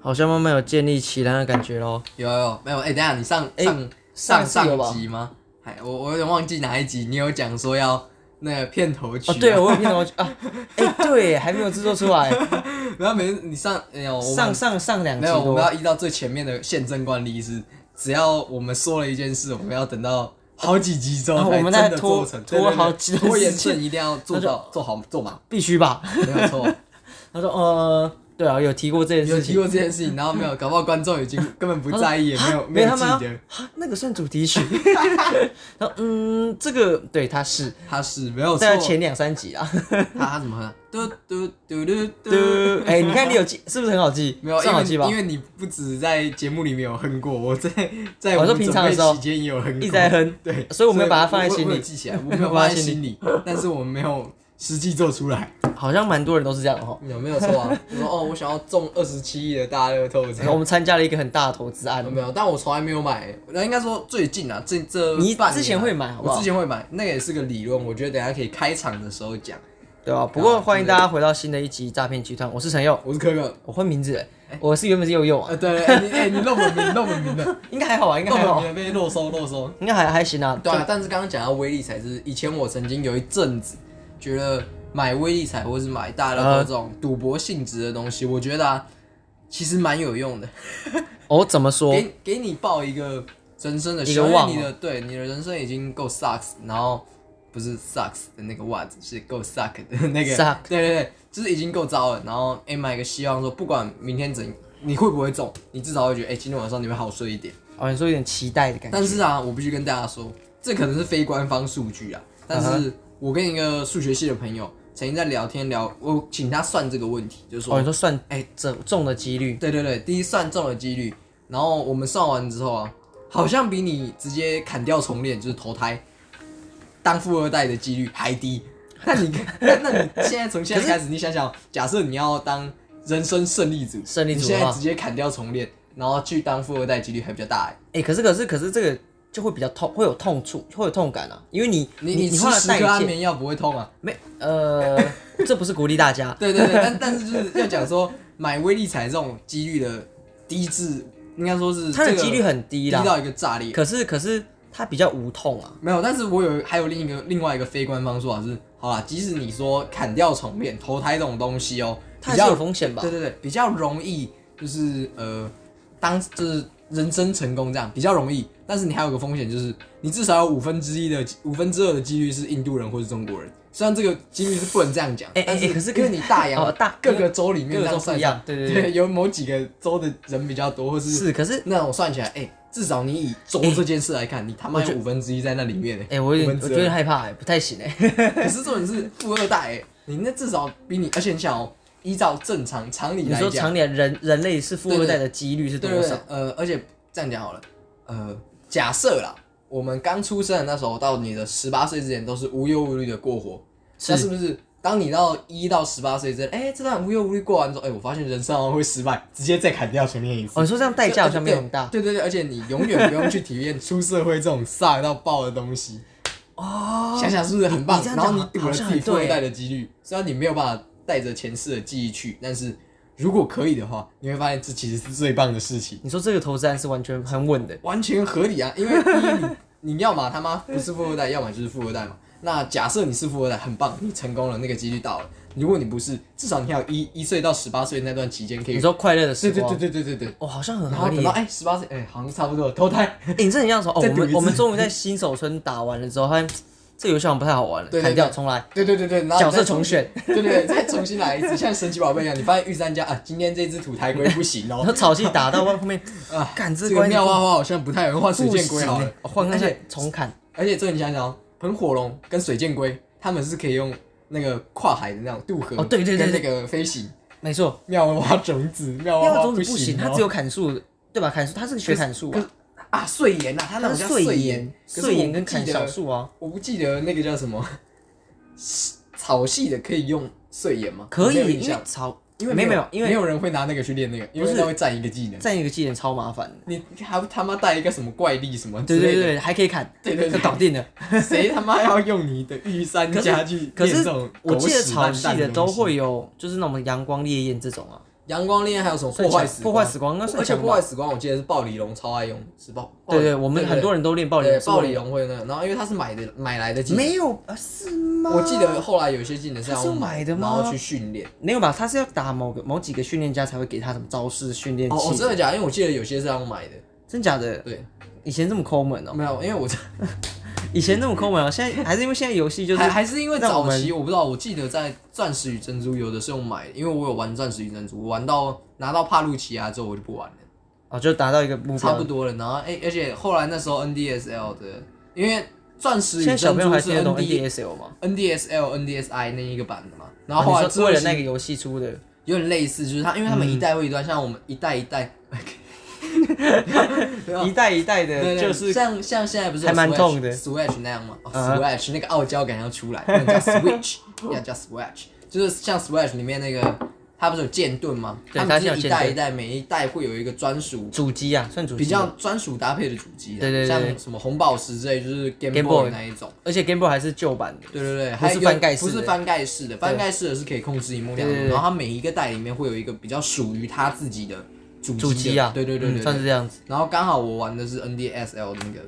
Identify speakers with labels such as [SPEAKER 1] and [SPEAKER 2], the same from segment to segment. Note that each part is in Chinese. [SPEAKER 1] 好像慢慢有建立起来的感觉咯。
[SPEAKER 2] 有有有没有？哎、等一下你上
[SPEAKER 3] 哎
[SPEAKER 2] 上
[SPEAKER 3] 上
[SPEAKER 2] 上
[SPEAKER 3] 次有吧
[SPEAKER 2] 上集吗？还我我有点忘记哪一集，你有讲说要那个片头曲、
[SPEAKER 3] 哦，对，我有片头曲啊，哎、对，还没有制作出来，
[SPEAKER 2] 然后每次你上哎呦，我们
[SPEAKER 3] 上上上两集
[SPEAKER 2] 没有，我
[SPEAKER 3] 多
[SPEAKER 2] 们，要依照最前面的宪政惯例是，只要我们说了一件事，我们要等到好几集之
[SPEAKER 3] 然后
[SPEAKER 2] 后才
[SPEAKER 3] 啊我们
[SPEAKER 2] 真
[SPEAKER 3] 再
[SPEAKER 2] 的
[SPEAKER 3] 拖
[SPEAKER 2] 做成，
[SPEAKER 3] 拖
[SPEAKER 2] 对对对
[SPEAKER 3] 好几段
[SPEAKER 2] 拖延
[SPEAKER 3] 时间
[SPEAKER 2] 症一定要做到做好做满，
[SPEAKER 3] 必须吧？
[SPEAKER 2] 没有错。
[SPEAKER 3] 他说，呃，对啊，有提过这件
[SPEAKER 2] 有
[SPEAKER 3] 事
[SPEAKER 2] 提
[SPEAKER 3] 情，
[SPEAKER 2] 过这件事情，然后没有，搞不好观众已经根本不在意，也没有
[SPEAKER 3] 没 有他
[SPEAKER 2] 有记
[SPEAKER 3] 们要
[SPEAKER 2] 得，
[SPEAKER 3] 啊那个算主题曲，然后嗯，这个对他是
[SPEAKER 2] 他是没有错
[SPEAKER 3] 在。前两三集啊，
[SPEAKER 2] 他他怎么哼？嘟嘟嘟嘟
[SPEAKER 3] 嘟
[SPEAKER 2] 嘟。，
[SPEAKER 3] 哎，你看你有记，是不是很好记？
[SPEAKER 2] 没有，
[SPEAKER 3] 算
[SPEAKER 2] 因
[SPEAKER 3] 好
[SPEAKER 2] 为
[SPEAKER 3] 记吧
[SPEAKER 2] 因？为你不止在节目里面有哼过，我在在
[SPEAKER 3] 我
[SPEAKER 2] 我
[SPEAKER 3] 说
[SPEAKER 2] 们
[SPEAKER 3] 平
[SPEAKER 2] 准
[SPEAKER 3] 常的
[SPEAKER 2] 备
[SPEAKER 3] 时候
[SPEAKER 2] 期间也有哼过，
[SPEAKER 3] 一直在哼，
[SPEAKER 2] 对，
[SPEAKER 3] 所以我没有把它放在
[SPEAKER 2] 我
[SPEAKER 3] 心
[SPEAKER 2] 我
[SPEAKER 3] 里
[SPEAKER 2] 有记 起来，我没有放在心里，但是我没有实际做出来。
[SPEAKER 3] 好像蛮多人都是这样的哦。
[SPEAKER 2] 有没有错啊？我说哦，我想要中二十七亿的大乐透这
[SPEAKER 3] 然后我
[SPEAKER 2] 样。
[SPEAKER 3] 们参加了一个很大的投资案
[SPEAKER 2] 有，没有？但我从来没有买、那应该说最近啊，这这
[SPEAKER 3] 你
[SPEAKER 2] 半年啊
[SPEAKER 3] 之前会买好不好
[SPEAKER 2] 我之前会买，那个也是个理论，我觉得等一下可以开场的时候讲。
[SPEAKER 3] 对吧？不过欢迎大家回到新的一集诈骗集团，我是陈佑，
[SPEAKER 2] 我是可 可，
[SPEAKER 3] 我换名字了，我是原本是佑佑啊，
[SPEAKER 2] 呃，对，哎、你哎、你弄本名，弄本名的，
[SPEAKER 3] 应该还好吧？应该
[SPEAKER 2] 弄
[SPEAKER 3] 还好
[SPEAKER 2] 本名，的被漏收漏收。
[SPEAKER 3] 应该还还行啊。
[SPEAKER 2] 对啊，但是刚刚讲到威力彩是，以前我曾经有一阵子觉得买威力彩或是买大乐透这种赌博性质的东西，我觉得啊，其实蛮有用的，
[SPEAKER 3] 哦，怎么说？
[SPEAKER 2] 给给你报一个人生的
[SPEAKER 3] 一个
[SPEAKER 2] 希望，
[SPEAKER 3] 望
[SPEAKER 2] 因为你的对你的人生已经够 sucks，然后不是 sucks 的那个 what 是够 suck 的那个
[SPEAKER 3] Suck
[SPEAKER 2] 对对对，就是已经够糟了，然后哎、买一个希望说，不管明天怎你会不会中，你至少会觉得哎、今天晚上你会好睡一点。
[SPEAKER 3] 哦，你说有点期待的感觉。
[SPEAKER 2] 但是啊，我必须跟大家说，这可能是非官方数据啊。但
[SPEAKER 3] 嗯
[SPEAKER 2] 是我跟一个数学系的朋友曾经在聊天聊，我请他算这个问题，就是说，
[SPEAKER 3] 哦，你说算
[SPEAKER 2] 哎
[SPEAKER 3] 哎中中的几率
[SPEAKER 2] 对对对，第一算中的几率，然后我们算完之后啊，好像比你直接砍掉重练就是投胎当富二代的几率还低。那你 那那你现在从现在开始，你想想，假设你要当人生胜利组，
[SPEAKER 3] 胜利组
[SPEAKER 2] 你
[SPEAKER 3] 的
[SPEAKER 2] 现在
[SPEAKER 3] 话
[SPEAKER 2] 直接砍掉重练，然后去当富二代几率还比较大、欸。
[SPEAKER 3] 哎，可是可是可是这个就会比较痛，会有痛处，会有痛感啊，因为你
[SPEAKER 2] 你
[SPEAKER 3] 你
[SPEAKER 2] 吃
[SPEAKER 3] 花了
[SPEAKER 2] 十
[SPEAKER 3] 代
[SPEAKER 2] 颗安
[SPEAKER 3] 价，
[SPEAKER 2] 眠药不会痛啊？
[SPEAKER 3] 没呃， 这不是鼓励大家，
[SPEAKER 2] 对对对，但但是就是要讲说买威力彩这种几率的低至，应该说是
[SPEAKER 3] 它的
[SPEAKER 2] 这个
[SPEAKER 3] 几率很低
[SPEAKER 2] 低
[SPEAKER 3] 啦。
[SPEAKER 2] 到一个炸裂。
[SPEAKER 3] 可是可是它比较无痛啊，
[SPEAKER 2] 没有，但是我有还有另一个另外一个非官方说法是，好啦，即使你说砍掉重练、投胎这种东西哦，
[SPEAKER 3] 它
[SPEAKER 2] 比
[SPEAKER 3] 还是
[SPEAKER 2] 较
[SPEAKER 3] 有风险吧
[SPEAKER 2] 对？对对，比较容易就是呃，当就是人生成功这样比较容易，但是你还有个风险就是，你至少有五分之一的五分之二的几率是印度人或是中国人。虽然这个几率是不能这样讲，
[SPEAKER 3] 哎哎
[SPEAKER 2] 但
[SPEAKER 3] 哎可是
[SPEAKER 2] 因为你大洋、
[SPEAKER 3] 哦大
[SPEAKER 2] 各个州里面
[SPEAKER 3] 各
[SPEAKER 2] 这
[SPEAKER 3] 个
[SPEAKER 2] 样
[SPEAKER 3] 都不
[SPEAKER 2] 算
[SPEAKER 3] 一
[SPEAKER 2] 下
[SPEAKER 3] 样，对对对，
[SPEAKER 2] 对，有某几个州的人比较多，或是
[SPEAKER 3] 是可是。
[SPEAKER 2] 那种算起来，哎、至少你以州这件事来看，你他妈
[SPEAKER 3] 我觉
[SPEAKER 2] 有五分之一在那里面、哎、
[SPEAKER 3] 哎、我有
[SPEAKER 2] 五
[SPEAKER 3] 点，
[SPEAKER 2] 分之
[SPEAKER 3] 我
[SPEAKER 2] 二
[SPEAKER 3] 觉得害怕、哎，不太行 哎、
[SPEAKER 2] 可是这种是富二代、哎，你那至少比你，而且你想哦，依照正常常理
[SPEAKER 3] 你
[SPEAKER 2] 来
[SPEAKER 3] 说
[SPEAKER 2] 讲，
[SPEAKER 3] 常年人人类是富
[SPEAKER 2] 对
[SPEAKER 3] 二
[SPEAKER 2] 对
[SPEAKER 3] 代的几率是多
[SPEAKER 2] 对对
[SPEAKER 3] 少
[SPEAKER 2] 对？，呃，而且这样讲好了，呃，假设啦，我们刚出生的那时候到你的十八岁之前都是无忧无虑的过活，
[SPEAKER 3] 是
[SPEAKER 2] 那是不是？当你到一到十八岁之前，哎、这段无忧无虑过完之后，哎、我发现人生好像会失败，直接再砍掉前面一次。
[SPEAKER 3] 哦，你说这样代价好像没有很大
[SPEAKER 2] 呃对对对，而且你永远不用去体验出社会这种飒到爆的东西，
[SPEAKER 3] 哦
[SPEAKER 2] 想想是不是很棒
[SPEAKER 3] 你？这样
[SPEAKER 2] 然
[SPEAKER 3] 讲
[SPEAKER 2] 后你赌
[SPEAKER 3] 好
[SPEAKER 2] 了
[SPEAKER 3] 像
[SPEAKER 2] 自
[SPEAKER 3] 很
[SPEAKER 2] 己
[SPEAKER 3] 对
[SPEAKER 2] 富二代的几率，虽然你没有办法带着前世的记忆去，但是如果可以的话，你会发现这其实是最棒的事情，
[SPEAKER 3] 你说这个投资案是完全很稳的，
[SPEAKER 2] 完全合理啊！因为第一，你 你要嘛他妈不是富二代，要么就是富二代嘛。那假设你是富二代，很棒，你成功了，那个几率到了。如果你不是，至少你还有一一岁到十八岁那段期间可以
[SPEAKER 3] 你。说快乐的
[SPEAKER 2] 对
[SPEAKER 3] 时
[SPEAKER 2] 对
[SPEAKER 3] 光，
[SPEAKER 2] 对对对对对。
[SPEAKER 3] 哦，好像很
[SPEAKER 2] 然
[SPEAKER 3] 合
[SPEAKER 2] 后
[SPEAKER 3] 理
[SPEAKER 2] 等
[SPEAKER 3] 耶
[SPEAKER 2] 到。哎十八岁，哎、好像差不多了投胎。
[SPEAKER 3] 哎、你这很像说哦，
[SPEAKER 2] 再
[SPEAKER 3] 我
[SPEAKER 2] 赌
[SPEAKER 3] 们
[SPEAKER 2] 一次
[SPEAKER 3] 我们终于在新手村打完了之后，发现这游戏好像不太好玩了，
[SPEAKER 2] 对对
[SPEAKER 3] 砍掉
[SPEAKER 2] 对
[SPEAKER 3] 重来，
[SPEAKER 2] 对对对对，然后
[SPEAKER 3] 角色
[SPEAKER 2] 再
[SPEAKER 3] 重选，
[SPEAKER 2] 对对，对再重新来一次，像神奇宝贝一样，你发现御三家啊，今天这只土台龟不行
[SPEAKER 3] 然
[SPEAKER 2] 哦，
[SPEAKER 3] 后草系打到后面，
[SPEAKER 2] 啊，
[SPEAKER 3] 干这
[SPEAKER 2] 这个
[SPEAKER 3] 关
[SPEAKER 2] 妙蛙花好像不太有人换水
[SPEAKER 3] 不
[SPEAKER 2] 箭
[SPEAKER 3] 行
[SPEAKER 2] 龟好
[SPEAKER 3] 欸
[SPEAKER 2] 了，
[SPEAKER 3] 哦换
[SPEAKER 2] 而
[SPEAKER 3] 而
[SPEAKER 2] 且
[SPEAKER 3] 且重砍，
[SPEAKER 2] 而且这你想想哦，喷火龙跟水箭龟，他们是可以用那个跨海的那种渡河，
[SPEAKER 3] 哦对对对
[SPEAKER 2] 跟
[SPEAKER 3] 对
[SPEAKER 2] 那个飞行
[SPEAKER 3] 没错，
[SPEAKER 2] 妙蛙花种子，妙
[SPEAKER 3] 那
[SPEAKER 2] 蛙
[SPEAKER 3] 个
[SPEAKER 2] 花
[SPEAKER 3] 种子不
[SPEAKER 2] 行
[SPEAKER 3] 行，
[SPEAKER 2] 哦，
[SPEAKER 3] 它只有砍树，对吧？砍树，它是学砍树
[SPEAKER 2] 可是
[SPEAKER 3] 啊，
[SPEAKER 2] 啊碎岩呐，它那
[SPEAKER 3] 它
[SPEAKER 2] 种
[SPEAKER 3] 是
[SPEAKER 2] 叫
[SPEAKER 3] 碎
[SPEAKER 2] 岩
[SPEAKER 3] 岩，，
[SPEAKER 2] 可是
[SPEAKER 3] 碎
[SPEAKER 2] 我
[SPEAKER 3] 岩
[SPEAKER 2] 不
[SPEAKER 3] 跟
[SPEAKER 2] 记
[SPEAKER 3] 砍
[SPEAKER 2] 得
[SPEAKER 3] 小树啊，
[SPEAKER 2] 我不记得那个叫什么 草系的可以用碎岩吗？
[SPEAKER 3] 可
[SPEAKER 2] 我没有
[SPEAKER 3] 以，
[SPEAKER 2] 印
[SPEAKER 3] 因为
[SPEAKER 2] 象
[SPEAKER 3] 草，
[SPEAKER 2] 因为
[SPEAKER 3] 没有
[SPEAKER 2] 没
[SPEAKER 3] 没有因为
[SPEAKER 2] 没有人会拿那个去练那个，因
[SPEAKER 3] 不
[SPEAKER 2] 为
[SPEAKER 3] 是
[SPEAKER 2] 那会占一个技能。
[SPEAKER 3] 占一个技能超麻烦的，
[SPEAKER 2] 你还他妈带一个什么怪力什么
[SPEAKER 3] 对
[SPEAKER 2] 之
[SPEAKER 3] 对
[SPEAKER 2] 类的，
[SPEAKER 3] 对，还可以砍，
[SPEAKER 2] 对对
[SPEAKER 3] 就
[SPEAKER 2] 对
[SPEAKER 3] 搞定了。
[SPEAKER 2] 谁他妈要用你的御三家去
[SPEAKER 3] 可
[SPEAKER 2] 练这
[SPEAKER 3] 是
[SPEAKER 2] 种
[SPEAKER 3] 我
[SPEAKER 2] 狗
[SPEAKER 3] 记得
[SPEAKER 2] 屎
[SPEAKER 3] 草
[SPEAKER 2] 烂
[SPEAKER 3] 系
[SPEAKER 2] 蛋
[SPEAKER 3] 的
[SPEAKER 2] 东
[SPEAKER 3] 都
[SPEAKER 2] 西
[SPEAKER 3] 会有，就是那种阳光烈焰这种啊，
[SPEAKER 2] 阳光恋爱还有什么
[SPEAKER 3] 算
[SPEAKER 2] 破
[SPEAKER 3] 强
[SPEAKER 2] 坏死
[SPEAKER 3] 破坏死光应该
[SPEAKER 2] 而
[SPEAKER 3] 算
[SPEAKER 2] 且
[SPEAKER 3] 强
[SPEAKER 2] 破坏
[SPEAKER 3] 吧？
[SPEAKER 2] 死光，我记得是暴鲤龙超爱用，是暴。
[SPEAKER 1] 对对，我们很多人都练暴力
[SPEAKER 2] 对，暴鲤龙会那个，然后因为它是买的买来的技能，
[SPEAKER 3] 没有啊？是吗？
[SPEAKER 2] 我记得后来有些技能是
[SPEAKER 3] 它
[SPEAKER 2] 要
[SPEAKER 3] 是用买的
[SPEAKER 2] 然
[SPEAKER 3] 吗
[SPEAKER 2] 后去训练。
[SPEAKER 3] 没有吧？他是要打某个某几个训练家才会给他什么招式训练
[SPEAKER 2] 哦，我
[SPEAKER 3] 器的，
[SPEAKER 2] 真的假的？因为我记得有些是要买的。
[SPEAKER 3] 真假的？
[SPEAKER 2] 对，嗯
[SPEAKER 3] 以前这么抠门哦，
[SPEAKER 2] 没有，因为我
[SPEAKER 3] 以前这么抠门哦，现在还是因为现在游 戏就是
[SPEAKER 2] 还还是因为
[SPEAKER 3] 让我
[SPEAKER 2] 早
[SPEAKER 3] 们
[SPEAKER 2] 期我不知道，我记得在钻石与珍珠有的是用买的，因为我有玩钻石与珍珠，我玩到拿到帕路奇亚之后我就不玩了。
[SPEAKER 3] 哦，就达到一个目
[SPEAKER 2] 差不
[SPEAKER 3] 标。
[SPEAKER 2] 多了。然后哎、而且后来那时候 NDSL 的，因为钻石与
[SPEAKER 3] 现在
[SPEAKER 2] 珍
[SPEAKER 3] 小朋友
[SPEAKER 2] 珠
[SPEAKER 3] 还
[SPEAKER 2] 是
[SPEAKER 3] 听得懂
[SPEAKER 2] ND
[SPEAKER 3] NDSL 吗？
[SPEAKER 2] NDSL NDSI 那一个版的嘛，然
[SPEAKER 3] 哦
[SPEAKER 2] 后后来
[SPEAKER 3] 你
[SPEAKER 2] 之
[SPEAKER 3] 说
[SPEAKER 2] 后
[SPEAKER 3] 为
[SPEAKER 2] 其
[SPEAKER 3] 了
[SPEAKER 2] 实
[SPEAKER 3] 那个嗯游戏出的，
[SPEAKER 2] 有点类似，就是它，因为他们一代会一代，像我们一代一代，
[SPEAKER 3] 一代一代
[SPEAKER 2] 对
[SPEAKER 3] 的，
[SPEAKER 2] 对
[SPEAKER 3] 就是
[SPEAKER 2] 像像现在不是有
[SPEAKER 3] 还蛮痛的
[SPEAKER 2] Switch Switch 那样吗、哦
[SPEAKER 3] 啊
[SPEAKER 2] s w i t c h 那个傲娇感要出来，不能叫 Switch，要 叫 Switch，就是像 Switch 里面那个，它不是有剑盾吗？
[SPEAKER 1] 对
[SPEAKER 2] 他
[SPEAKER 1] 它
[SPEAKER 2] 们
[SPEAKER 1] 是
[SPEAKER 2] 就
[SPEAKER 1] 有
[SPEAKER 2] 是一
[SPEAKER 1] 剑
[SPEAKER 2] 代
[SPEAKER 1] 盾
[SPEAKER 2] 一代，每一代会有一个专属
[SPEAKER 3] 主机啊，算主机。
[SPEAKER 2] 比较，专属搭配的主机啊，
[SPEAKER 1] 对对对
[SPEAKER 2] 像什么红宝石之类，就是 Game
[SPEAKER 1] Game
[SPEAKER 2] Boy
[SPEAKER 1] Boy
[SPEAKER 2] 那一种。
[SPEAKER 3] 而且 Game Boy 还是旧版的。
[SPEAKER 2] 对对对，
[SPEAKER 3] 不
[SPEAKER 2] 还有
[SPEAKER 3] 是
[SPEAKER 2] 一个
[SPEAKER 3] 翻盖式
[SPEAKER 2] 不是
[SPEAKER 3] 的
[SPEAKER 2] 翻盖式的，翻盖式的是可以控制荧幕亮度，
[SPEAKER 3] 对对对
[SPEAKER 2] 然后它每一个袋里面会有一个比较属于它自己的主机的
[SPEAKER 1] 主机啊，
[SPEAKER 2] 对对对
[SPEAKER 1] 嗯
[SPEAKER 2] 对
[SPEAKER 1] 算是
[SPEAKER 2] 对。
[SPEAKER 1] 这样子。
[SPEAKER 2] 然后刚好我玩的是 NDSL 那个，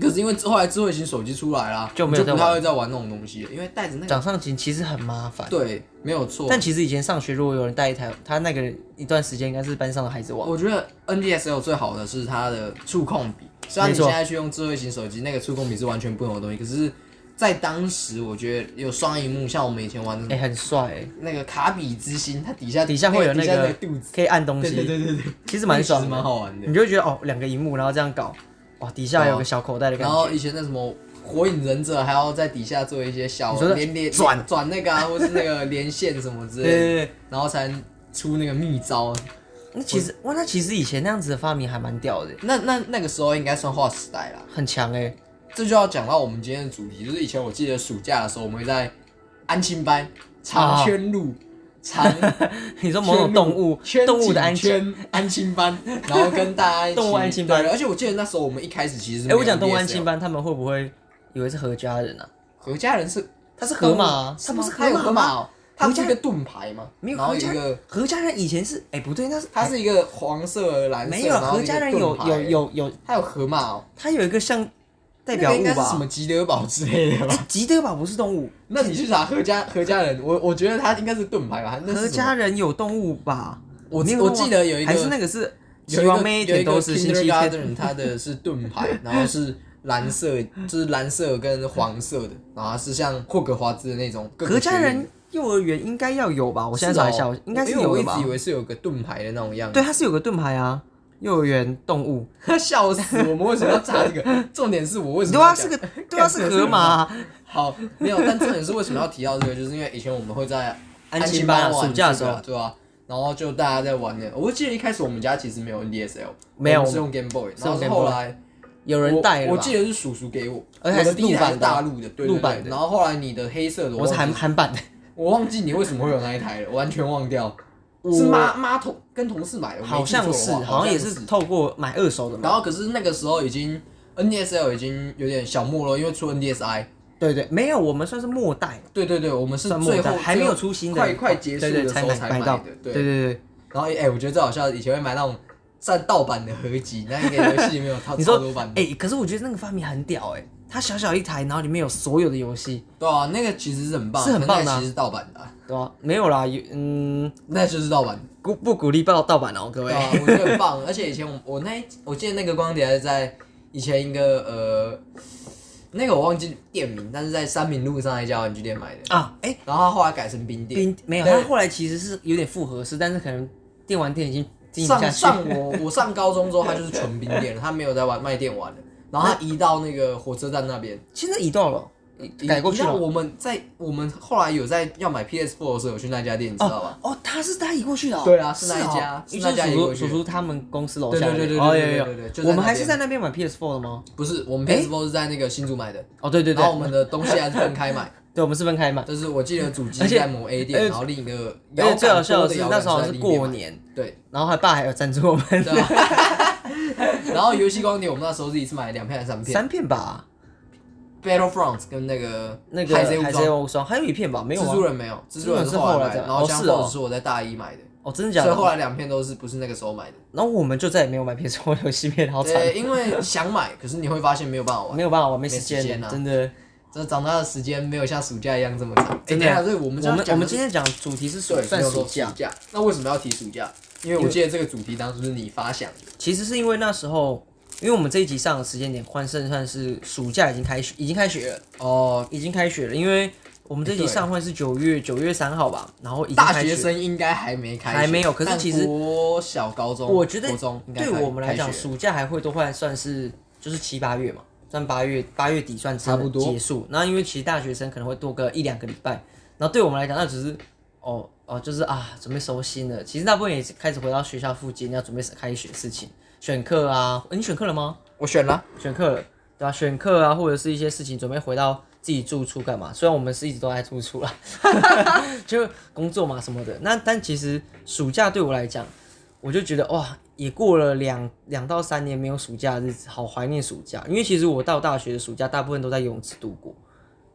[SPEAKER 2] 可是因为后来智慧型手机出来啦，
[SPEAKER 1] 就
[SPEAKER 2] 我
[SPEAKER 1] 没有
[SPEAKER 2] 就
[SPEAKER 1] 再
[SPEAKER 2] 不太
[SPEAKER 1] 玩
[SPEAKER 2] 会再玩那种东西了，因为带着那个
[SPEAKER 3] 掌上型其实很麻烦，
[SPEAKER 2] 对，没有错。
[SPEAKER 3] 但其实以前上学如果有人带一台，他那个人一段时间应该是班上的孩子王。
[SPEAKER 2] 我觉得 NDSL 最好的是它的触控笔，虽然你
[SPEAKER 3] 没
[SPEAKER 2] 现
[SPEAKER 3] 错
[SPEAKER 2] 在去用智慧型手机，那个触控笔是完全不同的东西，可是，在当时我觉得有双荧幕，像我们以前玩的
[SPEAKER 3] 哎、很帅、哎，
[SPEAKER 2] 那个卡比之心，它底下
[SPEAKER 3] 底下会有
[SPEAKER 2] 那
[SPEAKER 3] 那
[SPEAKER 2] 底下
[SPEAKER 3] 个
[SPEAKER 2] 肚子，
[SPEAKER 3] 可以按东西，
[SPEAKER 2] 对对对对对，
[SPEAKER 3] 其实蛮爽
[SPEAKER 2] 其
[SPEAKER 3] 的，
[SPEAKER 2] 实蛮好玩的
[SPEAKER 3] 你就会觉得哦，两个荧幕，然后这样搞，哇，底下有个小口袋的感
[SPEAKER 2] 然
[SPEAKER 3] 觉。
[SPEAKER 2] 后以前那什么火影忍者还要在底下做一些小
[SPEAKER 3] 你说的
[SPEAKER 2] 连连
[SPEAKER 3] 转
[SPEAKER 2] 转那个啊，或是那个连线什么之
[SPEAKER 3] 对
[SPEAKER 2] 类的，
[SPEAKER 3] 对对，
[SPEAKER 2] 然后才能出那个秘招。
[SPEAKER 3] 那其实哇，那其实以前那样子的发明还蛮屌的，
[SPEAKER 2] 那那那个时候应该算划时代啦。
[SPEAKER 3] 很强哎、
[SPEAKER 2] 这就要讲到我们今天的主题，就是以前我记得暑假的时候，我们会在安亲班长圈路、长
[SPEAKER 3] 你说啊某种动物
[SPEAKER 2] 圈，路
[SPEAKER 3] 动物的安全。
[SPEAKER 2] 圈安亲班，然后跟大家一起
[SPEAKER 3] 动物安亲班
[SPEAKER 2] 对而且我记得那时候我们一开始其实是
[SPEAKER 3] 哎、
[SPEAKER 2] 没有
[SPEAKER 3] 我讲动物
[SPEAKER 2] DSL
[SPEAKER 3] 安亲，班，他们会不会以为是合家人啊？
[SPEAKER 2] 何家人是
[SPEAKER 3] 他是河马啊
[SPEAKER 2] 动物
[SPEAKER 3] 他不是河
[SPEAKER 2] 它有
[SPEAKER 3] 马
[SPEAKER 2] 河马哦，它
[SPEAKER 3] 何
[SPEAKER 2] 是
[SPEAKER 3] 家
[SPEAKER 2] 一个盾牌嘛，
[SPEAKER 3] 没有
[SPEAKER 2] 然后
[SPEAKER 3] 合
[SPEAKER 2] 有一
[SPEAKER 3] 家
[SPEAKER 2] 个
[SPEAKER 3] 人，哎合家人以前是哎、不对，那是
[SPEAKER 2] 它是一个黄色蓝色，
[SPEAKER 3] 没有
[SPEAKER 2] 然后
[SPEAKER 3] 合
[SPEAKER 2] 一个
[SPEAKER 3] 家人有
[SPEAKER 2] 盾牌
[SPEAKER 3] 有有有，
[SPEAKER 2] 它有河马哦，
[SPEAKER 3] 他有一个像代表
[SPEAKER 2] 那个应
[SPEAKER 3] 物
[SPEAKER 2] 该是什么
[SPEAKER 3] 吧？
[SPEAKER 2] 吉德堡之类的吧？
[SPEAKER 3] 吉德堡不是动物，
[SPEAKER 2] 那你去查何家何家人，我我觉得它应该是盾牌吧，那是
[SPEAKER 3] 合
[SPEAKER 2] 什么
[SPEAKER 3] 家人有动物吧？
[SPEAKER 2] 我
[SPEAKER 3] 你
[SPEAKER 2] 记
[SPEAKER 3] 有
[SPEAKER 2] 我
[SPEAKER 3] 看过
[SPEAKER 2] 记得有一个
[SPEAKER 3] 还是那个是
[SPEAKER 2] 有
[SPEAKER 3] 希
[SPEAKER 2] 一个
[SPEAKER 3] 望每一天都是星期天，
[SPEAKER 2] 人，他的是盾牌，然后是蓝色，就是蓝色跟黄色的，然后它是像霍格华兹的那种。
[SPEAKER 3] 合家人幼儿园应该要有吧？我
[SPEAKER 2] 我
[SPEAKER 3] 现在查一下，应该是
[SPEAKER 2] 啊因为
[SPEAKER 3] 有
[SPEAKER 2] 我
[SPEAKER 3] 的
[SPEAKER 2] 一直
[SPEAKER 3] 吧
[SPEAKER 2] 以？为是有个盾牌的那种样子。
[SPEAKER 3] 对，，它是有个盾牌啊，幼儿园动物。
[SPEAKER 2] 笑死！我们为什么要查这 个？重点是我为什么
[SPEAKER 3] 对
[SPEAKER 2] 要
[SPEAKER 3] 啊，
[SPEAKER 2] 讲
[SPEAKER 3] 是个 对啊，是河马 啊。
[SPEAKER 2] 好没有，但重点是为什么要提到这个？就是因为以前我们会在
[SPEAKER 3] 安
[SPEAKER 2] 亲
[SPEAKER 3] 亲班啊
[SPEAKER 2] 玩
[SPEAKER 3] 暑假的
[SPEAKER 2] 这个
[SPEAKER 3] 时候
[SPEAKER 2] 对啊？然后就大家在玩那个，我记得一开始我们家其实没有 NDSL，
[SPEAKER 3] 没有
[SPEAKER 2] 我们是用 Game Boy，
[SPEAKER 3] 是
[SPEAKER 2] 然
[SPEAKER 3] 用
[SPEAKER 2] 后是
[SPEAKER 3] Game
[SPEAKER 2] 后
[SPEAKER 3] Boy
[SPEAKER 2] 来
[SPEAKER 3] 有人带了吧，
[SPEAKER 2] 我，我记得是叔叔给我，
[SPEAKER 3] 而且还是
[SPEAKER 2] 我的第一
[SPEAKER 3] 陆
[SPEAKER 2] 台是
[SPEAKER 3] 版的
[SPEAKER 2] 大陆的，对对对
[SPEAKER 3] 陆版的
[SPEAKER 2] 然后后来你的黑色的，
[SPEAKER 3] 我是
[SPEAKER 2] 忘
[SPEAKER 3] 韩
[SPEAKER 2] 记
[SPEAKER 3] 韩版的，
[SPEAKER 2] 我忘记你为什么会有那一台了，完全忘掉。
[SPEAKER 3] 我
[SPEAKER 2] 是妈妈同跟同事买的，我没
[SPEAKER 3] 好像
[SPEAKER 2] 记
[SPEAKER 3] 是，
[SPEAKER 2] 错的话
[SPEAKER 3] 好
[SPEAKER 2] 好
[SPEAKER 3] 像也
[SPEAKER 2] 是
[SPEAKER 3] 是。透过买二手的
[SPEAKER 2] 然
[SPEAKER 3] 嘛。
[SPEAKER 2] 后可是那个时候已经 NDSL 已经有点小没落，因为出 NDSI。
[SPEAKER 3] 对对，没有，我们算是末代，
[SPEAKER 2] 对对对，我们是
[SPEAKER 3] 算末
[SPEAKER 2] 最
[SPEAKER 3] 代，
[SPEAKER 2] 后
[SPEAKER 3] 还没有出新的，
[SPEAKER 2] 快快结束
[SPEAKER 3] 对
[SPEAKER 2] 的
[SPEAKER 3] 对
[SPEAKER 2] 时
[SPEAKER 3] 才
[SPEAKER 2] 候
[SPEAKER 3] 买
[SPEAKER 2] 才
[SPEAKER 3] 买
[SPEAKER 2] 的
[SPEAKER 3] 到。。
[SPEAKER 2] 对
[SPEAKER 3] 对对对，
[SPEAKER 2] 然后哎、我觉得最好笑，的，以前会买那种占盗版的合集，那个游戏里面有超
[SPEAKER 3] 你
[SPEAKER 2] 超
[SPEAKER 3] 说
[SPEAKER 2] 多版，的。
[SPEAKER 3] 哎、可是我觉得那个发明很屌哎、它小小一台，然后里面有所有的游戏，
[SPEAKER 2] 对啊，那个其实是很棒，
[SPEAKER 3] 是很棒的啊
[SPEAKER 2] 可那个其实是盗版的啊、
[SPEAKER 3] 对吧、没有啦，有嗯，
[SPEAKER 2] 那就是盗版的。
[SPEAKER 3] 鼓不鼓励报盗版哦，各位
[SPEAKER 2] 对。啊，我觉得很棒。而且以前我我那一我记得那个光碟还是在以前一个呃，那个我忘记店名，但是在三民路上一家玩具店买的。
[SPEAKER 3] 啊，哎、
[SPEAKER 2] 然后它后来改成冰店
[SPEAKER 3] 冰，没有，
[SPEAKER 2] 对
[SPEAKER 3] 它后来其实是有点复合式，但是可能电玩店已经经营不下
[SPEAKER 2] 上
[SPEAKER 3] 去。
[SPEAKER 2] 上我我上高中之后，它就是纯冰店了，它没有在玩卖电玩了。然后它移到那个火车站那边，
[SPEAKER 3] 现在移到了，
[SPEAKER 2] 移
[SPEAKER 3] 呃改过去
[SPEAKER 2] 移到
[SPEAKER 3] 了。
[SPEAKER 2] 我们在我们后来有在要买 PS4 的时候，有去那家店，你知道吧？
[SPEAKER 3] 哦哦，他是他移过去的、哦。
[SPEAKER 2] 对啊是那
[SPEAKER 3] 哦
[SPEAKER 2] 一家
[SPEAKER 3] 就是
[SPEAKER 2] 那家移
[SPEAKER 3] 叔叔
[SPEAKER 2] 过去
[SPEAKER 3] 叔叔他们公司楼
[SPEAKER 2] 对
[SPEAKER 3] 下
[SPEAKER 2] 对
[SPEAKER 3] 那边。
[SPEAKER 2] 对对对
[SPEAKER 3] 哦
[SPEAKER 2] 对
[SPEAKER 3] 有
[SPEAKER 2] 对
[SPEAKER 3] 有
[SPEAKER 2] 对
[SPEAKER 3] 有
[SPEAKER 2] 就在
[SPEAKER 3] 我们
[SPEAKER 2] 那
[SPEAKER 3] 还是
[SPEAKER 2] 边
[SPEAKER 3] 在那边买 PS4 的吗？
[SPEAKER 2] 不是，我们
[SPEAKER 3] 诶
[SPEAKER 2] PS4 是在那个新竹买的，
[SPEAKER 3] 哦，对对对，
[SPEAKER 2] 然后我们的东西还是分开买。
[SPEAKER 3] 对我们是分开买。
[SPEAKER 2] 就是我记得主机
[SPEAKER 3] 而且
[SPEAKER 2] 在某 A 店，
[SPEAKER 3] 而且
[SPEAKER 2] 然后另一个
[SPEAKER 3] 而
[SPEAKER 2] 摇
[SPEAKER 3] 且最好
[SPEAKER 2] 杆
[SPEAKER 3] 笑的
[SPEAKER 2] 桌的
[SPEAKER 3] 是
[SPEAKER 2] 摇
[SPEAKER 3] 那
[SPEAKER 2] 杆
[SPEAKER 3] 时候好
[SPEAKER 2] 是
[SPEAKER 3] 像是
[SPEAKER 2] 在另一边
[SPEAKER 3] 过
[SPEAKER 2] 买，
[SPEAKER 3] 年，
[SPEAKER 2] 对
[SPEAKER 3] 然后他爸还有赞助我们
[SPEAKER 2] 对吧？ 然后游戏光碟我们那时候是一次买了两片还是三 片
[SPEAKER 3] 三片吧，
[SPEAKER 2] ？Battlefront 跟那个
[SPEAKER 3] 那个
[SPEAKER 2] 海贼
[SPEAKER 3] 海贼
[SPEAKER 2] 无双，
[SPEAKER 3] 王无双还有一片吧，没有
[SPEAKER 2] 蜘
[SPEAKER 3] 啊
[SPEAKER 2] 蛛？人没有，蜘蛛
[SPEAKER 3] 蜘蛛人
[SPEAKER 2] 是
[SPEAKER 3] 是
[SPEAKER 2] 后
[SPEAKER 3] 后
[SPEAKER 2] 来
[SPEAKER 3] 来
[SPEAKER 2] 买
[SPEAKER 3] 才
[SPEAKER 2] 的，然后
[SPEAKER 3] 哦
[SPEAKER 2] 像
[SPEAKER 3] 是哦
[SPEAKER 2] 或者是我在大一买的，
[SPEAKER 3] 哦，真的假
[SPEAKER 2] 所以
[SPEAKER 3] 的？
[SPEAKER 2] 后来两片都是不是那个时候买的，
[SPEAKER 3] 然后我们就再也没有买 PS 五游戏片，好惨，
[SPEAKER 2] 对，因为想买，可是你会发现没有办 法玩。
[SPEAKER 3] 没有办法，我没
[SPEAKER 2] 没
[SPEAKER 3] 时
[SPEAKER 2] 时间
[SPEAKER 3] 间了，
[SPEAKER 2] 啊
[SPEAKER 3] 真的。
[SPEAKER 2] 这长大的时间没有像暑假一样这么长。
[SPEAKER 3] 真的
[SPEAKER 2] 哎等一下对，
[SPEAKER 3] 我
[SPEAKER 2] 我们
[SPEAKER 3] 们
[SPEAKER 2] 这样讲
[SPEAKER 3] 我们
[SPEAKER 2] 的是
[SPEAKER 3] 今天讲主题是暑
[SPEAKER 2] 对
[SPEAKER 3] 算
[SPEAKER 2] 没有
[SPEAKER 3] 暑
[SPEAKER 2] 说
[SPEAKER 3] 假，
[SPEAKER 2] 假，那为什么要提暑假？因为我记得这个主题当初是你发想的，
[SPEAKER 3] 其实是因为那时候，因为我们这一集上的时间点换算算是暑假已经开学，已经开学了，
[SPEAKER 2] 哦，
[SPEAKER 3] 已经开学了，因为我们这一集
[SPEAKER 2] 哎对
[SPEAKER 3] 上换是九月九月三号吧，然后已经
[SPEAKER 2] 大
[SPEAKER 3] 开
[SPEAKER 2] 学
[SPEAKER 3] 学
[SPEAKER 2] 生应该还没开学，
[SPEAKER 3] 还没有可是
[SPEAKER 2] 但
[SPEAKER 3] 其实
[SPEAKER 2] 国小、高中，
[SPEAKER 3] 我觉得
[SPEAKER 2] 国中应该
[SPEAKER 3] 对
[SPEAKER 2] 开
[SPEAKER 3] 我们来
[SPEAKER 2] 开
[SPEAKER 3] 讲，
[SPEAKER 2] 学
[SPEAKER 3] 暑假还会都换算是就是七八月嘛，算八月八月底算
[SPEAKER 2] 差不多
[SPEAKER 3] 结束。那因为其实大学生可能会多个一两个礼拜，然后对我们来讲，那只是哦哦，就是啊，准备收心了。其实大部分也是开始回到学校附近，要准备开学事情，选课啊。诶你选课了吗？
[SPEAKER 2] 我选了，
[SPEAKER 3] 选课了，对吧、选课啊，或者是一些事情，准备回到自己住处干嘛？虽然我们是一直都在住处啦， 就工作嘛什么的。那但其实暑假对我来讲，我就觉得哇，也过了两两到三年没有暑假的日子，好怀念暑假。因为其实我到大学的暑假，大部分都在游泳池度过，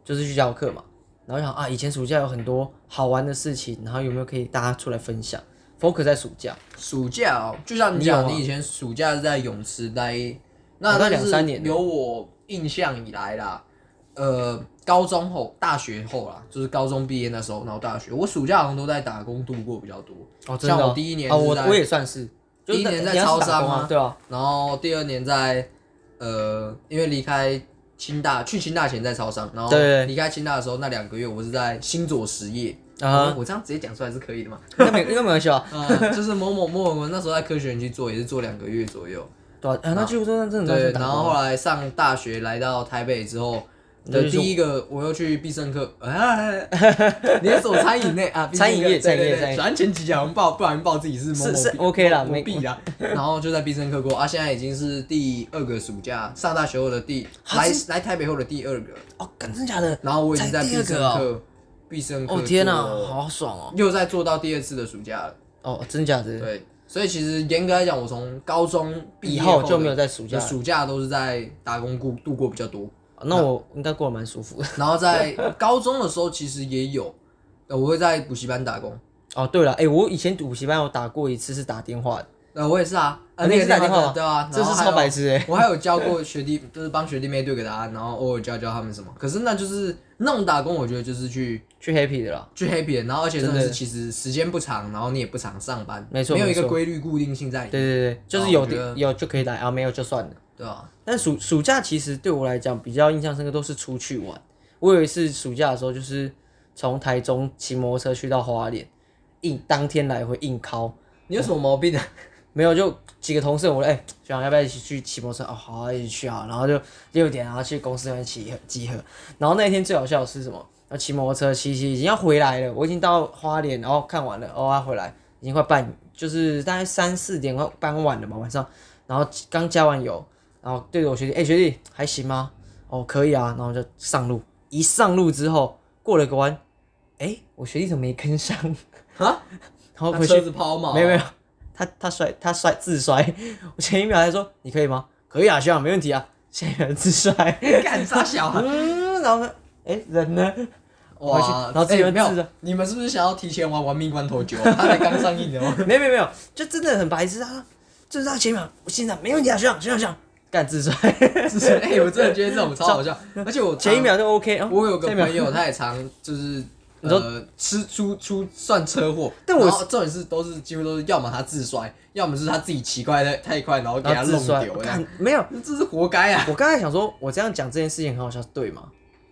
[SPEAKER 3] 就是去教课嘛。然后想啊，以前暑假有很多好玩的事情，然后有没有可以大家出来分享？focus 在暑假，
[SPEAKER 2] 暑假哦，就像你
[SPEAKER 3] 你有
[SPEAKER 2] 讲，
[SPEAKER 3] 啊
[SPEAKER 2] 你以前暑假是在泳池待，
[SPEAKER 3] 我
[SPEAKER 2] 那
[SPEAKER 3] 待
[SPEAKER 2] 但
[SPEAKER 3] 两
[SPEAKER 2] 是
[SPEAKER 3] 三年了
[SPEAKER 2] 有我印象以来啦，呃，高中后、大学后啦，就是高中毕业那时候，然后大学，我暑假好像都在打工度过比较多。
[SPEAKER 3] 哦，真的
[SPEAKER 2] 像
[SPEAKER 3] 哦
[SPEAKER 2] 我第一年
[SPEAKER 3] 哦，
[SPEAKER 2] 是
[SPEAKER 3] 我
[SPEAKER 2] 在
[SPEAKER 3] 我也算是，就
[SPEAKER 2] 第一年在
[SPEAKER 3] 你要
[SPEAKER 2] 超
[SPEAKER 3] 是打
[SPEAKER 2] 商
[SPEAKER 3] 工
[SPEAKER 2] 啊
[SPEAKER 3] 对啊，
[SPEAKER 2] 然后第二年在呃，因为离开清大，去清大前在超商，然后
[SPEAKER 3] 对
[SPEAKER 2] 离开清大的时候那两个月，我是在新左实业
[SPEAKER 3] 啊
[SPEAKER 2] 我这样直接讲出来是可以的嘛？
[SPEAKER 3] 那 没那没关系啊，
[SPEAKER 2] 呃，就是某某某某，那时候在科学园区做，也是做两个月左右。
[SPEAKER 3] 对啊，啊那几乎都是真的都
[SPEAKER 2] 对，
[SPEAKER 3] 是打
[SPEAKER 2] 然
[SPEAKER 3] 工
[SPEAKER 2] 后后来上大学来到台北之后。
[SPEAKER 3] 你就
[SPEAKER 2] 的
[SPEAKER 3] 去
[SPEAKER 2] 第
[SPEAKER 3] 做
[SPEAKER 2] 一个，我又去必胜客，哎，连锁餐饮类啊，必胜客
[SPEAKER 3] 餐饮业
[SPEAKER 2] 对对
[SPEAKER 3] 餐饮业
[SPEAKER 2] 对
[SPEAKER 3] 餐饮业
[SPEAKER 2] 反正前几家我们报，不然报自己是某某
[SPEAKER 3] 是是
[SPEAKER 2] 必
[SPEAKER 3] OK 啦
[SPEAKER 2] 某
[SPEAKER 3] 没
[SPEAKER 2] 必啦。 然后就在必胜客过啊，现在已经是第二个暑假，上大学后的第来来台北后的第二个，
[SPEAKER 3] 哦，干真假的？
[SPEAKER 2] 然后我已经
[SPEAKER 3] 啊才
[SPEAKER 2] 在
[SPEAKER 3] 第
[SPEAKER 2] 必
[SPEAKER 3] 二
[SPEAKER 2] 胜
[SPEAKER 3] 个哦
[SPEAKER 2] 客，必胜客
[SPEAKER 3] 哦天哪，
[SPEAKER 2] 哪，
[SPEAKER 3] 好爽哦！
[SPEAKER 2] 又在做到第二次的暑假了。
[SPEAKER 3] 哦，真假的？
[SPEAKER 2] 对，所以其实严格来讲，我从高中毕
[SPEAKER 3] 以
[SPEAKER 2] 业
[SPEAKER 3] 后
[SPEAKER 2] 的
[SPEAKER 3] 就没有在暑假了
[SPEAKER 2] 暑嗯假都是在打工度度过比较多。
[SPEAKER 3] 哦那我应该过得蛮舒服的。
[SPEAKER 2] 然 后在高中的时候，其实也有，呃我会在补习班打工。
[SPEAKER 3] 哦，对了，哎，我以前补习班有打过一次是打电话的，
[SPEAKER 2] 呃，我也是啊，呃，
[SPEAKER 3] 你
[SPEAKER 2] 那
[SPEAKER 3] 也
[SPEAKER 2] 个
[SPEAKER 3] 是打电话吗
[SPEAKER 2] 对啊，
[SPEAKER 3] 这
[SPEAKER 2] 然后
[SPEAKER 3] 是
[SPEAKER 2] 还
[SPEAKER 3] 超
[SPEAKER 2] 有
[SPEAKER 3] 白痴哎。
[SPEAKER 2] 我还有教过学弟，就是帮学弟妹对个答案，然后偶尔教教他们什么。可是那就是那种打工，我觉得就是去
[SPEAKER 3] 去 happy 的啦，
[SPEAKER 2] 去 happy，的然后而且真的
[SPEAKER 3] 真
[SPEAKER 2] 是
[SPEAKER 3] 的
[SPEAKER 2] 其实时间不长，然后你也不常上班，
[SPEAKER 3] 没错
[SPEAKER 2] 没有一个
[SPEAKER 3] 没错
[SPEAKER 2] 规律固定性在里
[SPEAKER 3] 对
[SPEAKER 2] 面，
[SPEAKER 3] 对对，就是
[SPEAKER 2] 哦
[SPEAKER 3] 有
[SPEAKER 2] 我觉得
[SPEAKER 3] 有就可以来啊，没有就算了。
[SPEAKER 2] 对吧？
[SPEAKER 3] 但暑暑假其实对我来讲比较印象深刻，都是出去玩。我有一次暑假的时候，就是从台中骑摩托车去到花莲，硬当天来回硬靠，
[SPEAKER 2] 你有什么毛 病啊？
[SPEAKER 3] 没有，就几个同事，我说哎，学长要不要一起去骑摩托车？哦，好、啊，一起去啊。然后就六点，然后去公司那边集合集合。然后那一天最好笑的是什么？要骑摩托车骑骑，已经要回来了，我已经到花莲，然后看完了，哦，要回来，已经快半，就是大概三四点快傍晚了嘛，晚上。然后刚加完油，然后对着我学弟，哎、学弟还行吗？哦，可以啊。然后就上路，一上路之后过了个弯，哎、我学弟怎么没跟上？
[SPEAKER 2] 啊？
[SPEAKER 3] 然后
[SPEAKER 2] 他
[SPEAKER 3] 回去
[SPEAKER 2] 车子抛锚？啊
[SPEAKER 3] 没有没有，哦他他摔他摔自摔， 我前一秒还说你可以吗？可以啊，学长没问题啊，下一秒自摔，
[SPEAKER 2] 干啥小孩？
[SPEAKER 3] 嗯，然后呢，哎、人呢？回去
[SPEAKER 2] 哇，
[SPEAKER 3] 然后自己
[SPEAKER 2] 哎
[SPEAKER 3] 会
[SPEAKER 2] 没有
[SPEAKER 3] 自的，
[SPEAKER 2] 你们是不是想要提前玩《玩命关头九》啊？它才刚上映哦。
[SPEAKER 3] 没有没有没有，就真的很白痴啊，就是他前一秒我心想没问题啊，学长学长学长，干自摔，
[SPEAKER 2] 就是哎、我真的觉得这种超好笑，而且我常
[SPEAKER 3] 前一秒就 OK，、哦、
[SPEAKER 2] 我有个
[SPEAKER 3] 下一秒
[SPEAKER 2] 朋友，他也常就是。
[SPEAKER 3] 你说
[SPEAKER 2] 呃，吃出出算车祸，
[SPEAKER 3] 但我
[SPEAKER 2] 然后重点是都是几乎都是要么他自摔，要么是他自己骑快太太快，然后给
[SPEAKER 3] 然
[SPEAKER 2] 他
[SPEAKER 3] 后自
[SPEAKER 2] 弄
[SPEAKER 3] 摔
[SPEAKER 2] 丢，，这样
[SPEAKER 3] 干没有，
[SPEAKER 2] 这是活该啊！
[SPEAKER 3] 我刚才想说我这样讲这件事情很好笑，对吗？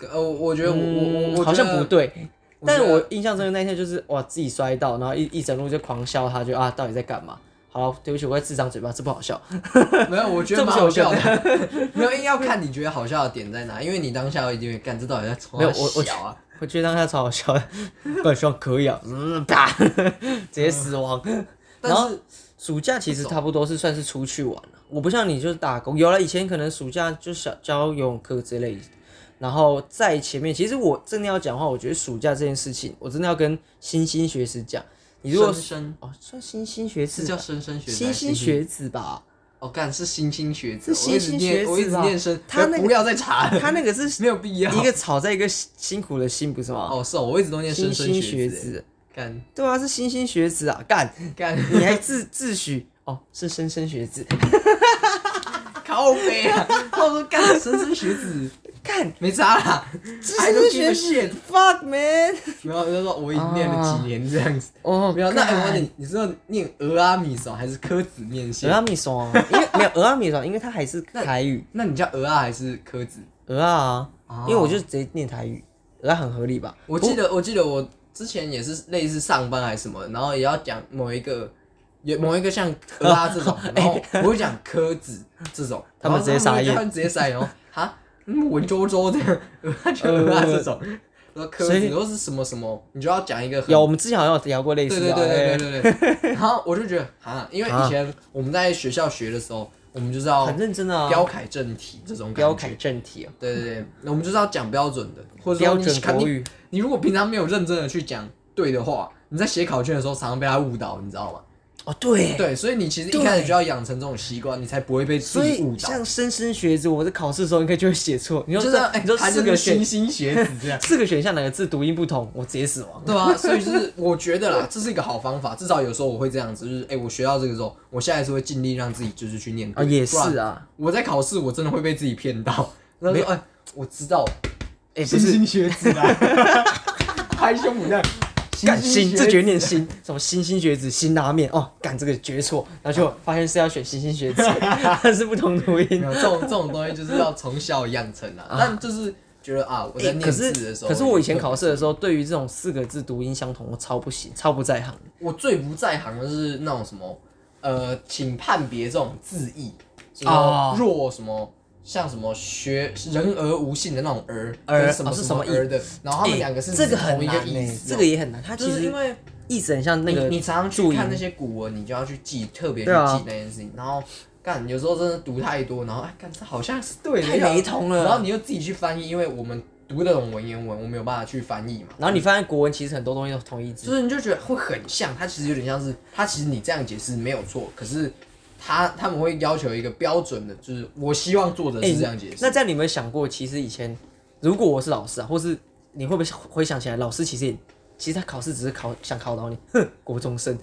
[SPEAKER 2] 呃，我我觉得我我
[SPEAKER 3] 嗯，
[SPEAKER 2] 我
[SPEAKER 3] 好像不，对。
[SPEAKER 2] 我
[SPEAKER 3] 但
[SPEAKER 2] 觉
[SPEAKER 3] 是
[SPEAKER 2] 得
[SPEAKER 3] 我印象中的那一天就是哇，自己摔到，然后一一整路就狂笑他，就啊，到底在干嘛？好，对不起，我在自长嘴巴，这不好笑。
[SPEAKER 2] 我觉得没有，我觉得
[SPEAKER 3] 这不
[SPEAKER 2] 蛮
[SPEAKER 3] 是
[SPEAKER 2] 好
[SPEAKER 3] 我
[SPEAKER 2] 笑的， 没有硬要看你觉得好笑的点在哪，因为你当下一定会干，这到底在冲
[SPEAKER 3] 没有
[SPEAKER 2] 他
[SPEAKER 3] 我我
[SPEAKER 2] 小啊，
[SPEAKER 3] 我觉得当下超好笑的， 不希望可以啊，嗯啪， 直接死亡。
[SPEAKER 2] 但
[SPEAKER 3] 然后
[SPEAKER 2] 是
[SPEAKER 3] 暑假其实差不多是算是出去玩了，我不像你就是打工，有了以前可能暑假就小教游泳课之类的。然后在前面，其实我真的要讲的话，我觉得暑假这件事情，我真的要跟新兴学子讲，你如果
[SPEAKER 2] 莘莘
[SPEAKER 3] 哦算新兴学
[SPEAKER 2] 是
[SPEAKER 3] 子
[SPEAKER 2] 叫
[SPEAKER 3] 吧，
[SPEAKER 2] 莘莘学子
[SPEAKER 3] 新
[SPEAKER 2] 还是
[SPEAKER 3] 兴学子吧，
[SPEAKER 2] 哦，干是星星学子，
[SPEAKER 3] 是星星学子
[SPEAKER 2] 我一直
[SPEAKER 3] 吧
[SPEAKER 2] 念，我一直念生，
[SPEAKER 3] 他那个
[SPEAKER 2] 不要再查了，
[SPEAKER 3] 他那个是
[SPEAKER 2] 没有必要。
[SPEAKER 3] 一个草在一个辛辛苦的辛，不是吗？
[SPEAKER 2] 哦，是哦，我一直都念生
[SPEAKER 3] 新
[SPEAKER 2] 生
[SPEAKER 3] 兴学
[SPEAKER 2] 子，
[SPEAKER 3] 子，
[SPEAKER 2] 干
[SPEAKER 3] 对啊，是莘莘学子啊，干，
[SPEAKER 2] 干
[SPEAKER 3] 你还自 自诩哦，是莘莘学子，
[SPEAKER 2] 靠背啊！我说干莘莘学子，
[SPEAKER 3] 干，
[SPEAKER 2] 没差啦，
[SPEAKER 3] 莘莘学
[SPEAKER 2] shit。
[SPEAKER 3] 子，fuck man，
[SPEAKER 2] 然后就说我已经念了几年这样子。
[SPEAKER 3] 哦，
[SPEAKER 2] 没有，那
[SPEAKER 3] 干
[SPEAKER 2] 我问你，你是要念俄阿米索还是科子念
[SPEAKER 3] 俄
[SPEAKER 2] 线？
[SPEAKER 3] 阿米索啊，因为没有俄阿米索，因为它还是台语，
[SPEAKER 2] 那你叫俄阿还是科子？
[SPEAKER 3] 俄啊
[SPEAKER 2] 哦，
[SPEAKER 3] 因为我就直接念台语，俄啊很合理吧？
[SPEAKER 2] 我记得，我记得我之前也是类似上班还是什么，然后也要讲某一个，也某一个像俄阿 这种，然后我会讲科子这种，
[SPEAKER 3] 哎他们直接
[SPEAKER 2] 然后
[SPEAKER 3] 傻眼
[SPEAKER 2] 他们直接傻眼，然后 哈，嗯文绉绉的，俄阿就俄阿 这种，然后科
[SPEAKER 3] 所
[SPEAKER 2] 子
[SPEAKER 3] 以
[SPEAKER 2] 都是什么什么，你就要讲一个很
[SPEAKER 3] 哦有，我们之前好像有聊过类
[SPEAKER 2] 对
[SPEAKER 3] 似
[SPEAKER 2] 对
[SPEAKER 3] 的啊，
[SPEAKER 2] 对对
[SPEAKER 3] 哎
[SPEAKER 2] 对对对。然后我就觉得啊，因为以前我们在学校学的时候，我们就是要
[SPEAKER 3] 很认真啊，
[SPEAKER 2] 标楷正体这种
[SPEAKER 3] 标
[SPEAKER 2] 感
[SPEAKER 3] 楷
[SPEAKER 2] 觉。
[SPEAKER 3] 正体啊，
[SPEAKER 2] 对对对，我们就是要讲标准的，或者说
[SPEAKER 3] 标
[SPEAKER 2] 你
[SPEAKER 3] 准
[SPEAKER 2] 看
[SPEAKER 3] 国
[SPEAKER 2] 你
[SPEAKER 3] 语，
[SPEAKER 2] 你如果平常没有认真的去讲对的话，你在写考卷的时候常常被他误导，你知道吗？
[SPEAKER 3] 哦对，
[SPEAKER 2] 对，所以你其实一开始就要养成这种习惯，你才不会被自
[SPEAKER 3] 所
[SPEAKER 2] 己误
[SPEAKER 3] 以
[SPEAKER 2] 导。
[SPEAKER 3] 像莘莘学子，我在考试的时候应该就会啊写错，你说
[SPEAKER 2] 就是
[SPEAKER 3] 这
[SPEAKER 2] 哎
[SPEAKER 3] 你说，
[SPEAKER 2] 他
[SPEAKER 3] 四
[SPEAKER 2] 就是
[SPEAKER 3] 个
[SPEAKER 2] 星
[SPEAKER 3] 选。
[SPEAKER 2] 星学子这样
[SPEAKER 3] 四个选项哪个字读音不同，我直接死亡。
[SPEAKER 2] 对啊，所以就是我觉得啦，这是一个好方法，至少有时候我会这样子，就是哎、我学到这个之后，我下一次会尽力让自己就是去念
[SPEAKER 3] 啊，
[SPEAKER 2] 对
[SPEAKER 3] 也
[SPEAKER 2] 不然
[SPEAKER 3] 是啊，
[SPEAKER 2] 我在考试，我真的会被自己骗到。然后
[SPEAKER 3] 没
[SPEAKER 2] 说，哎，我知道，
[SPEAKER 3] 哎、不
[SPEAKER 2] 星
[SPEAKER 3] 是
[SPEAKER 2] 星学子啊， 拍胸脯这样，
[SPEAKER 3] 干
[SPEAKER 2] 星
[SPEAKER 3] 新，
[SPEAKER 2] 学
[SPEAKER 3] 这绝对念新，什么新兴学子、新拉面哦，干这个绝错，然后就发现是要选新兴学 子，但是不同读
[SPEAKER 2] 没
[SPEAKER 3] 音。
[SPEAKER 2] 有这种这种东西就是要从小养成啊。但就是觉得啊，我在
[SPEAKER 3] 哎可
[SPEAKER 2] 念
[SPEAKER 3] 是
[SPEAKER 2] 字的时候，
[SPEAKER 3] 可是我以前考试的时候，对于这种四个字读音相同，我超不行，超不在行。
[SPEAKER 2] 我最不在行的是那种什么，呃，请判别这种字义，什
[SPEAKER 3] 哦
[SPEAKER 2] 么若什么。像什么学人而无信的那种儿
[SPEAKER 3] 儿
[SPEAKER 2] 跟什么
[SPEAKER 3] 哦是
[SPEAKER 2] 什么
[SPEAKER 3] 什么义
[SPEAKER 2] 儿的，然后他们两个是
[SPEAKER 3] 哎这个
[SPEAKER 2] 同
[SPEAKER 3] 很
[SPEAKER 2] 一
[SPEAKER 3] 难
[SPEAKER 2] 个
[SPEAKER 3] 呢、
[SPEAKER 2] 意思哦，
[SPEAKER 3] 这个也很难。它其
[SPEAKER 2] 就是因
[SPEAKER 3] 实
[SPEAKER 2] 为
[SPEAKER 3] 意思很像那个
[SPEAKER 2] 你你常常
[SPEAKER 3] 注
[SPEAKER 2] 去
[SPEAKER 3] 音
[SPEAKER 2] 看那些古文，你就要去记，特别去
[SPEAKER 3] 对啊
[SPEAKER 2] 记那件事情。然后干，有时候真的读太多，然后哎，干这好像是对的，
[SPEAKER 3] 太雷同了
[SPEAKER 2] 然后你又自己去翻译，因为我们读得懂文言文，我没有办法去翻译嘛。
[SPEAKER 3] 然后你发现国文其实很多东西都同义字，
[SPEAKER 2] 就是你就觉得会很像，它其实有点像是，它其实你这样解释没有错，可是他他们会要求一个标准的，就是我希望作者
[SPEAKER 3] 哎
[SPEAKER 2] 是这样解释。
[SPEAKER 3] 那这样你有没有想过，其实以前如果我是老师啊，或是你会不会回想起来，老师其实也其实他考试只是考想考倒你，哼，国中生，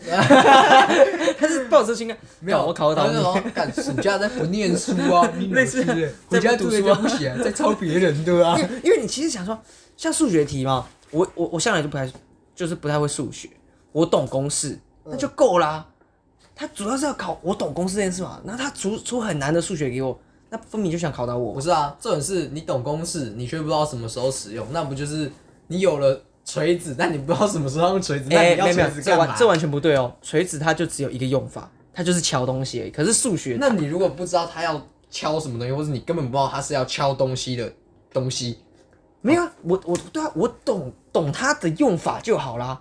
[SPEAKER 3] 他是抱着心啊，没有我考得
[SPEAKER 2] 到
[SPEAKER 3] 倒
[SPEAKER 2] 那
[SPEAKER 3] 你，
[SPEAKER 2] 种干暑假在不念书 啊，
[SPEAKER 3] 类似
[SPEAKER 2] 你老师
[SPEAKER 3] 在
[SPEAKER 2] 回家
[SPEAKER 3] 不
[SPEAKER 2] 作
[SPEAKER 3] 读
[SPEAKER 2] 业
[SPEAKER 3] 书啊
[SPEAKER 2] 就不写，在抄别人啊对吧、
[SPEAKER 3] 因为 因为你其实想说，像数学题嘛，我我我向来就不太就是不太会数学，我懂公式那就够啦。他主要是要考我懂公式这件事嘛，那他出出很难的数学给我，那分明就想考倒我
[SPEAKER 2] 不。是啊，这种是你懂公式，你却不知道什么时候使用，那不就是你有了锤子，但你不知道什么时候用锤子，那
[SPEAKER 3] 哎、
[SPEAKER 2] 你
[SPEAKER 3] 没
[SPEAKER 2] 要
[SPEAKER 3] 有没
[SPEAKER 2] 锤
[SPEAKER 3] 有，
[SPEAKER 2] 子
[SPEAKER 3] 这
[SPEAKER 2] 干嘛
[SPEAKER 3] 完？这完全不对哦。锤子它就只有一个用法，它就是敲东西而已。可是数学，
[SPEAKER 2] 那你如果不知道它要敲什么东西，或者你根本不知道它是要敲东西的东西，
[SPEAKER 3] 没有啊，我我对啊，我懂懂它的用法就好啦，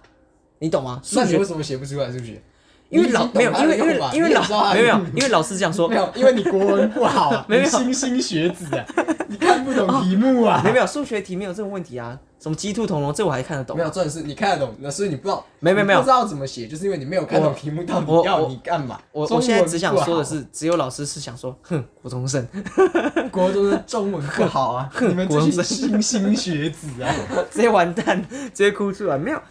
[SPEAKER 3] 你懂吗？数
[SPEAKER 2] 那你
[SPEAKER 3] 学
[SPEAKER 2] 为，什么写不出来数学？
[SPEAKER 3] 因为
[SPEAKER 2] 你已经
[SPEAKER 3] 老
[SPEAKER 2] 懂
[SPEAKER 3] 没有，
[SPEAKER 2] 它
[SPEAKER 3] 因为
[SPEAKER 2] 的
[SPEAKER 3] 因为
[SPEAKER 2] 用法
[SPEAKER 3] 因为
[SPEAKER 2] 你也
[SPEAKER 3] 老
[SPEAKER 2] 知道它的
[SPEAKER 3] 没有 没有啊
[SPEAKER 2] 用，
[SPEAKER 3] 因为老师这样说，
[SPEAKER 2] 没有，因为你国文不好啊，
[SPEAKER 3] 没有哦
[SPEAKER 2] 你莘莘学子啊，你看不懂题目啊。
[SPEAKER 3] 没有没有，数学题没有这种问题啊。什么鸡兔同笼，这我还看得懂
[SPEAKER 2] 没。有，重点是你看得懂，那所以你不知道，
[SPEAKER 3] 没有没有没有
[SPEAKER 2] 你不知道怎么写，就是因为你没有看懂
[SPEAKER 3] 我
[SPEAKER 2] 题目到底
[SPEAKER 3] 我
[SPEAKER 2] 要
[SPEAKER 3] 我
[SPEAKER 2] 你干嘛。
[SPEAKER 3] 我
[SPEAKER 2] 中
[SPEAKER 3] 我
[SPEAKER 2] 文
[SPEAKER 3] 现在只想
[SPEAKER 2] 不好
[SPEAKER 3] 说的是，只有老师是想说，哼，国中生，
[SPEAKER 2] 国中的中文不好 啊，你们这些新兴学子啊！
[SPEAKER 3] 直接完蛋，直接哭出来。没有，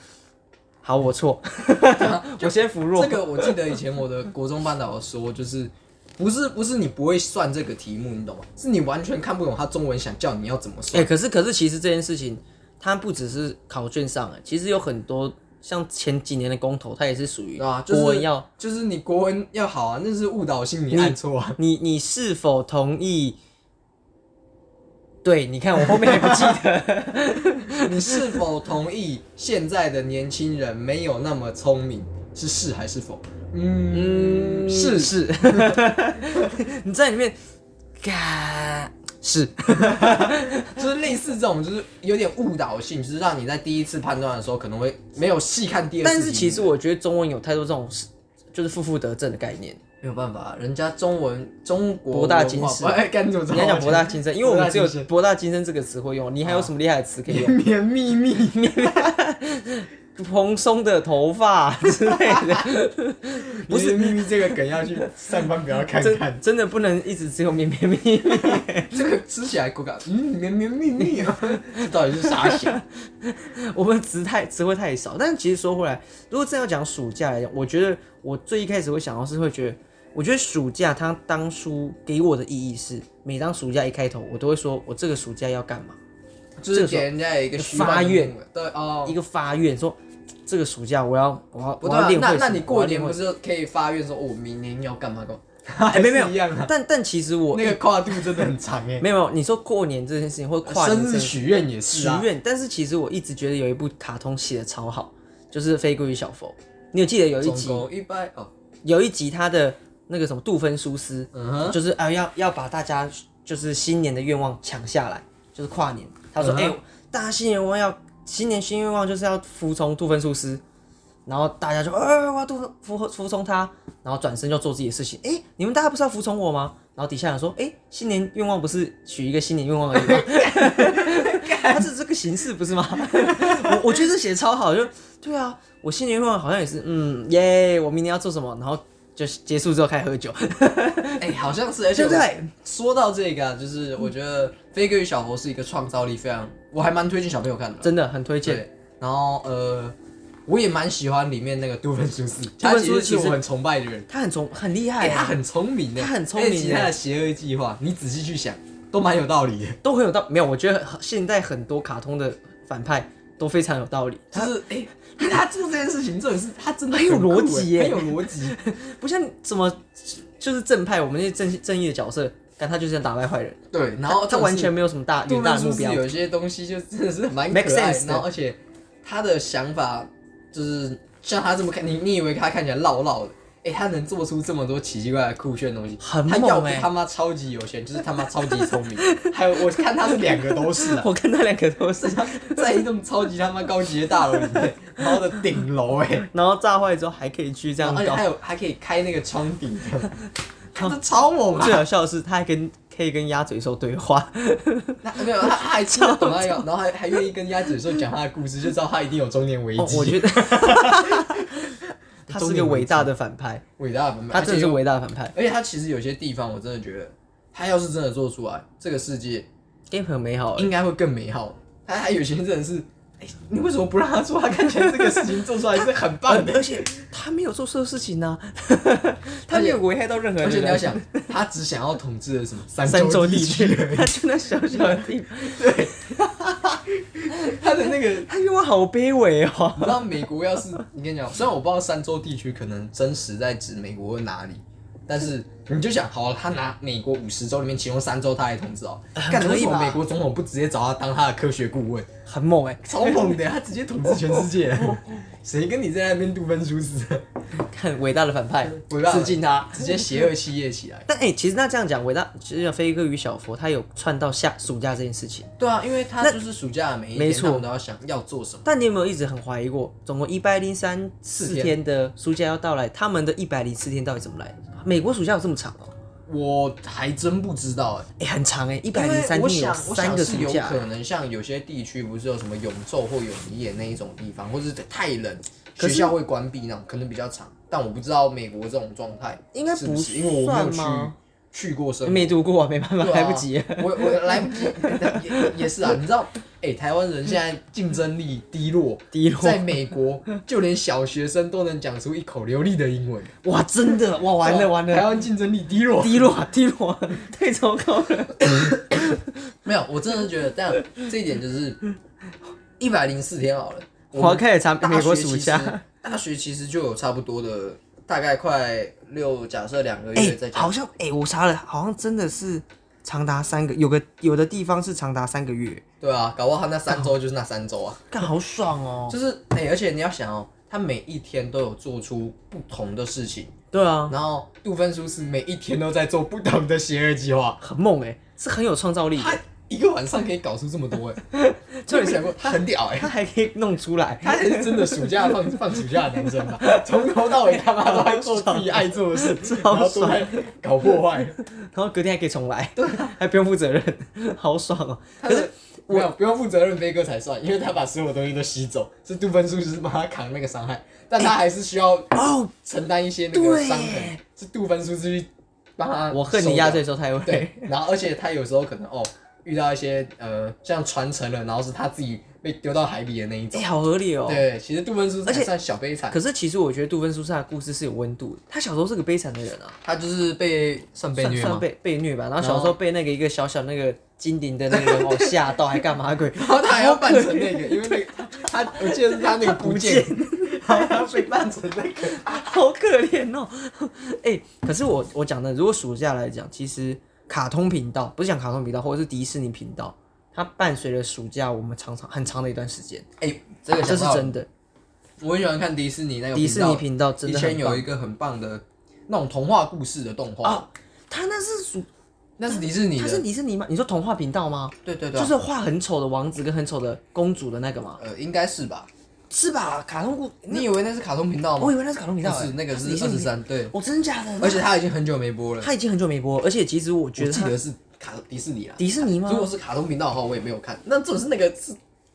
[SPEAKER 3] 好，我错， 我先服弱。
[SPEAKER 2] 这个我记得以前我的国中班导说，就是不是不是你不会算这个题目，你懂吗？是你完全看不懂他中文想叫你要怎么
[SPEAKER 3] 哎、
[SPEAKER 2] 算。
[SPEAKER 3] 可是可是，其实这件事情，它不只是考卷上、欸，其实有很多像前几年的公投，它也是属于
[SPEAKER 2] 对啊就是
[SPEAKER 3] 国文要、
[SPEAKER 2] 就是你国文要好啊，那是误导性，你按错啊。
[SPEAKER 3] 你你是否同意？对，你看我后面还不记得，
[SPEAKER 2] 你是否同意现在的年轻人没有那么聪明？是是还是否？嗯，是
[SPEAKER 3] 是是， 你在里面，嘎是，
[SPEAKER 2] 就是类似这种，就是有点误导性，就是让你在第一次判断的时候可能会没有细看第二次题
[SPEAKER 3] 但
[SPEAKER 2] 目。
[SPEAKER 3] 是其实我觉得中文有太多这种就是负负得正的概念。
[SPEAKER 2] 没有办法，啊人家中文中国
[SPEAKER 3] 博大
[SPEAKER 2] 文
[SPEAKER 3] 精
[SPEAKER 2] 化
[SPEAKER 3] 深
[SPEAKER 2] 哎，干什么？
[SPEAKER 3] 你要讲博大精深，因为我们只有啊
[SPEAKER 2] 博大精深
[SPEAKER 3] 博大精深这个词会用，你还有什么厉害的词可以用？
[SPEAKER 2] 绵绵密密，
[SPEAKER 3] 蓬松的头发之类的，
[SPEAKER 2] 不是秘密这个梗要去上班不要看看，
[SPEAKER 3] 真真的不能一直只有绵绵密。
[SPEAKER 2] 这个吃起来口感，嗯，绵绵密密啊， 这到底是啥小？
[SPEAKER 3] 我们词太词汇太少，但是其实说回来，如果真要讲暑假来讲，我觉得我最一开始会想到是会觉得，我觉得暑假它当初给我的意义是，每当暑假一开头，我都会说我这个暑假要干嘛，
[SPEAKER 2] 就是给人家一个虚
[SPEAKER 3] 发
[SPEAKER 2] 幻的
[SPEAKER 3] 愿
[SPEAKER 2] 梦对哦。
[SPEAKER 3] 一个发愿说这个暑假我要我要
[SPEAKER 2] 不
[SPEAKER 3] 我
[SPEAKER 2] 对啊
[SPEAKER 3] 要，练会
[SPEAKER 2] 那
[SPEAKER 3] 什么。
[SPEAKER 2] 那你过
[SPEAKER 3] 我要练
[SPEAKER 2] 年
[SPEAKER 3] 会
[SPEAKER 2] 不是可以发愿说，哦我明年要干嘛干 嘛？
[SPEAKER 3] 哎没有没有
[SPEAKER 2] 还是一样啊，
[SPEAKER 3] 但但其实我
[SPEAKER 2] 那个跨度真的很长哎。
[SPEAKER 3] 没有没有，你说过年这件事情或跨年
[SPEAKER 2] 生
[SPEAKER 3] 这
[SPEAKER 2] 日
[SPEAKER 3] 件事情
[SPEAKER 2] 许愿也
[SPEAKER 3] 许
[SPEAKER 2] 是啊，
[SPEAKER 3] 愿，但是其实我一直觉得有一部卡通写的超好，就是《飞哥与小佛》，你有记得有一
[SPEAKER 2] 总
[SPEAKER 3] 集
[SPEAKER 2] 共一百哦，
[SPEAKER 3] 有一集他的那个什么杜芬苏斯，
[SPEAKER 2] 嗯哼，
[SPEAKER 3] 就是啊、要要把大家就是新年的愿望抢下来，就是跨年。他说：“
[SPEAKER 2] 嗯哼
[SPEAKER 3] 哎、大家新年愿望要新年新愿望就是要服从杜芬苏斯。”然后大家就啊，我要杜服服从他，然后转身就做自己的事情。哎，你们大家不是要服从我吗？然后底下人说：“哎，新年愿望不是许一个新年愿望而已吗？ 它是这个形式不是吗？”我我觉得这写得超好，就对啊，我新年愿望好像也是，嗯耶，我明年要做什么，然后就结束之后开始喝酒，
[SPEAKER 2] 哎，好像是，而
[SPEAKER 3] 对
[SPEAKER 2] 且我
[SPEAKER 3] 不对？
[SPEAKER 2] 说到这个啊，就是我觉得《飞哥与小猴》是一个创造力非常，我还蛮推荐小朋友看的。
[SPEAKER 3] 真的很推荐。
[SPEAKER 2] 对，然后呃，我也蛮喜欢里面那个杜芬苏斯，他
[SPEAKER 3] 芬
[SPEAKER 2] 其
[SPEAKER 3] 苏斯
[SPEAKER 2] 实是
[SPEAKER 3] 其实
[SPEAKER 2] 我很崇拜的人，
[SPEAKER 3] 他很聪，很厉害
[SPEAKER 2] 哎，
[SPEAKER 3] 啊，
[SPEAKER 2] 他很聪明的，
[SPEAKER 3] 他很聪明
[SPEAKER 2] 而且其实
[SPEAKER 3] 耶
[SPEAKER 2] 他的邪恶计划，你仔细去想，都蛮有道理的。
[SPEAKER 3] 都很有道。没有，我觉得现在很多卡通的反派都非常有道理，
[SPEAKER 2] 就是哎，因为他做这件事情真的是他真的
[SPEAKER 3] 很有
[SPEAKER 2] 很酷
[SPEAKER 3] 逻辑耶
[SPEAKER 2] 哎很有 逻辑。
[SPEAKER 3] 不像什么就是正派，我们那些正正义的角色，但他就是想打败坏人，
[SPEAKER 2] 对，然后
[SPEAKER 3] 他完全没有什么大
[SPEAKER 2] 杜
[SPEAKER 3] 远大
[SPEAKER 2] 芬
[SPEAKER 3] 的目
[SPEAKER 2] 苏斯
[SPEAKER 3] 标。
[SPEAKER 2] 有些东西就真的是蛮
[SPEAKER 3] Make
[SPEAKER 2] 可爱
[SPEAKER 3] sense 的
[SPEAKER 2] 然后而且他的想法就是像他这么看，你你以为他看起来唠唠的，哎、他能做出这么多奇奇怪怪酷炫的东西，
[SPEAKER 3] 很
[SPEAKER 2] 他
[SPEAKER 3] 猛
[SPEAKER 2] 要不
[SPEAKER 3] 欸
[SPEAKER 2] 他妈超级有钱，就是他妈超级聪明， 还有我看他是两个都是 啊。
[SPEAKER 3] 我看他两个都是，
[SPEAKER 2] 在一栋超级他妈高级的大楼里面，然后的顶楼哎、欸，
[SPEAKER 3] 然后炸坏之后哎还可以去这样
[SPEAKER 2] 然后而且
[SPEAKER 3] 搞
[SPEAKER 2] 还。有还可以开那个窗 顶的，他这超猛啊！
[SPEAKER 3] 最好笑的是，他还跟可以跟鸭嘴兽对话，
[SPEAKER 2] 那没有他他还真的懂那个，然后还还愿意跟鸭嘴兽讲他的故事，就知道他一定有中年危机。
[SPEAKER 3] 哦，我 觉得他是个伟大的反派，
[SPEAKER 2] 伟大的版本，
[SPEAKER 3] 他真的是
[SPEAKER 2] 而且有
[SPEAKER 3] 伟大的反派。
[SPEAKER 2] 而且他其实有些地方，我真的觉得，他要是真的做出来，这个世界
[SPEAKER 3] game 很美好欸，
[SPEAKER 2] 应该会更美好。他还有些真的是，哎、你为什么不让他做？他看起来这个事情做出来是很棒
[SPEAKER 3] 而 而
[SPEAKER 2] 的。
[SPEAKER 3] 且他没有做错事情啊 呢、他没有危害到任何人。
[SPEAKER 2] 而且你要想，他只想要统治的什么 三
[SPEAKER 3] 三
[SPEAKER 2] 州
[SPEAKER 3] 州地
[SPEAKER 2] 区
[SPEAKER 3] 区
[SPEAKER 2] 而已，
[SPEAKER 3] 他就那小小的地方，
[SPEAKER 2] 他的那个，你
[SPEAKER 3] 他愿望好卑微哦。
[SPEAKER 2] 知道美国要是你跟你讲，虽然我不知道三州地区可能真实在指美国哪里，但是你就想，好，他拿美国五十州里面其中三州他来统治哦，干
[SPEAKER 3] 可以
[SPEAKER 2] 为什么
[SPEAKER 3] 吧
[SPEAKER 2] 美国总统不直接找他当他的科学顾问？
[SPEAKER 3] 很猛哎、
[SPEAKER 2] 超猛的，他直接统治全 世界，
[SPEAKER 3] 哦
[SPEAKER 2] 谁跟你在那边杜芬殊死？
[SPEAKER 3] 看伟大的反派
[SPEAKER 2] 伟大，的
[SPEAKER 3] 致敬他。
[SPEAKER 2] 直接邪恶企业起来。
[SPEAKER 3] 但哎、其实那这样讲，伟大其实飞哥与小佛他有串到下暑假这件事情。
[SPEAKER 2] 对啊，因为他就是暑假的每一
[SPEAKER 3] 没
[SPEAKER 2] 天，
[SPEAKER 3] 错
[SPEAKER 2] 他们都要想要做什么。
[SPEAKER 3] 但你有没有一直很怀疑过，总共一百零三四天的暑假要到来，他们的一百零四天到底怎么来的？美国暑假有这么长哦、
[SPEAKER 2] 我还真不知道
[SPEAKER 3] 哎、
[SPEAKER 2] 哎、
[SPEAKER 3] 很长哎、一百
[SPEAKER 2] 因
[SPEAKER 3] 零
[SPEAKER 2] 为
[SPEAKER 3] 三
[SPEAKER 2] 我
[SPEAKER 3] 天有
[SPEAKER 2] 想，我
[SPEAKER 3] 三
[SPEAKER 2] 想
[SPEAKER 3] 个
[SPEAKER 2] 是
[SPEAKER 3] 暑
[SPEAKER 2] 有
[SPEAKER 3] 假欸、
[SPEAKER 2] 可能像有些地区不是有什么永昼或永一夜那一种地方，或是太冷，
[SPEAKER 3] 可
[SPEAKER 2] 学
[SPEAKER 3] 是
[SPEAKER 2] 校会关闭那种，可能比较长。但我不知道美国这种状态
[SPEAKER 3] 应该
[SPEAKER 2] 是不
[SPEAKER 3] 不
[SPEAKER 2] 是，因为我没有去
[SPEAKER 3] 算吗
[SPEAKER 2] 去过生活，
[SPEAKER 3] 没读过啊，没办法，
[SPEAKER 2] 对啊
[SPEAKER 3] 来不及啊。
[SPEAKER 2] 我我来不及， 也也是啊，你知道，哎、台湾人现在竞争力低落，
[SPEAKER 3] 低落
[SPEAKER 2] 在美国就连小学生都能讲出一口流利的英文，
[SPEAKER 3] 哇，真的哇， 完了完
[SPEAKER 2] 台
[SPEAKER 3] 了，
[SPEAKER 2] 湾竞争力低落，
[SPEAKER 3] 低落低落，太糟糕了。
[SPEAKER 2] 没有，我真的觉得，但这一点就是一百零四天好了，我
[SPEAKER 3] 我要
[SPEAKER 2] 们
[SPEAKER 3] 开始查
[SPEAKER 2] 大
[SPEAKER 3] 美国
[SPEAKER 2] 学
[SPEAKER 3] 暑
[SPEAKER 2] 其实
[SPEAKER 3] 假。，
[SPEAKER 2] 大学其实就有差不多的，大概快六，假设两个
[SPEAKER 3] 哎、
[SPEAKER 2] 月再加，
[SPEAKER 3] 好像哎、我查了，好像真的是长达三个，有个有的地方是长达三个月，
[SPEAKER 2] 对啊，搞不好他那三周就是那三周啊。
[SPEAKER 3] 干好爽哦
[SPEAKER 2] 就是哎、而且你要想哦，他每一天都有做出不同的事情，
[SPEAKER 3] 对啊，
[SPEAKER 2] 然后杜芬叔是每一天都在做不同的邪恶计划，
[SPEAKER 3] 很猛哎、是很有创造力
[SPEAKER 2] 他
[SPEAKER 3] 的，
[SPEAKER 2] 一个晚上可以搞出这么多哎、欸，就没想过他很屌哎、
[SPEAKER 3] 他还可以弄出来。
[SPEAKER 2] 他才是真的暑假放放暑假的男生吧，从头到尾他妈都在做自己爱做 的事，然后都在搞破坏。啊
[SPEAKER 3] 然后隔天还可以重来，对、还不用负责任，好爽哦、
[SPEAKER 2] 他
[SPEAKER 3] 可
[SPEAKER 2] 是
[SPEAKER 3] 是，哎、
[SPEAKER 2] 没有不用负责任飞哥才算，因为他把所有东西都吸走，是杜芬叔是帮他扛那个伤害，但他还是需要
[SPEAKER 3] 哦，
[SPEAKER 2] 承担一些那个伤痕，是杜芬叔是去帮他。
[SPEAKER 3] 哦我恨你压岁。收太 晚。
[SPEAKER 2] 对， 然后而且他有时候可能哦遇到一些呃像传承了，然后是他自己被丢到海里的那一
[SPEAKER 3] 哎、
[SPEAKER 2] 种。
[SPEAKER 3] 好合理哦。
[SPEAKER 2] 对，其实杜芬叔
[SPEAKER 3] 而
[SPEAKER 2] 才
[SPEAKER 3] 且
[SPEAKER 2] 算小悲惨，
[SPEAKER 3] 可是其实我觉得杜芬苏轼的故事是有温度的。他小时候是个悲惨的人啊，
[SPEAKER 2] 他就是被算被
[SPEAKER 3] 算
[SPEAKER 2] 虐
[SPEAKER 3] 算
[SPEAKER 2] 吗？哦
[SPEAKER 3] 被被虐吧。然后
[SPEAKER 2] 然后
[SPEAKER 3] 小时候被那个一个小小那个金顶的那个人偶哦吓到，还干嘛鬼？
[SPEAKER 2] 然后他还要扮成那个，因为那个他，我记得是他那个不见， 然后他被扮成那个。
[SPEAKER 3] 好可怜哦。 哎、可是我我讲的，如果暑假来讲，其实卡通频道不是讲卡通频道，或者是迪士尼频道，它伴随着暑假我们常常很长的一段时间，
[SPEAKER 2] 哎、这个
[SPEAKER 3] 这
[SPEAKER 2] 想
[SPEAKER 3] 是
[SPEAKER 2] 到了
[SPEAKER 3] 真的。
[SPEAKER 2] 我很喜欢看迪士尼那个
[SPEAKER 3] 迪士尼频道真
[SPEAKER 2] 以
[SPEAKER 3] 的
[SPEAKER 2] 前
[SPEAKER 3] 很
[SPEAKER 2] 有一
[SPEAKER 3] 棒。
[SPEAKER 2] 个很棒的那种童话故事的动画，
[SPEAKER 3] 啊他那是暑，
[SPEAKER 2] 那是迪士尼
[SPEAKER 3] 他
[SPEAKER 2] 的，
[SPEAKER 3] 是迪士尼吗？你说童话频道吗？
[SPEAKER 2] 对对对啊、
[SPEAKER 3] 就是画很丑的王子跟很丑的公主的那个吗？
[SPEAKER 2] 呃，应该是吧？
[SPEAKER 3] 是吧？卡通故，
[SPEAKER 2] 你以为那是卡通频道吗？
[SPEAKER 3] 我以为那是卡通频道、
[SPEAKER 2] 哦不
[SPEAKER 3] 欸，
[SPEAKER 2] 是，那个是
[SPEAKER 3] 迪士
[SPEAKER 2] 二
[SPEAKER 3] 尼
[SPEAKER 2] 十，三，对，
[SPEAKER 3] 哦，真的假的？
[SPEAKER 2] 而且他已经很久没播了，
[SPEAKER 3] 他已经很久没播，而且其实我觉
[SPEAKER 2] 我
[SPEAKER 3] 得
[SPEAKER 2] 记
[SPEAKER 3] 他
[SPEAKER 2] 得是卡迪士尼啦。
[SPEAKER 3] 迪士尼吗
[SPEAKER 2] 如？果是卡通频道的话，我也没有看。那总是那个是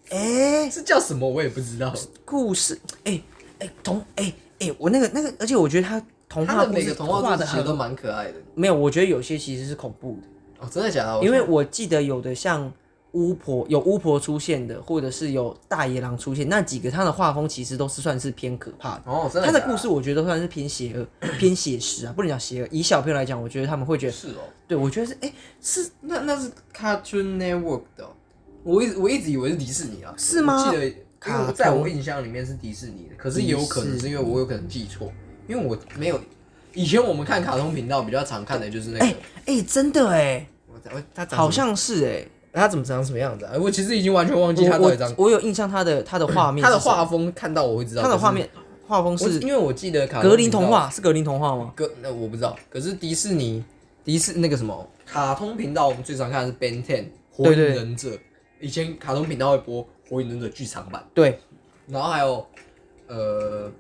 [SPEAKER 3] 哎、
[SPEAKER 2] 是叫什么，我也不知道。
[SPEAKER 3] 故事，哎、哎、童，哎、哎、我那个那个，而且我觉得他童
[SPEAKER 2] 他
[SPEAKER 3] 话
[SPEAKER 2] 的
[SPEAKER 3] 故
[SPEAKER 2] 每个
[SPEAKER 3] 事
[SPEAKER 2] 童
[SPEAKER 3] 画
[SPEAKER 2] 话故
[SPEAKER 3] 的
[SPEAKER 2] 事其实都
[SPEAKER 3] 很
[SPEAKER 2] 蛮可爱的。
[SPEAKER 3] 没有，我觉得有些其实是恐怖的。
[SPEAKER 2] 哦，真的假的？我
[SPEAKER 3] 因为我记得有的像巫婆有巫婆出现的，或者是有大野狼出现，那几个他的画风其实都是算是偏可怕的。
[SPEAKER 2] 哦，真的
[SPEAKER 3] 他的
[SPEAKER 2] 假
[SPEAKER 3] 故事我觉得都算是偏邪 恶、偏写实啊，不能讲邪恶。以小朋友来讲，我觉得他们会觉得，
[SPEAKER 2] 是哦，
[SPEAKER 3] 对我觉得是，哎、是
[SPEAKER 2] 那那是 Cartoon Network 的哦、我一直我一直以为是迪士尼啊，
[SPEAKER 3] 是吗
[SPEAKER 2] 我记得
[SPEAKER 3] 卡
[SPEAKER 2] 因为
[SPEAKER 3] 通
[SPEAKER 2] 在我印象里面是迪士尼的，可是也有可
[SPEAKER 3] 迪
[SPEAKER 2] 能
[SPEAKER 3] 士
[SPEAKER 2] 是因为我有可能记错，因为我没有以前我们看卡通频道比较常看的就是那个，
[SPEAKER 3] 哎哎、真的哎、
[SPEAKER 2] 我我他长
[SPEAKER 3] 好
[SPEAKER 2] 什么
[SPEAKER 3] 像是哎、
[SPEAKER 2] 他怎么长什么样子啊？我其实已经完全忘记他
[SPEAKER 3] 我
[SPEAKER 2] 到底长
[SPEAKER 3] 我我有印象他的他的画面
[SPEAKER 2] 他
[SPEAKER 3] 是什
[SPEAKER 2] 的
[SPEAKER 3] 么，
[SPEAKER 2] 画风看到我会知道
[SPEAKER 3] 他的
[SPEAKER 2] 可是
[SPEAKER 3] 画面画风
[SPEAKER 2] 我
[SPEAKER 3] 是
[SPEAKER 2] 因为我记得卡通
[SPEAKER 3] 格林
[SPEAKER 2] 频道
[SPEAKER 3] 童话是格林童话吗？
[SPEAKER 2] 格那我不知道，可是迪士尼迪士那个什么卡通频道，我们最常看的是 Ben Ten 火
[SPEAKER 3] 对
[SPEAKER 2] 影
[SPEAKER 3] 对
[SPEAKER 2] 忍者，以前卡通频道会播火影忍者剧场版，
[SPEAKER 3] 对，
[SPEAKER 2] 然后还有呃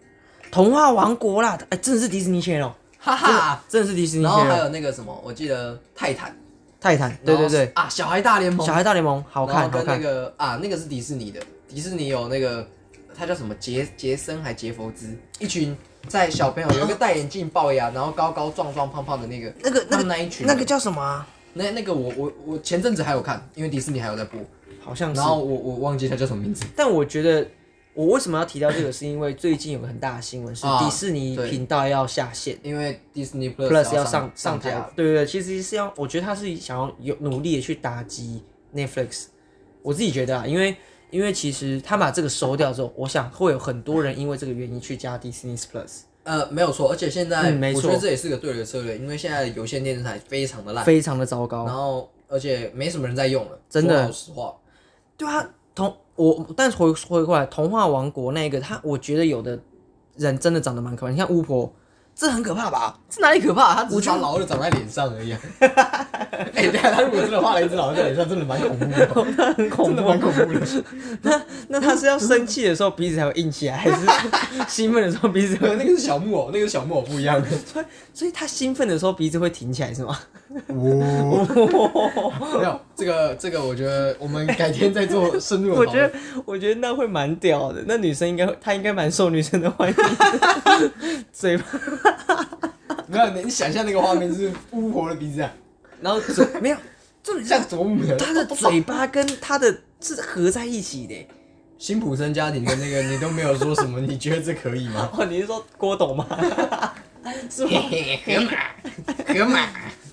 [SPEAKER 3] 童话王国啦，哎、真的是迪士尼签哦，
[SPEAKER 2] 哈哈，
[SPEAKER 3] 真的是迪士尼
[SPEAKER 2] 然后还
[SPEAKER 3] 签哦，
[SPEAKER 2] 有那个什么，我记得泰坦，
[SPEAKER 3] 泰坦，对对对
[SPEAKER 2] 然后，啊小孩大联盟，
[SPEAKER 3] 小孩大联盟好看
[SPEAKER 2] 然
[SPEAKER 3] 好
[SPEAKER 2] 后跟那
[SPEAKER 3] 看，
[SPEAKER 2] 个啊那个是迪士尼的，迪士尼有那个他叫什么杰杰森还杰佛兹，一群在小朋友有一个戴眼镜龅牙，然后高高壮壮胖胖的那个。
[SPEAKER 3] 那个
[SPEAKER 2] 他
[SPEAKER 3] 那
[SPEAKER 2] 们
[SPEAKER 3] 个
[SPEAKER 2] 那一群
[SPEAKER 3] 那
[SPEAKER 2] 人
[SPEAKER 3] 个叫什么、啊？
[SPEAKER 2] 那那个我我我前阵子还有看，因为迪士尼还有在播，
[SPEAKER 3] 好像是
[SPEAKER 2] 然，后我我忘记它叫什么名字。
[SPEAKER 3] 但我觉得。我为什么要提到这个？是因为最近有个很大的新闻，是
[SPEAKER 2] 啊
[SPEAKER 3] 迪士尼
[SPEAKER 2] 对
[SPEAKER 3] 频道要下线
[SPEAKER 2] 因为 Disney
[SPEAKER 3] Plus 要
[SPEAKER 2] 上
[SPEAKER 3] 上上
[SPEAKER 2] 架
[SPEAKER 3] 台
[SPEAKER 2] 了，，
[SPEAKER 3] 对对对，其实是要，我觉得他是想要有努力的去打击 Netflix，我自己觉得啊，因为因为其实他把这个收掉之后，我想会有很多人因为这个原因去加 Disney Plus，
[SPEAKER 2] 呃，没有错，而且现在、
[SPEAKER 3] 嗯没错
[SPEAKER 2] 我觉得这也是个对的策略，因为现在有线电视台非常的烂，
[SPEAKER 3] 非常的糟
[SPEAKER 2] 然
[SPEAKER 3] 糕。
[SPEAKER 2] 后而且没什么人在用了，
[SPEAKER 3] 真的
[SPEAKER 2] 说老实话，
[SPEAKER 3] 对啊，童我但是回回过来，童话王国那个他，我觉得有的人真的长得蛮可怕，你看巫婆，这很可怕啊吧？
[SPEAKER 2] 这哪里可怕？他只
[SPEAKER 3] 我
[SPEAKER 2] 是
[SPEAKER 3] 觉
[SPEAKER 2] 把
[SPEAKER 3] 得
[SPEAKER 2] 老二长在脸上而已、啊。 哎、对啊，他如果真的画了一只老二在脸上，真的蛮恐怖的，
[SPEAKER 3] 很恐
[SPEAKER 2] 真的
[SPEAKER 3] 怖
[SPEAKER 2] 蛮。恐 怖 的。
[SPEAKER 3] 那他是要生气的时候鼻子才会硬起来，还是 兴奋的时候鼻子
[SPEAKER 2] 可
[SPEAKER 3] 会？
[SPEAKER 2] 能那个是小木偶，那个是小木偶不一样的。
[SPEAKER 3] 所以他兴奋的时候鼻子会挺起来是吗？哦
[SPEAKER 2] 没有这个这个，我觉得我们改天再做深入的
[SPEAKER 3] 我
[SPEAKER 2] 讨
[SPEAKER 3] 觉
[SPEAKER 2] 论。
[SPEAKER 3] 得，我觉得那会蛮屌的。那女生应该，她应该蛮受女生的欢迎。嘴巴，
[SPEAKER 2] 没有，你想象那个画面是巫婆的鼻子啊，
[SPEAKER 3] 然后嘴没有，重点
[SPEAKER 2] 像啄木人。
[SPEAKER 3] 她的嘴巴跟她的是合在一起的。
[SPEAKER 2] 辛普森家庭的那个，你都没有说什么，你觉得这可以吗？
[SPEAKER 3] 哦，你是说郭董吗？ 是吗？
[SPEAKER 2] 河马，河马。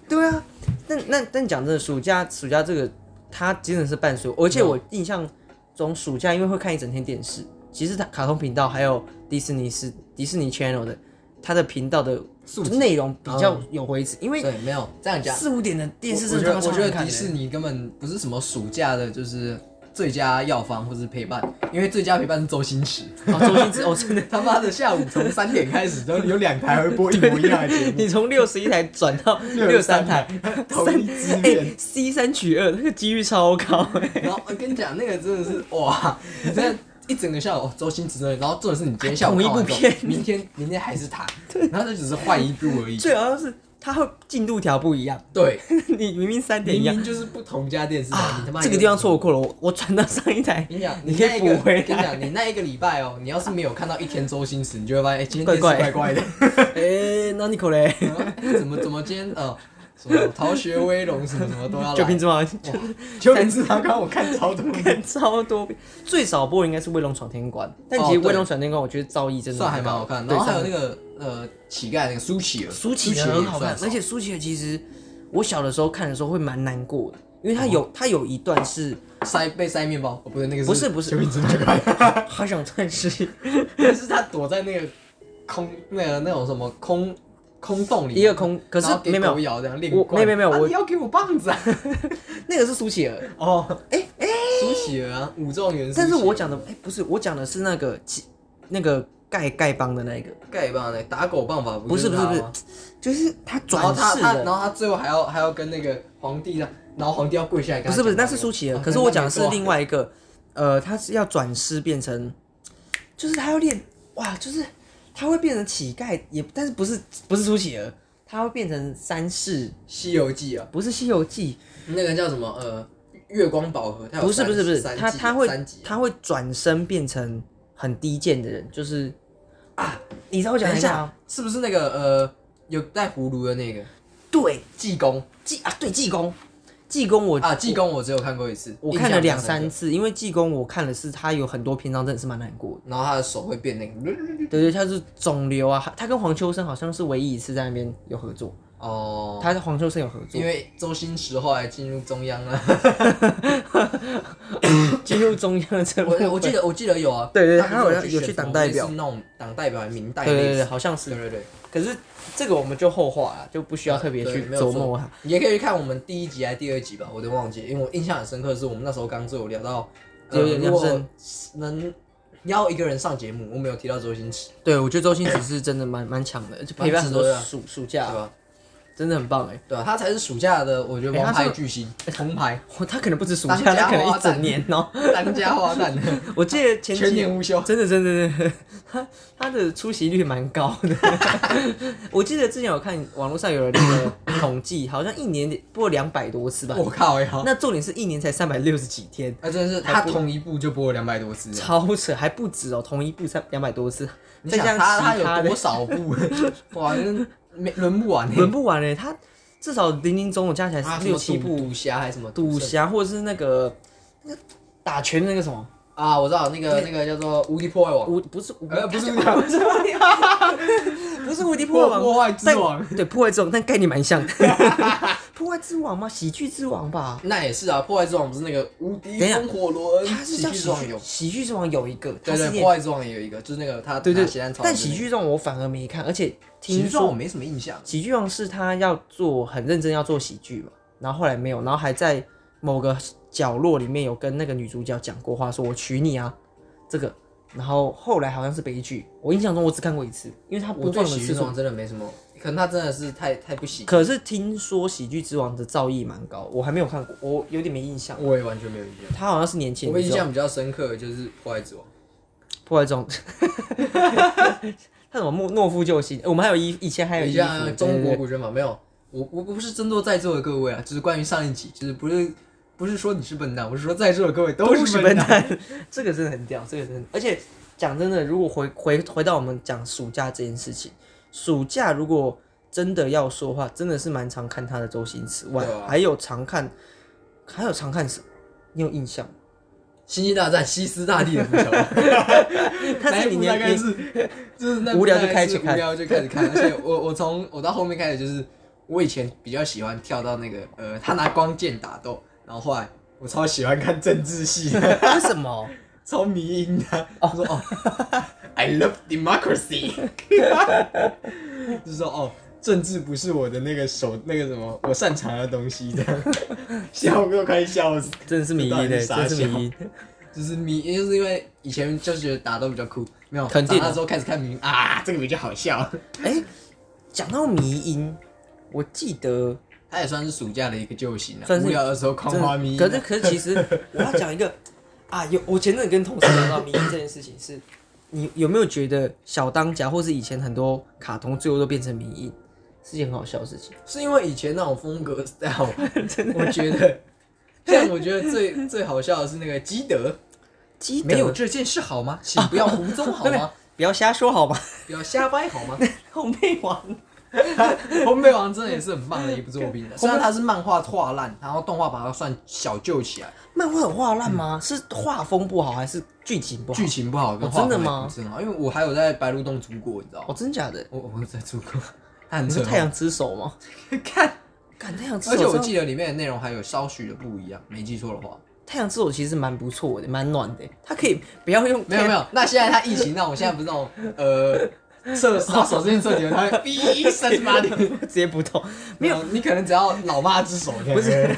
[SPEAKER 3] 对啊，但那但讲真的，暑假暑假这个，它真的是伴随我，而且我印象中暑假因为会看一整天电视，其实它卡通频道还有迪士尼是迪士尼 Channel 的，它的频道的
[SPEAKER 2] 素质
[SPEAKER 3] 内容比较
[SPEAKER 2] 嗯
[SPEAKER 3] 有维持，因为
[SPEAKER 2] 对，没有这样讲。
[SPEAKER 3] 四五点的电视
[SPEAKER 2] 我
[SPEAKER 3] 真的他妈
[SPEAKER 2] 我觉得
[SPEAKER 3] 超
[SPEAKER 2] 我觉
[SPEAKER 3] 难
[SPEAKER 2] 得
[SPEAKER 3] 看
[SPEAKER 2] 迪
[SPEAKER 3] 的
[SPEAKER 2] 士尼根本不是什么暑假的，就是最佳药方或是陪伴，因为最佳陪伴是周星驰。
[SPEAKER 3] 哦，周星驰哦， 真的，
[SPEAKER 2] 他妈的，下午从三点开始，然后有两台会播一模一样的节目，
[SPEAKER 3] 你从六十一台转到六三台，
[SPEAKER 2] 同一支片
[SPEAKER 3] 哎。，C 三取二，那个几率超高哎、
[SPEAKER 2] 然后我跟你讲，那个真的是哇，你这样一整个下午，哦周星驰真的，然后重点是你今天下午
[SPEAKER 3] 同一部
[SPEAKER 2] 看完之后
[SPEAKER 3] 片
[SPEAKER 2] 明天明天还是他，然后这只是换一部而已。
[SPEAKER 3] 最好像是它会进度条不一样，
[SPEAKER 2] 对，
[SPEAKER 3] 你明明三点一
[SPEAKER 2] 明
[SPEAKER 3] 样
[SPEAKER 2] 明就是不同家电视台，你
[SPEAKER 3] 啊
[SPEAKER 2] 他妈，
[SPEAKER 3] 这个地方错过了，我我转到上一台
[SPEAKER 2] 有。，跟你讲，
[SPEAKER 3] 你
[SPEAKER 2] 你
[SPEAKER 3] 可以
[SPEAKER 2] 那一个
[SPEAKER 3] 补回来
[SPEAKER 2] 跟你讲，你那一个礼拜哦，你要是没有看到一天周星驰，你就会发现，哎、今天电视
[SPEAKER 3] 怪
[SPEAKER 2] 怪
[SPEAKER 3] 怪
[SPEAKER 2] 怪的，
[SPEAKER 3] 哎，那你可嘞？
[SPEAKER 2] 啊 怎么怎么今天呃，什么逃学威龙什么什么都要
[SPEAKER 3] 九品
[SPEAKER 2] 来。
[SPEAKER 3] 芝麻
[SPEAKER 2] 九品芝麻官，我看超多遍，
[SPEAKER 3] 看 超多遍，最少播的应该是《威龙闯天关》，但其实
[SPEAKER 2] 哦
[SPEAKER 3] 《
[SPEAKER 2] 对
[SPEAKER 3] 威龙闯天关》我觉得造诣真的
[SPEAKER 2] 算还蛮好看。然后还有那个呃乞丐那个苏乞儿，
[SPEAKER 3] 苏乞
[SPEAKER 2] 乞
[SPEAKER 3] 儿
[SPEAKER 2] 儿
[SPEAKER 3] 很
[SPEAKER 2] 也
[SPEAKER 3] 好
[SPEAKER 2] 算
[SPEAKER 3] 看，
[SPEAKER 2] 少
[SPEAKER 3] 而且苏乞儿其实我小的时候看的时候会蛮难过的，因为它有它有一段是
[SPEAKER 2] 塞被塞面包，哦不对，那个
[SPEAKER 3] 不是不是
[SPEAKER 2] 九品芝麻官，
[SPEAKER 3] 好想吞吃
[SPEAKER 2] 但是他躲在那个空那个那种什么空空洞里 面，
[SPEAKER 3] 一个 空，可是
[SPEAKER 2] 然后给
[SPEAKER 3] 没有没
[SPEAKER 2] 狗
[SPEAKER 3] 有，
[SPEAKER 2] 咬这样练
[SPEAKER 3] 我
[SPEAKER 2] 惯
[SPEAKER 3] 没有没有
[SPEAKER 2] 啊
[SPEAKER 3] 我
[SPEAKER 2] 你要给我棒子啊！
[SPEAKER 3] 那 个是苏乞儿，
[SPEAKER 2] 哦，哎哎，苏乞儿啊，武状元苏乞儿，
[SPEAKER 3] 但是我讲的哎不是我讲的是那个乞那个丐丐帮的那一个，
[SPEAKER 2] 丐帮的打狗棒法
[SPEAKER 3] 不是不
[SPEAKER 2] 不
[SPEAKER 3] 是不是，就是他
[SPEAKER 2] 然后
[SPEAKER 3] 转
[SPEAKER 2] 他
[SPEAKER 3] 世
[SPEAKER 2] 他然
[SPEAKER 3] 的，
[SPEAKER 2] 后他最后还要还要跟那个皇帝让，然后皇帝要跪下来跟
[SPEAKER 3] 不
[SPEAKER 2] 他
[SPEAKER 3] 是
[SPEAKER 2] 讲话，
[SPEAKER 3] 不是那是苏乞儿，
[SPEAKER 2] 哦
[SPEAKER 3] 可是我讲的
[SPEAKER 2] 那
[SPEAKER 3] 是
[SPEAKER 2] 没错
[SPEAKER 3] 另外一个，呃，他是要转世变成，就是他要练哇，就是他会变成乞丐，也但是不是不是苏乞儿，他会变成三世。
[SPEAKER 2] 《西游记》啊，
[SPEAKER 3] 不是《西游记
[SPEAKER 2] 那个叫什么呃月光宝盒，它》，有
[SPEAKER 3] 不是
[SPEAKER 2] 三
[SPEAKER 3] 不是不是，
[SPEAKER 2] 三
[SPEAKER 3] 他
[SPEAKER 2] 季
[SPEAKER 3] 他会
[SPEAKER 2] 三集啊
[SPEAKER 3] 他会转身变成很低贱的人，就是啊，你知道我讲
[SPEAKER 2] 等
[SPEAKER 3] 哪
[SPEAKER 2] 一
[SPEAKER 3] 一个吗
[SPEAKER 2] 下？，是不是那个呃有带葫芦的那个
[SPEAKER 3] 对，
[SPEAKER 2] 济公
[SPEAKER 3] 济啊，对济公，济公我
[SPEAKER 2] 啊？济公我只有看过一次，
[SPEAKER 3] 我
[SPEAKER 2] 印
[SPEAKER 3] 看
[SPEAKER 2] 象
[SPEAKER 3] 了
[SPEAKER 2] 比较
[SPEAKER 3] 两
[SPEAKER 2] 深刻
[SPEAKER 3] 三，次，因为济公我看了是他有很多篇章真的是蛮难过
[SPEAKER 2] 然后他的手会变那个
[SPEAKER 3] 的，对对，他是肿瘤啊，他跟黄秋生好像是唯一一次在那边有合作，
[SPEAKER 2] 哦，
[SPEAKER 3] 他跟黄秋生有合作
[SPEAKER 2] 因，为周星驰后来进入中央了。
[SPEAKER 3] 进入中央的这部分
[SPEAKER 2] 我我记得我记得有啊，
[SPEAKER 3] 对对
[SPEAKER 2] 他
[SPEAKER 3] 他好像有
[SPEAKER 2] 有
[SPEAKER 3] 去党代表
[SPEAKER 2] 是那种党代表还是民代
[SPEAKER 3] 对
[SPEAKER 2] 那
[SPEAKER 3] 对对，
[SPEAKER 2] 种，
[SPEAKER 3] 好像是，
[SPEAKER 2] 对对对，
[SPEAKER 3] 可是这个我们就后话了，就不需要特别
[SPEAKER 2] 对
[SPEAKER 3] 去
[SPEAKER 2] 没有
[SPEAKER 3] 琢
[SPEAKER 2] 错
[SPEAKER 3] 磨它。
[SPEAKER 2] 你也可以去看我们第一集还是第二集吧，我都忘记，因为我印象很深刻的是我们那时候刚做有聊到，呃
[SPEAKER 3] 有点
[SPEAKER 2] 如
[SPEAKER 3] 像
[SPEAKER 2] 果
[SPEAKER 3] 是
[SPEAKER 2] 能邀一个人上节目，我们有提到周星驰，
[SPEAKER 3] 对，我觉得周星驰是真的蛮蛮强的，就陪伴很多暑暑
[SPEAKER 2] 对
[SPEAKER 3] 假，
[SPEAKER 2] 吧？
[SPEAKER 3] 真的很棒哎、
[SPEAKER 2] 对吧？他才是暑假的，我觉得
[SPEAKER 3] 哎
[SPEAKER 2] 王
[SPEAKER 3] 他
[SPEAKER 2] 牌
[SPEAKER 3] 是
[SPEAKER 2] 巨星， 铜牌，
[SPEAKER 3] 哇他可能不止暑
[SPEAKER 2] 当
[SPEAKER 3] 假，
[SPEAKER 2] 家
[SPEAKER 3] 他可能
[SPEAKER 2] 花
[SPEAKER 3] 一整
[SPEAKER 2] 旦
[SPEAKER 3] 年哦、
[SPEAKER 2] 当家花旦，
[SPEAKER 3] 我记得前
[SPEAKER 2] 全
[SPEAKER 3] 几
[SPEAKER 2] 年无 休。
[SPEAKER 3] 真的真的真的，他他的出席率蛮高的。 我记得之前有看网络上有人那个统计，好像一年播两百多次吧。
[SPEAKER 2] 我靠呀！
[SPEAKER 3] 那重点是一年才三百六十几天，
[SPEAKER 2] 那真的是他同一部就播了两百多次，
[SPEAKER 3] 超扯，还不止哦、同一部三两百多次，
[SPEAKER 2] 你
[SPEAKER 3] 再加
[SPEAKER 2] 想
[SPEAKER 3] 上
[SPEAKER 2] 他他
[SPEAKER 3] 其他
[SPEAKER 2] 有
[SPEAKER 3] 的
[SPEAKER 2] 多少部？ 哇，那没轮不完欸
[SPEAKER 3] 轮不完嘞、他至少零零总总加起来
[SPEAKER 2] 啊
[SPEAKER 3] 是
[SPEAKER 2] 什么
[SPEAKER 3] 六七
[SPEAKER 2] 赌
[SPEAKER 3] 部
[SPEAKER 2] 赌侠还是什么
[SPEAKER 3] 赌
[SPEAKER 2] 圣
[SPEAKER 3] 侠，或者是那个那个打拳的那个什么
[SPEAKER 2] 啊？我知道那个那个叫做无敌破坏王，
[SPEAKER 3] 无 不是无
[SPEAKER 2] 呃，不是无
[SPEAKER 3] 他
[SPEAKER 2] 敌
[SPEAKER 3] 叫
[SPEAKER 2] 破坏王
[SPEAKER 3] 不是无敌破
[SPEAKER 2] 破
[SPEAKER 3] 坏王，
[SPEAKER 2] 坏破坏之
[SPEAKER 3] 但
[SPEAKER 2] 王，
[SPEAKER 3] 对破坏之王，但概念蛮像的。 破坏之王吗？喜剧之王吧？
[SPEAKER 2] 那也是啊，破坏之王不是那个无敌
[SPEAKER 3] 等一下
[SPEAKER 2] 风火轮，
[SPEAKER 3] 他是
[SPEAKER 2] 呃喜
[SPEAKER 3] 叫
[SPEAKER 2] 剧
[SPEAKER 3] 喜
[SPEAKER 2] 之王
[SPEAKER 3] 剧
[SPEAKER 2] 有，
[SPEAKER 3] 喜剧之王有一个，他
[SPEAKER 2] 对
[SPEAKER 3] 是
[SPEAKER 2] 对，
[SPEAKER 3] 演
[SPEAKER 2] 破坏之王也有一个，就是那个他
[SPEAKER 3] 对
[SPEAKER 2] 拿咸蛋
[SPEAKER 3] 对，
[SPEAKER 2] 超人
[SPEAKER 3] 但
[SPEAKER 2] 的那
[SPEAKER 3] 喜
[SPEAKER 2] 个
[SPEAKER 3] 剧之王我反而没看，而且
[SPEAKER 2] 喜
[SPEAKER 3] 听
[SPEAKER 2] 剧之王我
[SPEAKER 3] 说
[SPEAKER 2] 没什么印象，
[SPEAKER 3] 喜剧之王是他要做很认真要做喜剧嘛，然后后来没有，然后还在某个角落里面有跟那个女主角讲过话，说我娶你啊，这个。然后后来好像是悲剧，我印象中我只看过一次，因为他
[SPEAKER 2] 我
[SPEAKER 3] 播
[SPEAKER 2] 对
[SPEAKER 3] 放的
[SPEAKER 2] 喜剧
[SPEAKER 3] 次
[SPEAKER 2] 之
[SPEAKER 3] 数
[SPEAKER 2] 王真的没什么，可能他真的是太太不喜，
[SPEAKER 3] 可是听说《喜剧之王》的造诣蛮高，我还没有看过，我有点没印象。
[SPEAKER 2] 我也完全没有印象。
[SPEAKER 3] 他好像是年轻
[SPEAKER 2] 我
[SPEAKER 3] 的
[SPEAKER 2] 印
[SPEAKER 3] 时候
[SPEAKER 2] 象比较深刻的就是破坏之王，
[SPEAKER 3] 破坏这种， 他什么懦懦夫救星？我们还有衣，以前还有
[SPEAKER 2] 一
[SPEAKER 3] 衣
[SPEAKER 2] 下
[SPEAKER 3] 服，
[SPEAKER 2] 中国
[SPEAKER 3] 对对对
[SPEAKER 2] 古卷法没有，我我不是针对在座的各位啊，就是关于上一集，就是不是不是说你是笨蛋，我是说在座的各位都
[SPEAKER 3] 都是笨。
[SPEAKER 2] 笨
[SPEAKER 3] 蛋， 这个真的很屌，这个真的。而且讲真的，如果回回回到我们讲暑假这件事情，暑假如果真的要说话，真的是蛮常看他的周星驰，外、
[SPEAKER 2] 对啊
[SPEAKER 3] 还有常看，还有常看什么？你有印 象吗？
[SPEAKER 2] 星际大战西斯大帝的复仇，
[SPEAKER 3] 他是
[SPEAKER 2] 那一
[SPEAKER 3] 你
[SPEAKER 2] 部
[SPEAKER 3] 年
[SPEAKER 2] 大概
[SPEAKER 3] 年
[SPEAKER 2] 是就是那
[SPEAKER 3] 无聊就
[SPEAKER 2] 大概
[SPEAKER 3] 开
[SPEAKER 2] 是
[SPEAKER 3] 始看
[SPEAKER 2] 无聊就开始看，而且我我从我到后面开始就是我以前比较喜欢跳到那个呃他拿光剑打斗，然后后来我超喜欢看政治系的，
[SPEAKER 3] 为什么？
[SPEAKER 2] 超迷因的，我说哦，I love democracy，就说哦。政治不是我的那个手那个什么我擅长的东西，这样笑我都快笑死。
[SPEAKER 3] 真的是迷
[SPEAKER 2] 这到
[SPEAKER 3] 的，
[SPEAKER 2] 底是啥
[SPEAKER 3] 真是迷因。
[SPEAKER 2] 就是迷，就是因为以前就觉得打斗比较酷，没有
[SPEAKER 3] 肯定的
[SPEAKER 2] 长大之后开始看迷啊，这个比较好笑。
[SPEAKER 3] 哎、讲到迷音，我记得
[SPEAKER 2] 它也算是暑假的一个救星啊，
[SPEAKER 3] 算是
[SPEAKER 2] 无聊的时候狂
[SPEAKER 3] 真
[SPEAKER 2] 花迷。
[SPEAKER 3] 可是可是其实我要讲一个啊，有我前阵子跟同事聊到迷音这件事情是，你有没有觉得小当家或是以前很多卡通最后都变成迷音？是件很好笑的事情。
[SPEAKER 2] 是因为以前那种风格 style，我觉得，像我觉得最最好笑的是那个基德，
[SPEAKER 3] 基
[SPEAKER 2] 没有这件事好吗？请不要胡诌好吗？
[SPEAKER 3] 不要瞎说 好吗？
[SPEAKER 2] 不要瞎掰好 吗？
[SPEAKER 3] 我没玩。
[SPEAKER 2] 烘焙王真的也是很棒的一部作品，虽然它是漫画画烂，然后动画把它算小救起来，
[SPEAKER 3] 漫画有画烂吗？是画风不好还是嗯剧情不好
[SPEAKER 2] 剧？情不好跟
[SPEAKER 3] 哦
[SPEAKER 2] 画
[SPEAKER 3] 真的
[SPEAKER 2] 风也
[SPEAKER 3] 吗
[SPEAKER 2] 不是很好，因为我还有在白鹿洞租过，你知道
[SPEAKER 3] 哦，
[SPEAKER 2] 吗？
[SPEAKER 3] 真假的？
[SPEAKER 2] 我我有在租 过，它很
[SPEAKER 3] 你
[SPEAKER 2] 扯
[SPEAKER 3] 是太阳之手吗？
[SPEAKER 2] 看，
[SPEAKER 3] 哦 看太阳之手
[SPEAKER 2] 而
[SPEAKER 3] 真
[SPEAKER 2] 且
[SPEAKER 3] 的，
[SPEAKER 2] 我记得里面的内容还有稍许的不一样，没记错的话。
[SPEAKER 3] 太阳之手其实蛮不错的，蛮暖的。它可以不要用
[SPEAKER 2] 没有没有，那现在他疫情那种，现在不是那种呃射他手之间射你，他会哔射你妈 的。
[SPEAKER 3] 直接不动，
[SPEAKER 2] 没有，你可能只要老妈之手，不
[SPEAKER 3] 不是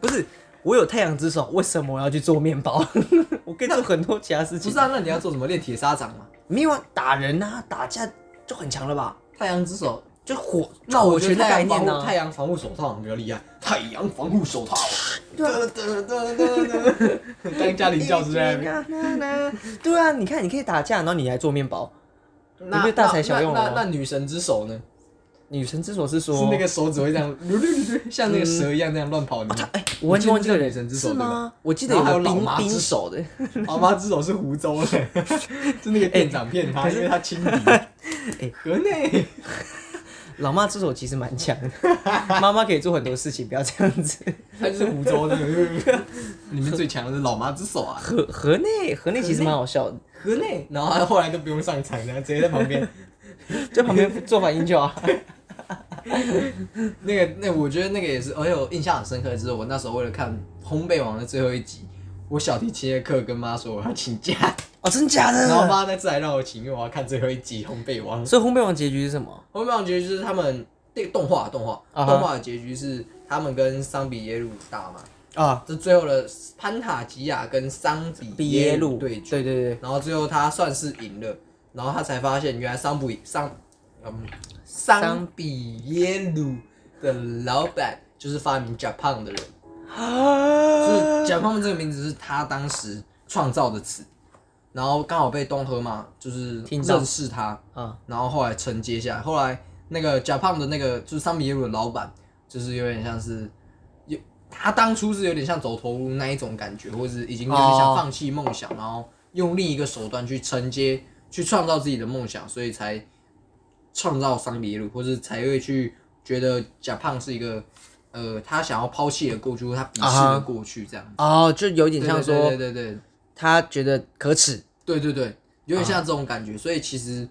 [SPEAKER 3] 不是。我有太阳之手，为什么我要去做面包？ 我可以做很多其他事
[SPEAKER 2] 不
[SPEAKER 3] 情。
[SPEAKER 2] 是啊？那你要做什么练铁砂掌吗？
[SPEAKER 3] 没有啊，打人啊，打架就很强了吧？
[SPEAKER 2] 太阳之手，
[SPEAKER 3] 就火，
[SPEAKER 2] 那我
[SPEAKER 3] 火
[SPEAKER 2] 觉得
[SPEAKER 3] 拳的
[SPEAKER 2] 太
[SPEAKER 3] 概
[SPEAKER 2] 阳防
[SPEAKER 3] 念啊
[SPEAKER 2] 护
[SPEAKER 3] 呢、
[SPEAKER 2] 太阳防护手套比较厉害。太阳防护手套，
[SPEAKER 3] 对啊
[SPEAKER 2] 噔 噔噔噔 噔，当家庭
[SPEAKER 3] 哎
[SPEAKER 2] 教师在那边。
[SPEAKER 3] 对啊，你看，你可以打架，然后你还做面包。
[SPEAKER 2] 那
[SPEAKER 3] 你对大材小用了
[SPEAKER 2] 那
[SPEAKER 3] 吗
[SPEAKER 2] 那那那女神之手呢？
[SPEAKER 3] 女神之所是说，
[SPEAKER 2] 是那个手指会这样，像那个蛇一样这样乱跑。你
[SPEAKER 3] 哦嗯他哎、我完全忘记了
[SPEAKER 2] 女神之手
[SPEAKER 3] 是
[SPEAKER 2] 对吧
[SPEAKER 3] 吗？我记得有
[SPEAKER 2] 然后
[SPEAKER 3] 个
[SPEAKER 2] 还有老
[SPEAKER 3] 冰
[SPEAKER 2] 妈
[SPEAKER 3] 冰
[SPEAKER 2] 之
[SPEAKER 3] 手的，
[SPEAKER 2] 老妈之手是湖州 的，是那个店长骗
[SPEAKER 3] 哎
[SPEAKER 2] 他，因为他轻敌。河内，
[SPEAKER 3] 老妈之手其实蛮强 的，妈妈可以做很多事情，不要这样子。
[SPEAKER 2] 他就是湖州的。 里面最强的是老妈之手啊，
[SPEAKER 3] 河河内河内其实蛮好笑的，
[SPEAKER 2] 河内。然后他后来都不用上场了，直接在旁边。
[SPEAKER 3] 在旁边做反应就好。
[SPEAKER 2] 那个，那我觉得那个也是，而且我印象很深刻，就是我那时候为了看《烘焙王》的最后一集，我小提琴的课跟妈说我要请假，
[SPEAKER 3] 哦，真假
[SPEAKER 2] 然后
[SPEAKER 3] 的？
[SPEAKER 2] 妈那次还让我请，因为我要看最后一集《烘焙王》。
[SPEAKER 3] 所以烘焙王结局是什么？
[SPEAKER 2] 我们结局就是他们那个动画动画
[SPEAKER 3] 啊哈
[SPEAKER 2] 动画的结局是他们跟桑比耶鲁打嘛，
[SPEAKER 3] 啊，
[SPEAKER 2] 这最后的潘塔吉亚跟桑比
[SPEAKER 3] 比
[SPEAKER 2] 耶
[SPEAKER 3] 耶
[SPEAKER 2] 鲁
[SPEAKER 3] 路。
[SPEAKER 2] 对决，
[SPEAKER 3] 对对对，
[SPEAKER 2] 然后最后他算是赢了，然后他才发现原来桑比桑嗯桑比耶鲁的老板就是发明 Japan 的人，就是
[SPEAKER 3] 啊，
[SPEAKER 2] Japan 这个名字是他当时创造的词，然后刚好被东河嘛就是
[SPEAKER 3] 听到
[SPEAKER 2] 认识他，
[SPEAKER 3] 啊，
[SPEAKER 2] 然后后来承接下来，后来那个甲胖的那个就是桑比耶鲁的老板，就是有点像是有他当初是有点像走投无路那一种感觉，或者是已经有点想
[SPEAKER 3] 哦
[SPEAKER 2] 放弃梦想，然后用另一个手段去承接、去创造自己的梦想，所以才创造桑比耶鲁，或者才会去觉得甲胖是一个呃他想要抛弃的过去，或他鄙视的
[SPEAKER 3] 啊哈
[SPEAKER 2] 过去这样。
[SPEAKER 3] 哦，就有点像
[SPEAKER 2] 对
[SPEAKER 3] 说
[SPEAKER 2] 对对对对
[SPEAKER 3] 他觉得可耻，
[SPEAKER 2] 对对对，有点
[SPEAKER 3] 啊
[SPEAKER 2] 像这种感觉。所以其实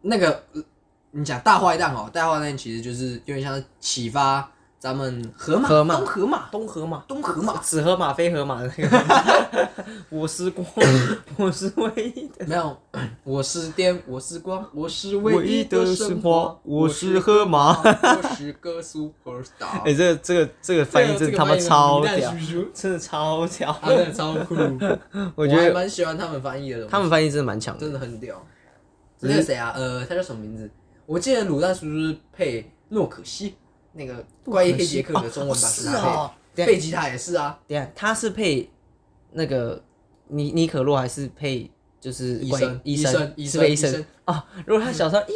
[SPEAKER 2] 那个呃你讲大坏蛋哦，大坏蛋其实就是有点像是启发咱们河马、
[SPEAKER 3] 河马
[SPEAKER 2] 东河马、
[SPEAKER 3] 东河马。
[SPEAKER 2] 东河马。
[SPEAKER 3] 紫河马、非河马的那个， 我是光，我是唯一的，
[SPEAKER 2] 没有， 我是电，我是光，我是唯一的神话
[SPEAKER 3] 花，，我是河马。
[SPEAKER 2] 我是个 super
[SPEAKER 3] 哎、
[SPEAKER 2] star。
[SPEAKER 3] 这个这个这个翻译真的他妈超屌， 真的超屌。
[SPEAKER 2] 他真的超酷，
[SPEAKER 3] 我觉
[SPEAKER 2] 还
[SPEAKER 3] 得
[SPEAKER 2] 蛮喜欢他们翻译的东西，
[SPEAKER 3] 他们翻译真的蛮强的。
[SPEAKER 2] 真的很屌。那个谁啊？呃，他叫什么名字？我记得卤蛋叔叔配诺可西，那个怪医黑杰克的中文版
[SPEAKER 3] 哦是
[SPEAKER 2] 他配的
[SPEAKER 3] 哦。等一
[SPEAKER 2] 贝
[SPEAKER 3] 下
[SPEAKER 2] 吉塔也是啊，
[SPEAKER 3] 等一下，他是配那个尼尼可洛还是配就是
[SPEAKER 2] 医
[SPEAKER 3] 关
[SPEAKER 2] 生
[SPEAKER 3] 医
[SPEAKER 2] 医生医
[SPEAKER 3] 是
[SPEAKER 2] 生嗯
[SPEAKER 3] 配医
[SPEAKER 2] 医
[SPEAKER 3] 生
[SPEAKER 2] 生
[SPEAKER 3] 啊？如果他小时候医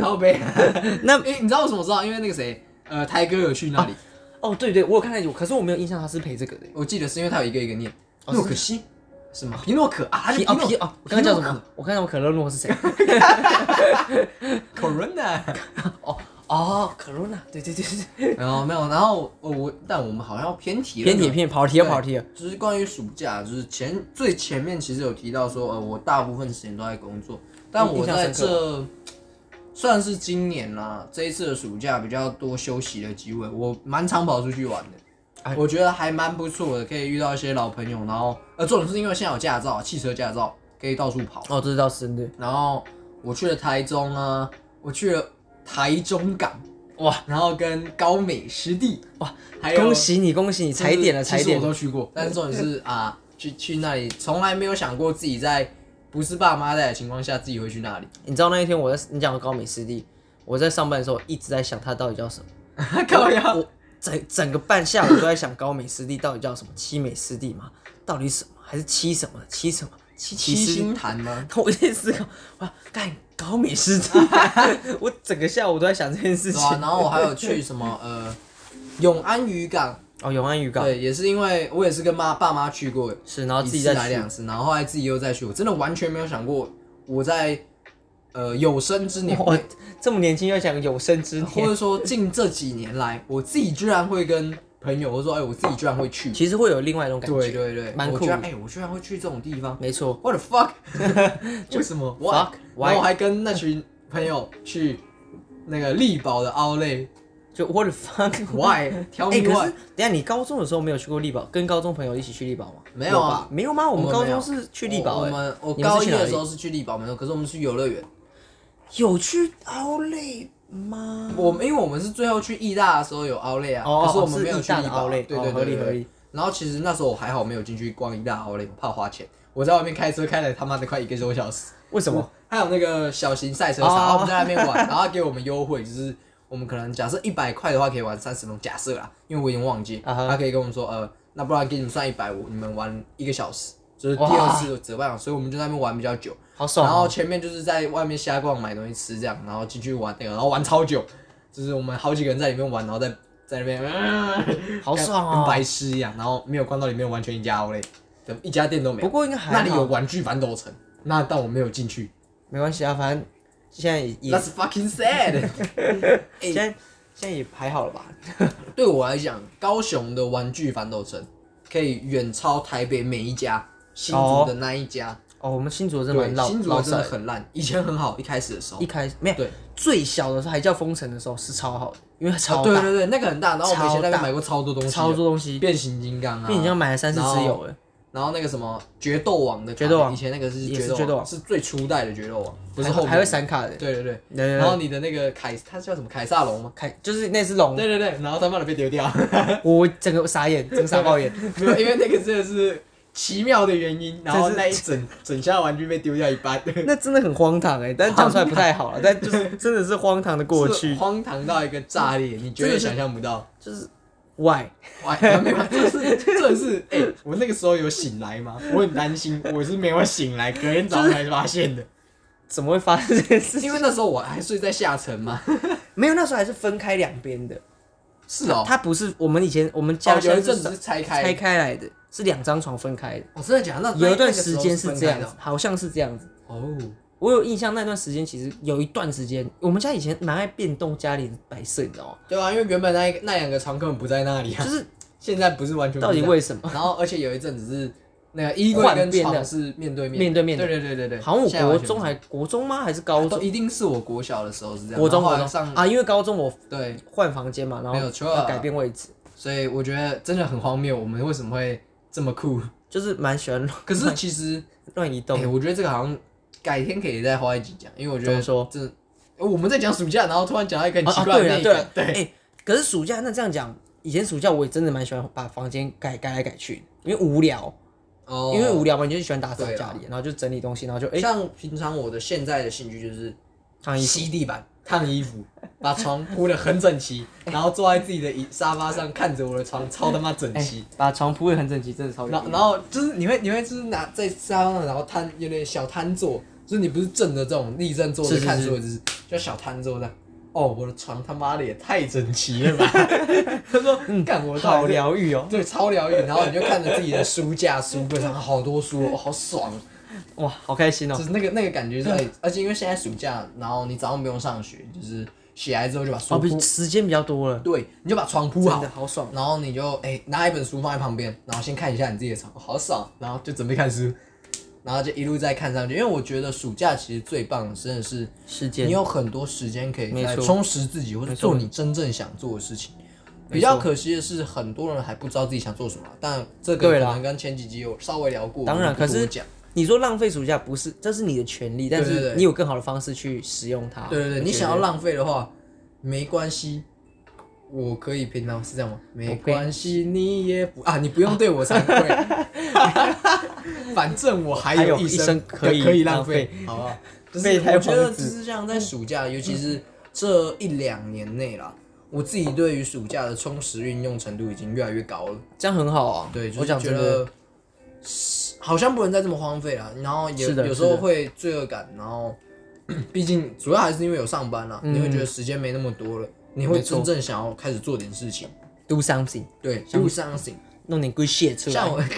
[SPEAKER 2] 靠背。
[SPEAKER 3] 生， 那
[SPEAKER 2] 诶，你知道我怎么知道？因为那个谁，呃，台哥有去那里，
[SPEAKER 3] 哦对对，我有看那集，可是我没有印象他是配这个的。
[SPEAKER 2] 我记得是因为他有一个一个念
[SPEAKER 3] 哦是
[SPEAKER 2] 诺可西，什么皮诺可啊？他就
[SPEAKER 3] 皮哦
[SPEAKER 2] 诺
[SPEAKER 3] 皮哦，我刚才叫什
[SPEAKER 2] 皮诺
[SPEAKER 3] 么？我刚才我可乐诺是 谁？
[SPEAKER 2] 可 Corona？
[SPEAKER 3] 哦，可乐娜，对对对对对，
[SPEAKER 2] 然后没有，然后我我但我们好像要偏题了。
[SPEAKER 3] 偏题偏跑题了啊
[SPEAKER 2] 对
[SPEAKER 3] 跑题了。
[SPEAKER 2] 就是关于暑假，就是前最前面其实有提到说，呃，我大部分时间都在工作，但我
[SPEAKER 3] 印象
[SPEAKER 2] 在
[SPEAKER 3] 深刻
[SPEAKER 2] 这算是今年啦，这一次的暑假比较多休息的机会，我蛮常跑出去玩的
[SPEAKER 3] 哎，
[SPEAKER 2] 我觉得还蛮不错的，可以遇到一些老朋友，然后呃，重点是因为现在有驾照，啊汽车驾照可以到处跑，
[SPEAKER 3] 哦，这是倒是真的。
[SPEAKER 2] 然后我去了台中啊，我去了台中港，
[SPEAKER 3] 哇，
[SPEAKER 2] 然后跟高美湿地，哇，还有
[SPEAKER 3] 恭喜你，恭喜你，踩点了，
[SPEAKER 2] 就是
[SPEAKER 3] 踩
[SPEAKER 2] 其实
[SPEAKER 3] 点
[SPEAKER 2] 我
[SPEAKER 3] 了
[SPEAKER 2] 都去过，但是重点是啊，去去那里从来没有想过自己在不是爸妈在的情况下自己会 去那里。
[SPEAKER 3] 你知道那一天我在你讲的高美湿地，我在上班的时候一直在想它到底叫什么，
[SPEAKER 2] 靠呀！
[SPEAKER 3] 整整个半下午都在想高美湿地到底叫什么，七美湿地吗？到底什么？还是七什么？七什么？七
[SPEAKER 2] 七
[SPEAKER 3] 七湿地
[SPEAKER 2] 星？潭吗？
[SPEAKER 3] 我一直在思考，哇，干搞美食 自拍，我整个下午都在想这件事
[SPEAKER 2] 对啊
[SPEAKER 3] 情。
[SPEAKER 2] 吧、然后我还有去 什么呃永安渔港，
[SPEAKER 3] 哦，永安渔港
[SPEAKER 2] 对，也是因为我也是跟妈爸妈去过，
[SPEAKER 3] 是，然后自己
[SPEAKER 2] 一
[SPEAKER 3] 再
[SPEAKER 2] 次来
[SPEAKER 3] 去
[SPEAKER 2] 两次，然后后来自己又再去，我真的完全没有想过我在呃有生之年，
[SPEAKER 3] 哇，这么年轻要讲有生之
[SPEAKER 2] 或
[SPEAKER 3] 年，
[SPEAKER 2] 者说近这几年来，我自己居然会跟朋友我说，哎、我自己居然会去，
[SPEAKER 3] 其实会有另外一种感
[SPEAKER 2] 对
[SPEAKER 3] 觉。
[SPEAKER 2] 对对，
[SPEAKER 3] 蛮
[SPEAKER 2] 我
[SPEAKER 3] 酷
[SPEAKER 2] 居然
[SPEAKER 3] 的
[SPEAKER 2] 哎、我居然会去这种地方
[SPEAKER 3] 没错，
[SPEAKER 2] ，What the fuck？为什么
[SPEAKER 3] Fuck, why？
[SPEAKER 2] 然后我还跟那群朋友去那个力宝的 Outlet，Why？
[SPEAKER 3] 就 what the fuck
[SPEAKER 2] Tell
[SPEAKER 3] 哎、
[SPEAKER 2] me
[SPEAKER 3] 可
[SPEAKER 2] why？
[SPEAKER 3] 是等一下你高中的时候没有去过力宝，跟高中朋友一起去力宝吗？
[SPEAKER 2] 没有啊
[SPEAKER 3] 吧没有吗？我
[SPEAKER 2] 我
[SPEAKER 3] 们
[SPEAKER 2] 们
[SPEAKER 3] 高
[SPEAKER 2] 没有
[SPEAKER 3] 中是去力宝、
[SPEAKER 2] 我
[SPEAKER 3] 欸，
[SPEAKER 2] 们我
[SPEAKER 3] 你们
[SPEAKER 2] 高
[SPEAKER 3] 是
[SPEAKER 2] 一
[SPEAKER 3] 去哪
[SPEAKER 2] 的
[SPEAKER 3] 里
[SPEAKER 2] 时候是去力宝没有，可是我们是去游乐园。
[SPEAKER 3] 有去奥莱吗？
[SPEAKER 2] 我们因为我们是最后去义大的时候有 Outlet 啊，
[SPEAKER 3] 哦，
[SPEAKER 2] 可是我们
[SPEAKER 3] 是
[SPEAKER 2] 没有
[SPEAKER 3] 义
[SPEAKER 2] 去
[SPEAKER 3] 大
[SPEAKER 2] 力
[SPEAKER 3] 的
[SPEAKER 2] 宝。
[SPEAKER 3] 奥莱，
[SPEAKER 2] 对对对
[SPEAKER 3] 哦合理合。
[SPEAKER 2] 对
[SPEAKER 3] 理。
[SPEAKER 2] 然后其实那时候我还好没有进去逛义大 Outlet，我怕花钱。我在外面开车开了他妈的快一个多小时。
[SPEAKER 3] 为什么？
[SPEAKER 2] 还有那个小型赛车
[SPEAKER 3] 哦
[SPEAKER 2] 场，然后我们在那边玩，然后他给我们优惠，就是我们可能假设一百块的话可以玩三十分钟，假设啦，因为我已经忘记，
[SPEAKER 3] 啊哈
[SPEAKER 2] 他可以跟我们说，呃，那不然给你们算一百五，你们玩一个小时，就是第
[SPEAKER 3] 哇
[SPEAKER 2] 二次折半，所以我们就在那边玩比较久。
[SPEAKER 3] 好爽、
[SPEAKER 2] 然后
[SPEAKER 3] 哦！
[SPEAKER 2] 前面就是在外面瞎逛买东西吃这样，然后进去玩那个，然后玩超久，就是我们好几个人在里面玩，然后在在那边，嗯
[SPEAKER 3] 好爽哦
[SPEAKER 2] 跟白痴一样，然后没有逛到里面完全一家 o 嘞，怎么一家店都没
[SPEAKER 3] 不
[SPEAKER 2] 有。
[SPEAKER 3] 过应该还好
[SPEAKER 2] 那里有玩具反斗城，那但我没有进去
[SPEAKER 3] 没关系啊，反正现在也也
[SPEAKER 2] ，That's fucking sad 。
[SPEAKER 3] 现
[SPEAKER 2] 哎，
[SPEAKER 3] 在现在也还好了吧？
[SPEAKER 2] 对我来讲，高雄的玩具反斗城可以远超台北每一家，新竹的那一家，
[SPEAKER 3] 哦，我们新竹的真的
[SPEAKER 2] 对
[SPEAKER 3] 蛮，老
[SPEAKER 2] 新竹
[SPEAKER 3] 老
[SPEAKER 2] 的真的
[SPEAKER 3] 塞，
[SPEAKER 2] 很烂，以前很好，一开始的时候
[SPEAKER 3] 一。开始没有
[SPEAKER 2] 对
[SPEAKER 3] 最小的时候还叫封城的时候是超好的，因为它超
[SPEAKER 2] 啊，
[SPEAKER 3] 大，
[SPEAKER 2] 对对对，那个很大，然后我们以前在那
[SPEAKER 3] 超大
[SPEAKER 2] 边买过超多东西的，
[SPEAKER 3] 超多东西，
[SPEAKER 2] 变形金刚啊，
[SPEAKER 3] 变形金刚买了三四只有哎了，
[SPEAKER 2] 然后那个什么决斗王的卡
[SPEAKER 3] 决斗王
[SPEAKER 2] 以前那个是
[SPEAKER 3] 也是
[SPEAKER 2] 斗
[SPEAKER 3] 决斗王
[SPEAKER 2] 是最初代的决斗王，不是
[SPEAKER 3] 还
[SPEAKER 2] 后面
[SPEAKER 3] 还会闪卡的，
[SPEAKER 2] 对对对，
[SPEAKER 3] 对对
[SPEAKER 2] 然后
[SPEAKER 3] 对，
[SPEAKER 2] 你的那个凯，他叫什么凯撒龙吗？
[SPEAKER 3] 开就是那只龙，
[SPEAKER 2] 对对对，然后他妈的被丢掉，
[SPEAKER 3] 我整个傻眼，整个傻爆 眼，
[SPEAKER 2] 没有，因为那个真的是奇妙的原因，然后那一整整箱玩具被丢掉一半，
[SPEAKER 3] 那真的很荒唐哎、但是讲出来不太好了，但就是真的是荒唐的 过
[SPEAKER 2] 是
[SPEAKER 3] 去，
[SPEAKER 2] 荒唐到一个炸裂，你绝对想象不到。
[SPEAKER 3] 就是 why
[SPEAKER 2] 哇， 没有，就是真的是，哎、我那个时候有醒来吗？我很担心， 我是没有醒来，隔天早上才发现的。
[SPEAKER 3] 怎么会发生这件事情？
[SPEAKER 2] 因为那时候我还睡在下层嘛。
[SPEAKER 3] 没有，那时候还是分开两边的，
[SPEAKER 2] 是哦，
[SPEAKER 3] 它不是我们以前我们
[SPEAKER 2] 哦
[SPEAKER 3] 家
[SPEAKER 2] 有一
[SPEAKER 3] 乡
[SPEAKER 2] 阵
[SPEAKER 3] 是
[SPEAKER 2] 子是拆开，
[SPEAKER 3] 拆开来的，是两张床分开的，
[SPEAKER 2] 哦，真的假的？那
[SPEAKER 3] 有一段时间是这样
[SPEAKER 2] 那
[SPEAKER 3] 子
[SPEAKER 2] 个时，
[SPEAKER 3] 好像是这样子。
[SPEAKER 2] 候是分开的哦。
[SPEAKER 3] 我有印象，那段时间其实有一段时间，我们家以前蛮爱变动家里的摆设，你知 道吗？
[SPEAKER 2] 对啊，因为原本那一那两个床根本不在那里啊，
[SPEAKER 3] 就是
[SPEAKER 2] 现在不是完全不
[SPEAKER 3] 到底
[SPEAKER 2] 在
[SPEAKER 3] 为什么？
[SPEAKER 2] 然后而且有一阵子是那个衣柜
[SPEAKER 3] 换
[SPEAKER 2] 跟
[SPEAKER 3] 边
[SPEAKER 2] 床
[SPEAKER 3] 的
[SPEAKER 2] 是面对面，
[SPEAKER 3] 面对面的
[SPEAKER 2] 对对对对对，
[SPEAKER 3] 好像我
[SPEAKER 2] 现在完
[SPEAKER 3] 国
[SPEAKER 2] 全
[SPEAKER 3] 中
[SPEAKER 2] 不
[SPEAKER 3] 还国中吗？还是高
[SPEAKER 2] 是都
[SPEAKER 3] 中？
[SPEAKER 2] 一定是我国小的时候是这样，
[SPEAKER 3] 国中
[SPEAKER 2] 然后
[SPEAKER 3] 国
[SPEAKER 2] 后来
[SPEAKER 3] 中
[SPEAKER 2] 上
[SPEAKER 3] 啊，因为高中我
[SPEAKER 2] 对，
[SPEAKER 3] 换房间嘛，然
[SPEAKER 2] 没有
[SPEAKER 3] 后
[SPEAKER 2] 错啊
[SPEAKER 3] 要改变位置，
[SPEAKER 2] 所以我觉得真的很荒谬，我们为什么会这么酷？
[SPEAKER 3] 就是蛮喜欢乱
[SPEAKER 2] 可是其 实，
[SPEAKER 3] 乱移动
[SPEAKER 2] 哎，。我觉得这个好像改天可以再花一集讲，因为我觉
[SPEAKER 3] 怎
[SPEAKER 2] 得
[SPEAKER 3] 么说
[SPEAKER 2] 真的。我们在讲暑假，然后突然讲到一个很
[SPEAKER 3] 啊
[SPEAKER 2] 奇
[SPEAKER 3] 啊，
[SPEAKER 2] 怪的
[SPEAKER 3] 对
[SPEAKER 2] 那
[SPEAKER 3] 了
[SPEAKER 2] 一
[SPEAKER 3] 对
[SPEAKER 2] 个
[SPEAKER 3] 了，，哎，可是暑假那这样讲，以前暑假我也真的蛮喜欢把房间改改来改去，因为无聊，
[SPEAKER 2] 哦
[SPEAKER 3] 因为无聊嘛，你就喜欢打扫
[SPEAKER 2] 对啊
[SPEAKER 3] 家里，然后就整理东西，然后就哎
[SPEAKER 2] 像平常我的现在的兴趣就是
[SPEAKER 3] 烫衣服。
[SPEAKER 2] 吸地板、烫衣服，把床铺得很整齐，
[SPEAKER 3] 哎
[SPEAKER 2] 然后坐在自己的椅沙发上看着我的床，超他妈整
[SPEAKER 3] 哎、
[SPEAKER 2] 齐。
[SPEAKER 3] 把床铺的很整齐，真的超级
[SPEAKER 2] 然后然后就是你会你会就是拿在沙发上，然后摊有点小摊坐，就是你不是正的这种立正坐着
[SPEAKER 3] 是是
[SPEAKER 2] 看
[SPEAKER 3] 是
[SPEAKER 2] 书的姿势，就小摊坐这样。哦，我的床他妈的也太整齐 了吧！他说：“干我到
[SPEAKER 3] 好
[SPEAKER 2] 底是
[SPEAKER 3] 疗愈哦，
[SPEAKER 2] 对，超疗愈。”然后你就看着自己的书架、书柜上好多书哦，好爽。
[SPEAKER 3] 哇，好开心哦
[SPEAKER 2] 就！是那个那个感觉是，哎而且因为现在暑假，然后你早上不用上学，就是起来之后就把书
[SPEAKER 3] 哦，
[SPEAKER 2] 铺，
[SPEAKER 3] 不，时间比较多了，
[SPEAKER 2] 对，你就把床铺
[SPEAKER 3] 真
[SPEAKER 2] 好
[SPEAKER 3] 的，好爽。
[SPEAKER 2] 然后你就哎、拿一本书放在旁边，然后先看一下你自己的床，哦好爽，然后就准备看书，然后就一路再看上去。因为我觉得暑假其实最棒的真的是
[SPEAKER 3] 时间
[SPEAKER 2] 你有很多时间可以
[SPEAKER 3] 没
[SPEAKER 2] 来
[SPEAKER 3] 错
[SPEAKER 2] 充实自己，或者
[SPEAKER 3] 没错
[SPEAKER 2] 做你真正想做的事情。比较可惜的是，很多人还不知道自己想做什么，但这个
[SPEAKER 3] 对
[SPEAKER 2] 可
[SPEAKER 3] 啦
[SPEAKER 2] 能跟前几集有稍微聊过，
[SPEAKER 3] 当
[SPEAKER 2] 我就
[SPEAKER 3] 然
[SPEAKER 2] 不
[SPEAKER 3] 可
[SPEAKER 2] 多
[SPEAKER 3] 是
[SPEAKER 2] 讲
[SPEAKER 3] 你说浪费暑假不是，这是你的权利，但
[SPEAKER 2] 对对
[SPEAKER 3] 是
[SPEAKER 2] 对
[SPEAKER 3] 你有更好的方式去使用它。
[SPEAKER 2] 对对
[SPEAKER 3] 啊
[SPEAKER 2] 对，
[SPEAKER 3] 我
[SPEAKER 2] 你
[SPEAKER 3] 觉
[SPEAKER 2] 想要
[SPEAKER 3] 得
[SPEAKER 2] 浪费的话，没关系，我可以平常是这样吗？没关系，你也不啊，你不用对我惭 愧，反正我还
[SPEAKER 3] 还有
[SPEAKER 2] 一
[SPEAKER 3] 一生
[SPEAKER 2] 可
[SPEAKER 3] 可以
[SPEAKER 2] 以
[SPEAKER 3] 浪
[SPEAKER 2] 费
[SPEAKER 3] 费，
[SPEAKER 2] 好不好？就是
[SPEAKER 3] 备胎
[SPEAKER 2] 我觉得
[SPEAKER 3] 王
[SPEAKER 2] 就
[SPEAKER 3] 子
[SPEAKER 2] 是像在暑假，尤其是这一两年内啦，我自己对于暑假的充实运用程度已经越来越高了。
[SPEAKER 3] 这样很好啊。
[SPEAKER 2] 对，就
[SPEAKER 3] 我
[SPEAKER 2] 是
[SPEAKER 3] 讲
[SPEAKER 2] 觉
[SPEAKER 3] 真的，
[SPEAKER 2] 得好像不能再这么荒废了，然后也
[SPEAKER 3] 是的
[SPEAKER 2] 有时候
[SPEAKER 3] 是的
[SPEAKER 2] 会罪恶感，然后 毕竟主要还是因为有上班啦、你会觉得时间没那么多了，你
[SPEAKER 3] 嗯
[SPEAKER 2] 会
[SPEAKER 3] 没错
[SPEAKER 2] 真正想要开始做点事情，
[SPEAKER 3] ，do something，
[SPEAKER 2] 对，do something。
[SPEAKER 3] 弄点 good shit 出来。
[SPEAKER 2] 像我，啊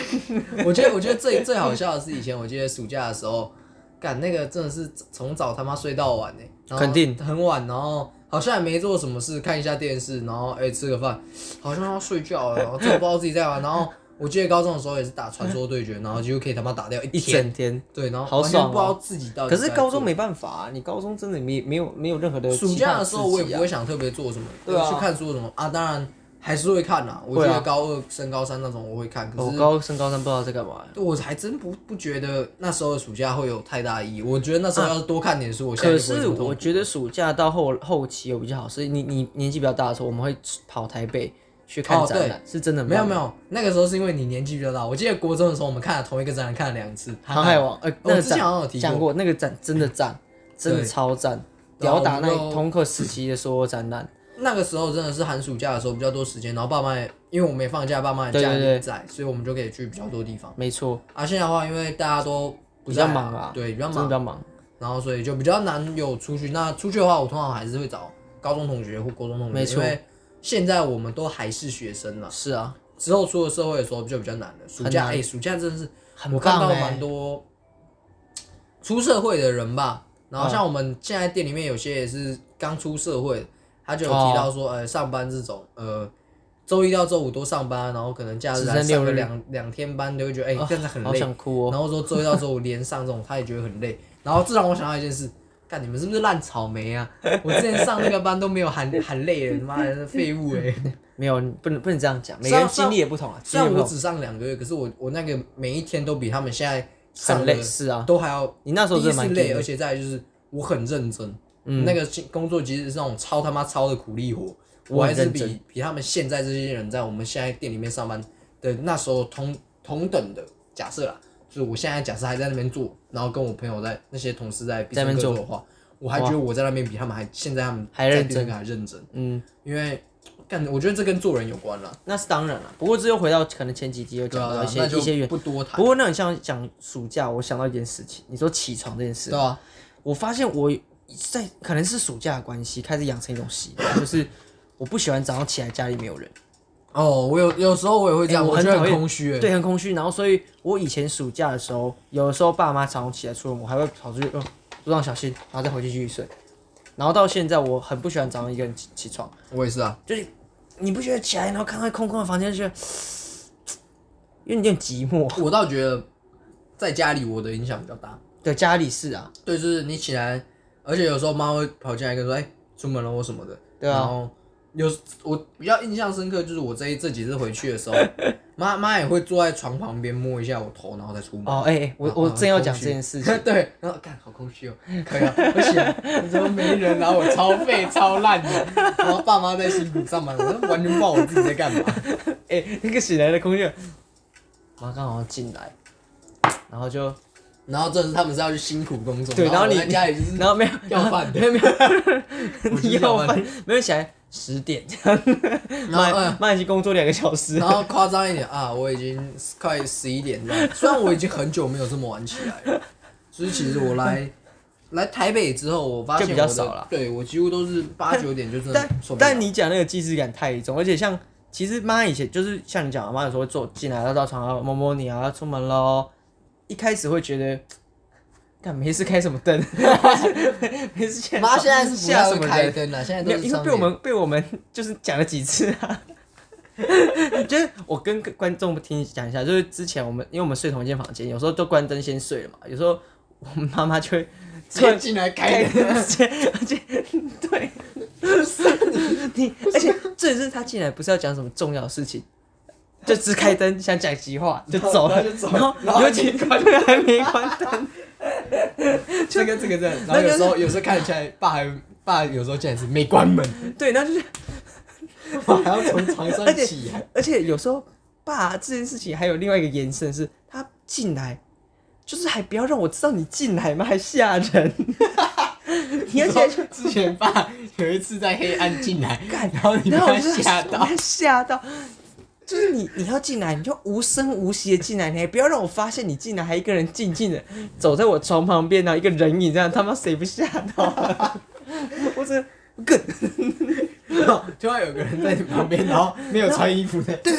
[SPEAKER 2] 我觉得我觉得最最好笑的是以前我记得暑假的时候，干那个真的是从早他妈睡到晚呢、然后
[SPEAKER 3] 肯定
[SPEAKER 2] 很晚，然后好像也没做什么事，看一下电视，然后哎、吃个饭，好像要睡觉了，然后真的不知道自己在玩，然后。我记得高中的时候也是打传说对决，然后就可以他妈打掉一
[SPEAKER 3] 一
[SPEAKER 2] 天，
[SPEAKER 3] 整天，
[SPEAKER 2] 对，然后
[SPEAKER 3] 好
[SPEAKER 2] 完全
[SPEAKER 3] 爽
[SPEAKER 2] 不知道
[SPEAKER 3] 哦
[SPEAKER 2] 自己到底
[SPEAKER 3] 可
[SPEAKER 2] 在做。
[SPEAKER 3] 是高中没办法啊，你高中真的没没有没有任何的
[SPEAKER 2] 暑
[SPEAKER 3] 其
[SPEAKER 2] 假
[SPEAKER 3] 他
[SPEAKER 2] 的时候，我也
[SPEAKER 3] 刺激
[SPEAKER 2] 不
[SPEAKER 3] 啊
[SPEAKER 2] 会想特别做什么，
[SPEAKER 3] 对啊
[SPEAKER 2] 去看书什么啊，当然还是会看啦。我觉
[SPEAKER 3] 会啊哦
[SPEAKER 2] 得高二升高三那种我会看，可
[SPEAKER 3] 我
[SPEAKER 2] 是
[SPEAKER 3] 高升高三不知道在干嘛。
[SPEAKER 2] 对我还真不不觉得那时候的暑假会有太大意义。我觉得那时候要是多看点书，我现在
[SPEAKER 3] 啊可
[SPEAKER 2] 就不会
[SPEAKER 3] 是
[SPEAKER 2] 这么痛
[SPEAKER 3] 我觉得暑假到后后期有比较好，是你你年纪比较大的时候，我们会跑台北去看
[SPEAKER 2] 哦
[SPEAKER 3] 展览，是真的
[SPEAKER 2] 没有没
[SPEAKER 3] 有。
[SPEAKER 2] 有，那个时候是因为你年纪比较大。我记得国中的时候，我们看了同一个展览，看了两次《哦
[SPEAKER 3] 航海王，呃，那个
[SPEAKER 2] 我之前
[SPEAKER 3] 展
[SPEAKER 2] 好像有提
[SPEAKER 3] 讲
[SPEAKER 2] 过，
[SPEAKER 3] 过，那个展真的赞，真的
[SPEAKER 2] 对
[SPEAKER 3] 超赞，
[SPEAKER 2] 然
[SPEAKER 3] 吊
[SPEAKER 2] 后我
[SPEAKER 3] 打
[SPEAKER 2] 们
[SPEAKER 3] 那
[SPEAKER 2] 就
[SPEAKER 3] 同课时期的所有展览。
[SPEAKER 2] 那个时候真的是寒暑假的时候比较多时间，然后爸妈也因为我没放假，爸妈也
[SPEAKER 3] 对
[SPEAKER 2] 家
[SPEAKER 3] 对
[SPEAKER 2] 里
[SPEAKER 3] 对
[SPEAKER 2] 在，所以我们就可以去比较多地方。
[SPEAKER 3] 没错，
[SPEAKER 2] 啊，现在的话，因为大家都不
[SPEAKER 3] 比较
[SPEAKER 2] 在
[SPEAKER 3] 忙啊
[SPEAKER 2] 对，比较
[SPEAKER 3] 真的
[SPEAKER 2] 忙
[SPEAKER 3] 比，较忙。
[SPEAKER 2] 然后所以就比较难有出去。那出去的话，我通常还是会找高中同学或国中同学，
[SPEAKER 3] 没错
[SPEAKER 2] 因为现在我们都还是学生啦。
[SPEAKER 3] 是啊，
[SPEAKER 2] 之后出了社会的时候就比较难了。暑假，
[SPEAKER 3] 很难
[SPEAKER 2] 哎、暑假真的是
[SPEAKER 3] 很
[SPEAKER 2] 我看
[SPEAKER 3] 棒
[SPEAKER 2] 到
[SPEAKER 3] 哎
[SPEAKER 2] 蛮多出社会的人吧。然
[SPEAKER 3] 嗯
[SPEAKER 2] 后像我们现在店里面有些也是刚出社会的，他就有提
[SPEAKER 3] 哦
[SPEAKER 2] 到说，呃，上班这种，呃，周一到周五都上班，啊然后可能假日
[SPEAKER 3] 只
[SPEAKER 2] 还
[SPEAKER 3] 剩六
[SPEAKER 2] 上个
[SPEAKER 3] 日
[SPEAKER 2] 两两天班，都会觉得，哎、
[SPEAKER 3] 啊
[SPEAKER 2] 真的很
[SPEAKER 3] 好
[SPEAKER 2] 累。
[SPEAKER 3] 想哭哦。
[SPEAKER 2] 然后说周一到周五连上这种，他也觉得很累。然后这让我想到一件事，干你们是不是烂草莓啊？我之前上那个班都没有喊喊累了，他妈的废物哎、
[SPEAKER 3] 没有，不能不能这样讲，每
[SPEAKER 2] 虽
[SPEAKER 3] 个
[SPEAKER 2] 然
[SPEAKER 3] 人经历也不同啊。
[SPEAKER 2] 虽
[SPEAKER 3] 经历
[SPEAKER 2] 然
[SPEAKER 3] 不
[SPEAKER 2] 我
[SPEAKER 3] 同
[SPEAKER 2] 只上两个月，可是我我那个每一天都比他们现在上
[SPEAKER 3] 很
[SPEAKER 2] 的
[SPEAKER 3] 累，是啊，
[SPEAKER 2] 都还要。
[SPEAKER 3] 你那时候
[SPEAKER 2] 第
[SPEAKER 3] 真
[SPEAKER 2] 一
[SPEAKER 3] 的
[SPEAKER 2] 是
[SPEAKER 3] 蛮
[SPEAKER 2] 累，
[SPEAKER 3] 拼的嗯
[SPEAKER 2] 而且再来就是我很认真。那个工作其实是那种超他妈超的苦力活，我
[SPEAKER 3] 我
[SPEAKER 2] 还
[SPEAKER 3] 很
[SPEAKER 2] 是
[SPEAKER 3] 认真
[SPEAKER 2] 比比他们现在这些人在我们现在店里面上班的那时候同同等的假设啦，就是我现在假设还在那边做，然后跟我朋友在那些同事在必
[SPEAKER 3] 在那
[SPEAKER 2] 胜
[SPEAKER 3] 边
[SPEAKER 2] 客
[SPEAKER 3] 做
[SPEAKER 2] 的话，我还觉得我在那边比他们还现在他们
[SPEAKER 3] 还认
[SPEAKER 2] 在必胜客还认真，
[SPEAKER 3] 嗯，
[SPEAKER 2] 因为干我觉得这跟做人有关啦，
[SPEAKER 3] 那是当然了。不过这又回到可能前几集有
[SPEAKER 2] 对
[SPEAKER 3] 讲
[SPEAKER 2] 啊，对
[SPEAKER 3] 到
[SPEAKER 2] 啊
[SPEAKER 3] 一些、
[SPEAKER 2] 那
[SPEAKER 3] 一些原
[SPEAKER 2] 就不多谈
[SPEAKER 3] 不，过那很像讲暑假，我想到一件事情，你说起床这件事
[SPEAKER 2] 对，啊，
[SPEAKER 3] 我发现我在可能是暑假的关系，开始养成一种习 惯，就是我不喜欢早上起来家里没有人，
[SPEAKER 2] 哦，我有有时候我也会这样，
[SPEAKER 3] 欸我
[SPEAKER 2] 觉
[SPEAKER 3] 很
[SPEAKER 2] 得
[SPEAKER 3] 讨
[SPEAKER 2] 很
[SPEAKER 3] 厌
[SPEAKER 2] 空虚、欸。
[SPEAKER 3] 对，很空虚。然后所以我以前暑假的时候，有的时候爸妈早上起来出门，我还会跑出去，嗯，路上小心，然后再回去继续睡。然后到现在，我很不喜欢早上一个人起起床，
[SPEAKER 2] 我也是啊，
[SPEAKER 3] 就是你不觉得起来，然后看到空空的房间，就觉得 有点寂寞。
[SPEAKER 2] 我倒觉得在家里我的影响比较大。
[SPEAKER 3] 对，家里是啊，
[SPEAKER 2] 对，就是你起来，而且有时候妈会跑进来跟说：“哎、出门了或什么的。”
[SPEAKER 3] 对啊
[SPEAKER 2] 然后有我比较印象深刻，就是我这一这几次回去的时候， 妈妈也会坐在床旁边摸一下我头，然后再出门。
[SPEAKER 3] 哦，哎、哎我
[SPEAKER 2] 啊
[SPEAKER 3] 我
[SPEAKER 2] 啊
[SPEAKER 3] 正要
[SPEAKER 2] 空
[SPEAKER 3] 讲
[SPEAKER 2] 虚
[SPEAKER 3] 这件事情，
[SPEAKER 2] 对，然后看好空虚哦，可以啊，不行，你怎么没人？然后我超废超烂的，然后爸妈在辛苦上班，我都完全不知道我自己在干嘛。
[SPEAKER 3] 哎、那个醒来的空姐，妈刚好进来，然后就
[SPEAKER 2] 然后这是他们是要去辛苦工作，
[SPEAKER 3] 对，然后
[SPEAKER 2] 我
[SPEAKER 3] 你
[SPEAKER 2] 在 家里就是
[SPEAKER 3] 然后没有
[SPEAKER 2] 要饭
[SPEAKER 3] 没有没有，
[SPEAKER 2] 我就是
[SPEAKER 3] 你
[SPEAKER 2] 要哦
[SPEAKER 3] 要
[SPEAKER 2] 饭
[SPEAKER 3] 饭没有起来十点这样，
[SPEAKER 2] 然后嗯
[SPEAKER 3] 妈妈已经工作两个小时
[SPEAKER 2] 然，后夸张一点啊，我已经快十一点这样。虽然我已经很久没有这么晚起来了，所以其实我来来台北之后，我发现
[SPEAKER 3] 就比较
[SPEAKER 2] 我的
[SPEAKER 3] 少了
[SPEAKER 2] 对我几乎都是八九点就真的
[SPEAKER 3] 但
[SPEAKER 2] 受不了。
[SPEAKER 3] 但你讲那个既视感太重，而且像其实妈以前就是像你讲的，妈有时候会坐进来，她到床上摸摸你啊，要出门喽，一开始会觉得。干没事开什么灯？ 没事开。
[SPEAKER 2] 妈现在是不
[SPEAKER 3] 吓
[SPEAKER 2] 要
[SPEAKER 3] 什
[SPEAKER 2] 是
[SPEAKER 3] 么
[SPEAKER 2] 开
[SPEAKER 3] 人？
[SPEAKER 2] 灯了，现在
[SPEAKER 3] 没
[SPEAKER 2] 都
[SPEAKER 3] 有，
[SPEAKER 2] 是
[SPEAKER 3] 因为
[SPEAKER 2] 商
[SPEAKER 3] 被
[SPEAKER 2] 店
[SPEAKER 3] 我们被我们 就是讲了几次啊。 就是我跟观众听讲一下，就是之前我们因为我们睡同一间房间，有时候都关灯先睡了嘛，有时候我们妈妈就会
[SPEAKER 2] 直接 进来开灯，
[SPEAKER 3] 而且而且对， 你而且这是他进来不是要讲什么重要的事情，就只开 灯想讲急话就走了，
[SPEAKER 2] 然后就走
[SPEAKER 3] 然后
[SPEAKER 2] 然后
[SPEAKER 3] 尤其对 还没关 灯，
[SPEAKER 2] 这个这个这样。然后有时候有时候看起来，爸还爸有时候竟然是没关门，
[SPEAKER 3] 对，然后就是
[SPEAKER 2] 我还要从床
[SPEAKER 3] 而
[SPEAKER 2] 上
[SPEAKER 3] 且
[SPEAKER 2] 起来。
[SPEAKER 3] 而且有时候爸这件事情还有另外一个延伸是，他进来就是还不要让我知道你进来吗？还吓人。 你要
[SPEAKER 2] 然
[SPEAKER 3] 起来
[SPEAKER 2] 后
[SPEAKER 3] 就
[SPEAKER 2] 之前爸有一次在黑暗进来，
[SPEAKER 3] 干
[SPEAKER 2] 然后你被
[SPEAKER 3] 然后我
[SPEAKER 2] 他
[SPEAKER 3] 就
[SPEAKER 2] 吓到
[SPEAKER 3] 我，被吓到。就是你你要进来，你就无声无息的进来，你还不要让我发现你进来，还一个人静静的走在我床旁边，然后一个人影这样，他妈谁不吓到、 啊？我真的更
[SPEAKER 2] 突然有个人在你旁 边，然后没有穿衣服的，对，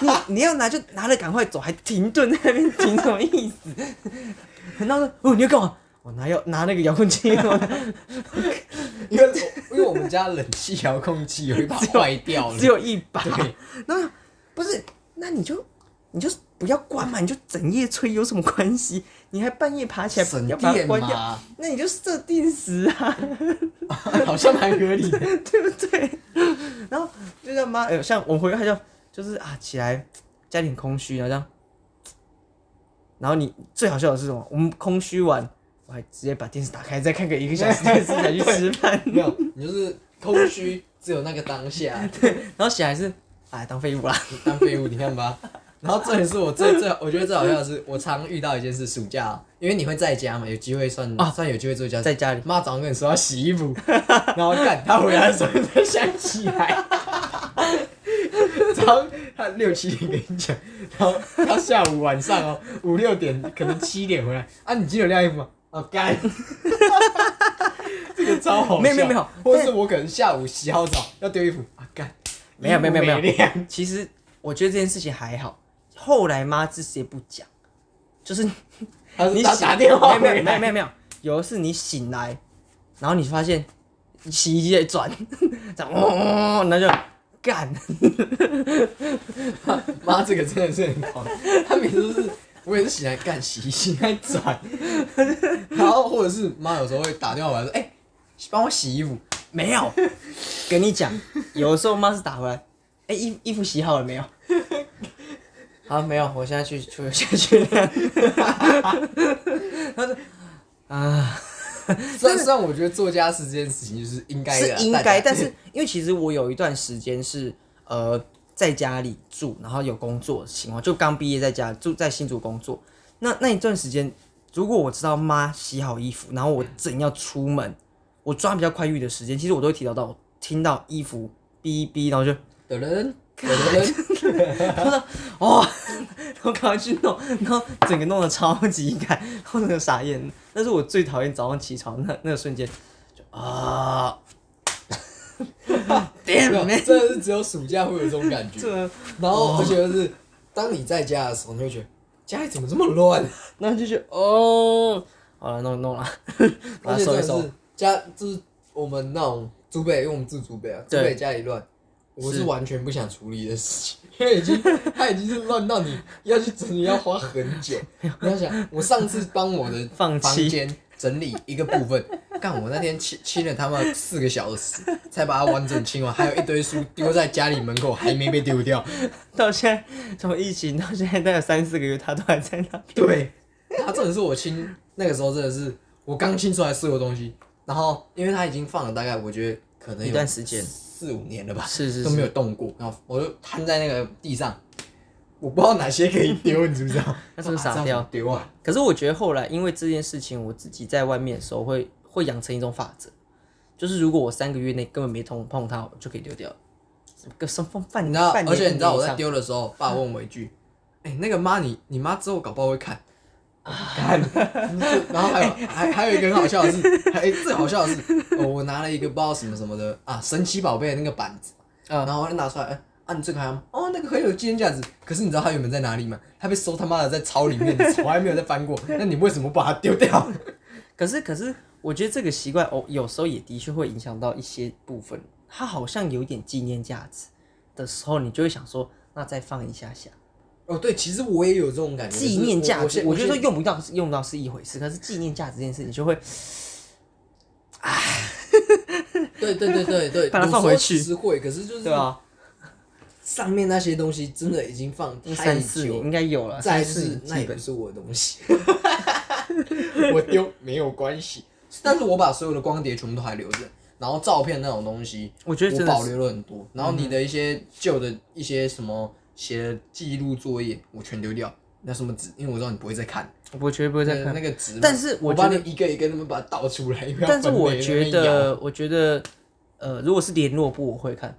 [SPEAKER 3] 你你要拿就拿了，赶快走，还停顿在那边停什么意思？很闹说哦，你要干嘛？我拿要拿那个遥控器， 我
[SPEAKER 2] 因为我因为我们家冷气遥控器有一把坏掉了，
[SPEAKER 3] 只有一把。
[SPEAKER 2] 对，
[SPEAKER 3] 那不是，那你就你就不要关嘛，你就整夜吹有什么关系？你还半夜爬起来
[SPEAKER 2] 省
[SPEAKER 3] 要把它
[SPEAKER 2] 电
[SPEAKER 3] 关掉，
[SPEAKER 2] 嘛，
[SPEAKER 3] 那你就设定时啊，
[SPEAKER 2] 好像蛮合理的。
[SPEAKER 3] 对不对？然后就像妈，哎、呦，像我回来就就是啊，起来家里很空虚，然后这样，然后你最好笑的是什么？我们空虚完，我还直接把电视打开，再看个一个小时电视才去吃 饭，
[SPEAKER 2] 没有，你就是空虚，只有那个当下，
[SPEAKER 3] 然后起来是哎当废物 啦，
[SPEAKER 2] 当废物，你看吧。 然后这也是我最最，我觉得最好笑的是，我常遇到一件事，暑假、因为你会在家嘛，有机会算啊，算有机会做家事。
[SPEAKER 3] 在家里
[SPEAKER 2] 妈早上跟你说要洗衣服， 然后干他回来的时候才想起来， 早上他六七点跟你讲，然后他下午晚上哦五六点可能七点回来啊，你今天有晾衣服吗？哦干， 这个超好笑，
[SPEAKER 3] 没有没有没有
[SPEAKER 2] 或是我可能下午洗好澡要丢衣服啊干，
[SPEAKER 3] 没有没有没有没有
[SPEAKER 2] 衣服晾
[SPEAKER 3] 其实我觉得这件事情还好，后来妈直接不讲，就是
[SPEAKER 2] 他是
[SPEAKER 3] 你
[SPEAKER 2] 打
[SPEAKER 3] 醒
[SPEAKER 2] 打电话
[SPEAKER 3] 没有没有没
[SPEAKER 2] 回
[SPEAKER 3] 有
[SPEAKER 2] 来，
[SPEAKER 3] 没有没有，有的是你醒来，然后你发现洗衣机在转， 这样哦，那就干，
[SPEAKER 2] 妈这个真的是很狂，他每次都是我也是醒来干洗衣机在转，然后或者是妈有时候会打电话来说，哎、帮我洗衣服，
[SPEAKER 3] 没有，跟你讲，有的时候妈是打回来，哎、衣衣服洗好了没有？ 好，没有，我现在去出去下去晾。他说啊。
[SPEAKER 2] 虽然虽然我觉得做家事这件事情就是应该的啊，
[SPEAKER 3] 是应该，
[SPEAKER 2] 大
[SPEAKER 3] 但
[SPEAKER 2] 家
[SPEAKER 3] 是因为其实我有一段时间是呃在家里住，然后有工作的情况，就刚毕业在家住在新竹工作。那那一段时间，如果我知道妈洗好衣服，然后我正要出门，我抓比较快运的时间，其实我都会提早到，听到衣服哔哔，然后就
[SPEAKER 2] 有人有人
[SPEAKER 3] 哦，然后赶快去弄，然后整个弄得超级赶，然后那个傻眼。但是我最讨厌早上起床那那个瞬间，就 啊
[SPEAKER 2] 没有哦
[SPEAKER 3] ，damn，man
[SPEAKER 2] 真的是只有暑假会有这种 感觉。
[SPEAKER 3] 这
[SPEAKER 2] 然后而且就是当你在家的时候，你会觉得家里怎么这么乱，
[SPEAKER 3] 那就是哦，好了，弄弄 了，把它
[SPEAKER 2] 而且真
[SPEAKER 3] 收一
[SPEAKER 2] 的
[SPEAKER 3] 收
[SPEAKER 2] 是。家就是我们那种祖北，因为我们住祖北啊，祖
[SPEAKER 3] 对
[SPEAKER 2] 北家里乱。我是
[SPEAKER 3] 是
[SPEAKER 2] 完全不想处理的事情，因为已经它已经是乱到你要去整理要花很 久。你要想，我上次帮我的
[SPEAKER 3] 放
[SPEAKER 2] 房
[SPEAKER 3] 弃
[SPEAKER 2] 间整理一个部分， 干我那天清清了他妈四个小时，才把它完整清完，还有一堆书丢在家里门口，还没被丢掉。
[SPEAKER 3] 到现在从疫情到现在大概三四个月，他都还在那边。
[SPEAKER 2] 对， 他真的是我清那个时候真的是我刚清出来所有东西，然后因为他已经放了大概我觉得可能有
[SPEAKER 3] 一段时间
[SPEAKER 2] 四五年了吧，
[SPEAKER 3] 是是
[SPEAKER 2] 都没有动过，然后我就摊在那个地上，我不知道哪些可以丢，你知不知道？
[SPEAKER 3] 那是不是
[SPEAKER 2] 啊
[SPEAKER 3] 傻
[SPEAKER 2] 这样
[SPEAKER 3] 掉
[SPEAKER 2] 不丢啊？
[SPEAKER 3] 可是我觉得后来因为这件事情，我自己在外面的时候会会养成一种法则，就是如果我三个月内根本没碰碰它，我就可以丢掉。个什么饭？
[SPEAKER 2] 你知道，
[SPEAKER 3] 半年
[SPEAKER 2] 而且你知道
[SPEAKER 3] 一
[SPEAKER 2] 我
[SPEAKER 3] 年以
[SPEAKER 2] 在
[SPEAKER 3] 上
[SPEAKER 2] 丢的时候，爸问我一句：“哎、那个妈，你你妈之后搞不好会看。”
[SPEAKER 3] 啊
[SPEAKER 2] 看， 然后还有还还有一个很好笑的是，还、哎最好笑的是，哦我拿了一个不知道什么什么的啊，神奇宝贝的那个板子，
[SPEAKER 3] 嗯
[SPEAKER 2] 然后我就拿出来，哎啊，你这个还要吗？哦，那个很有纪念价值。可是你知道它原本在哪里吗？它被收他妈的在草里 面，从来没有再翻过。那你为什么把它丢掉？
[SPEAKER 3] 可是可是，我觉得这个习惯哦，有时候也的确会影响到一些部分。它好像有点纪念价值的时候，你就会想说，那再放一下下。
[SPEAKER 2] 哦，对，其实我也有这种感觉，
[SPEAKER 3] 纪念价
[SPEAKER 2] 就
[SPEAKER 3] 值，
[SPEAKER 2] 是我
[SPEAKER 3] 我
[SPEAKER 2] 我
[SPEAKER 3] 觉
[SPEAKER 2] 现
[SPEAKER 3] 得说用不到是用不到是一回事，可是纪念价值这件事，你就会
[SPEAKER 2] 对对对对 对，
[SPEAKER 3] 把它放回去
[SPEAKER 2] 有时候其实会，可是就是
[SPEAKER 3] 对啊，
[SPEAKER 2] 上面那些东西真的已经放
[SPEAKER 3] 应
[SPEAKER 2] 太
[SPEAKER 3] 三四年
[SPEAKER 2] 久
[SPEAKER 3] 应，该有了，三
[SPEAKER 2] 再来
[SPEAKER 3] 四
[SPEAKER 2] 是
[SPEAKER 3] 年
[SPEAKER 2] 那
[SPEAKER 3] 基
[SPEAKER 2] 也不
[SPEAKER 3] 本
[SPEAKER 2] 是我的东西， 我丢没有关系。但是我把所有的光碟全部都还留着，然后照片那种东西，
[SPEAKER 3] 我觉得
[SPEAKER 2] 我
[SPEAKER 3] 真的
[SPEAKER 2] 保
[SPEAKER 3] 是嗯
[SPEAKER 2] 留了很多。然后你的一些旧的一些什么写的记录作业，我全丢掉。那什么纸，因为我知道你不会再看，
[SPEAKER 3] 我绝对不会再
[SPEAKER 2] 那
[SPEAKER 3] 看
[SPEAKER 2] 那。个纸嘛。
[SPEAKER 3] 但是我
[SPEAKER 2] 我
[SPEAKER 3] 觉
[SPEAKER 2] 把
[SPEAKER 3] 得
[SPEAKER 2] 你一个一个那么把它倒出来，因为要
[SPEAKER 3] 但是
[SPEAKER 2] 分类
[SPEAKER 3] 我
[SPEAKER 2] 那
[SPEAKER 3] 觉
[SPEAKER 2] 边摇
[SPEAKER 3] 得，我觉得，呃，如果是联络簿，我会看。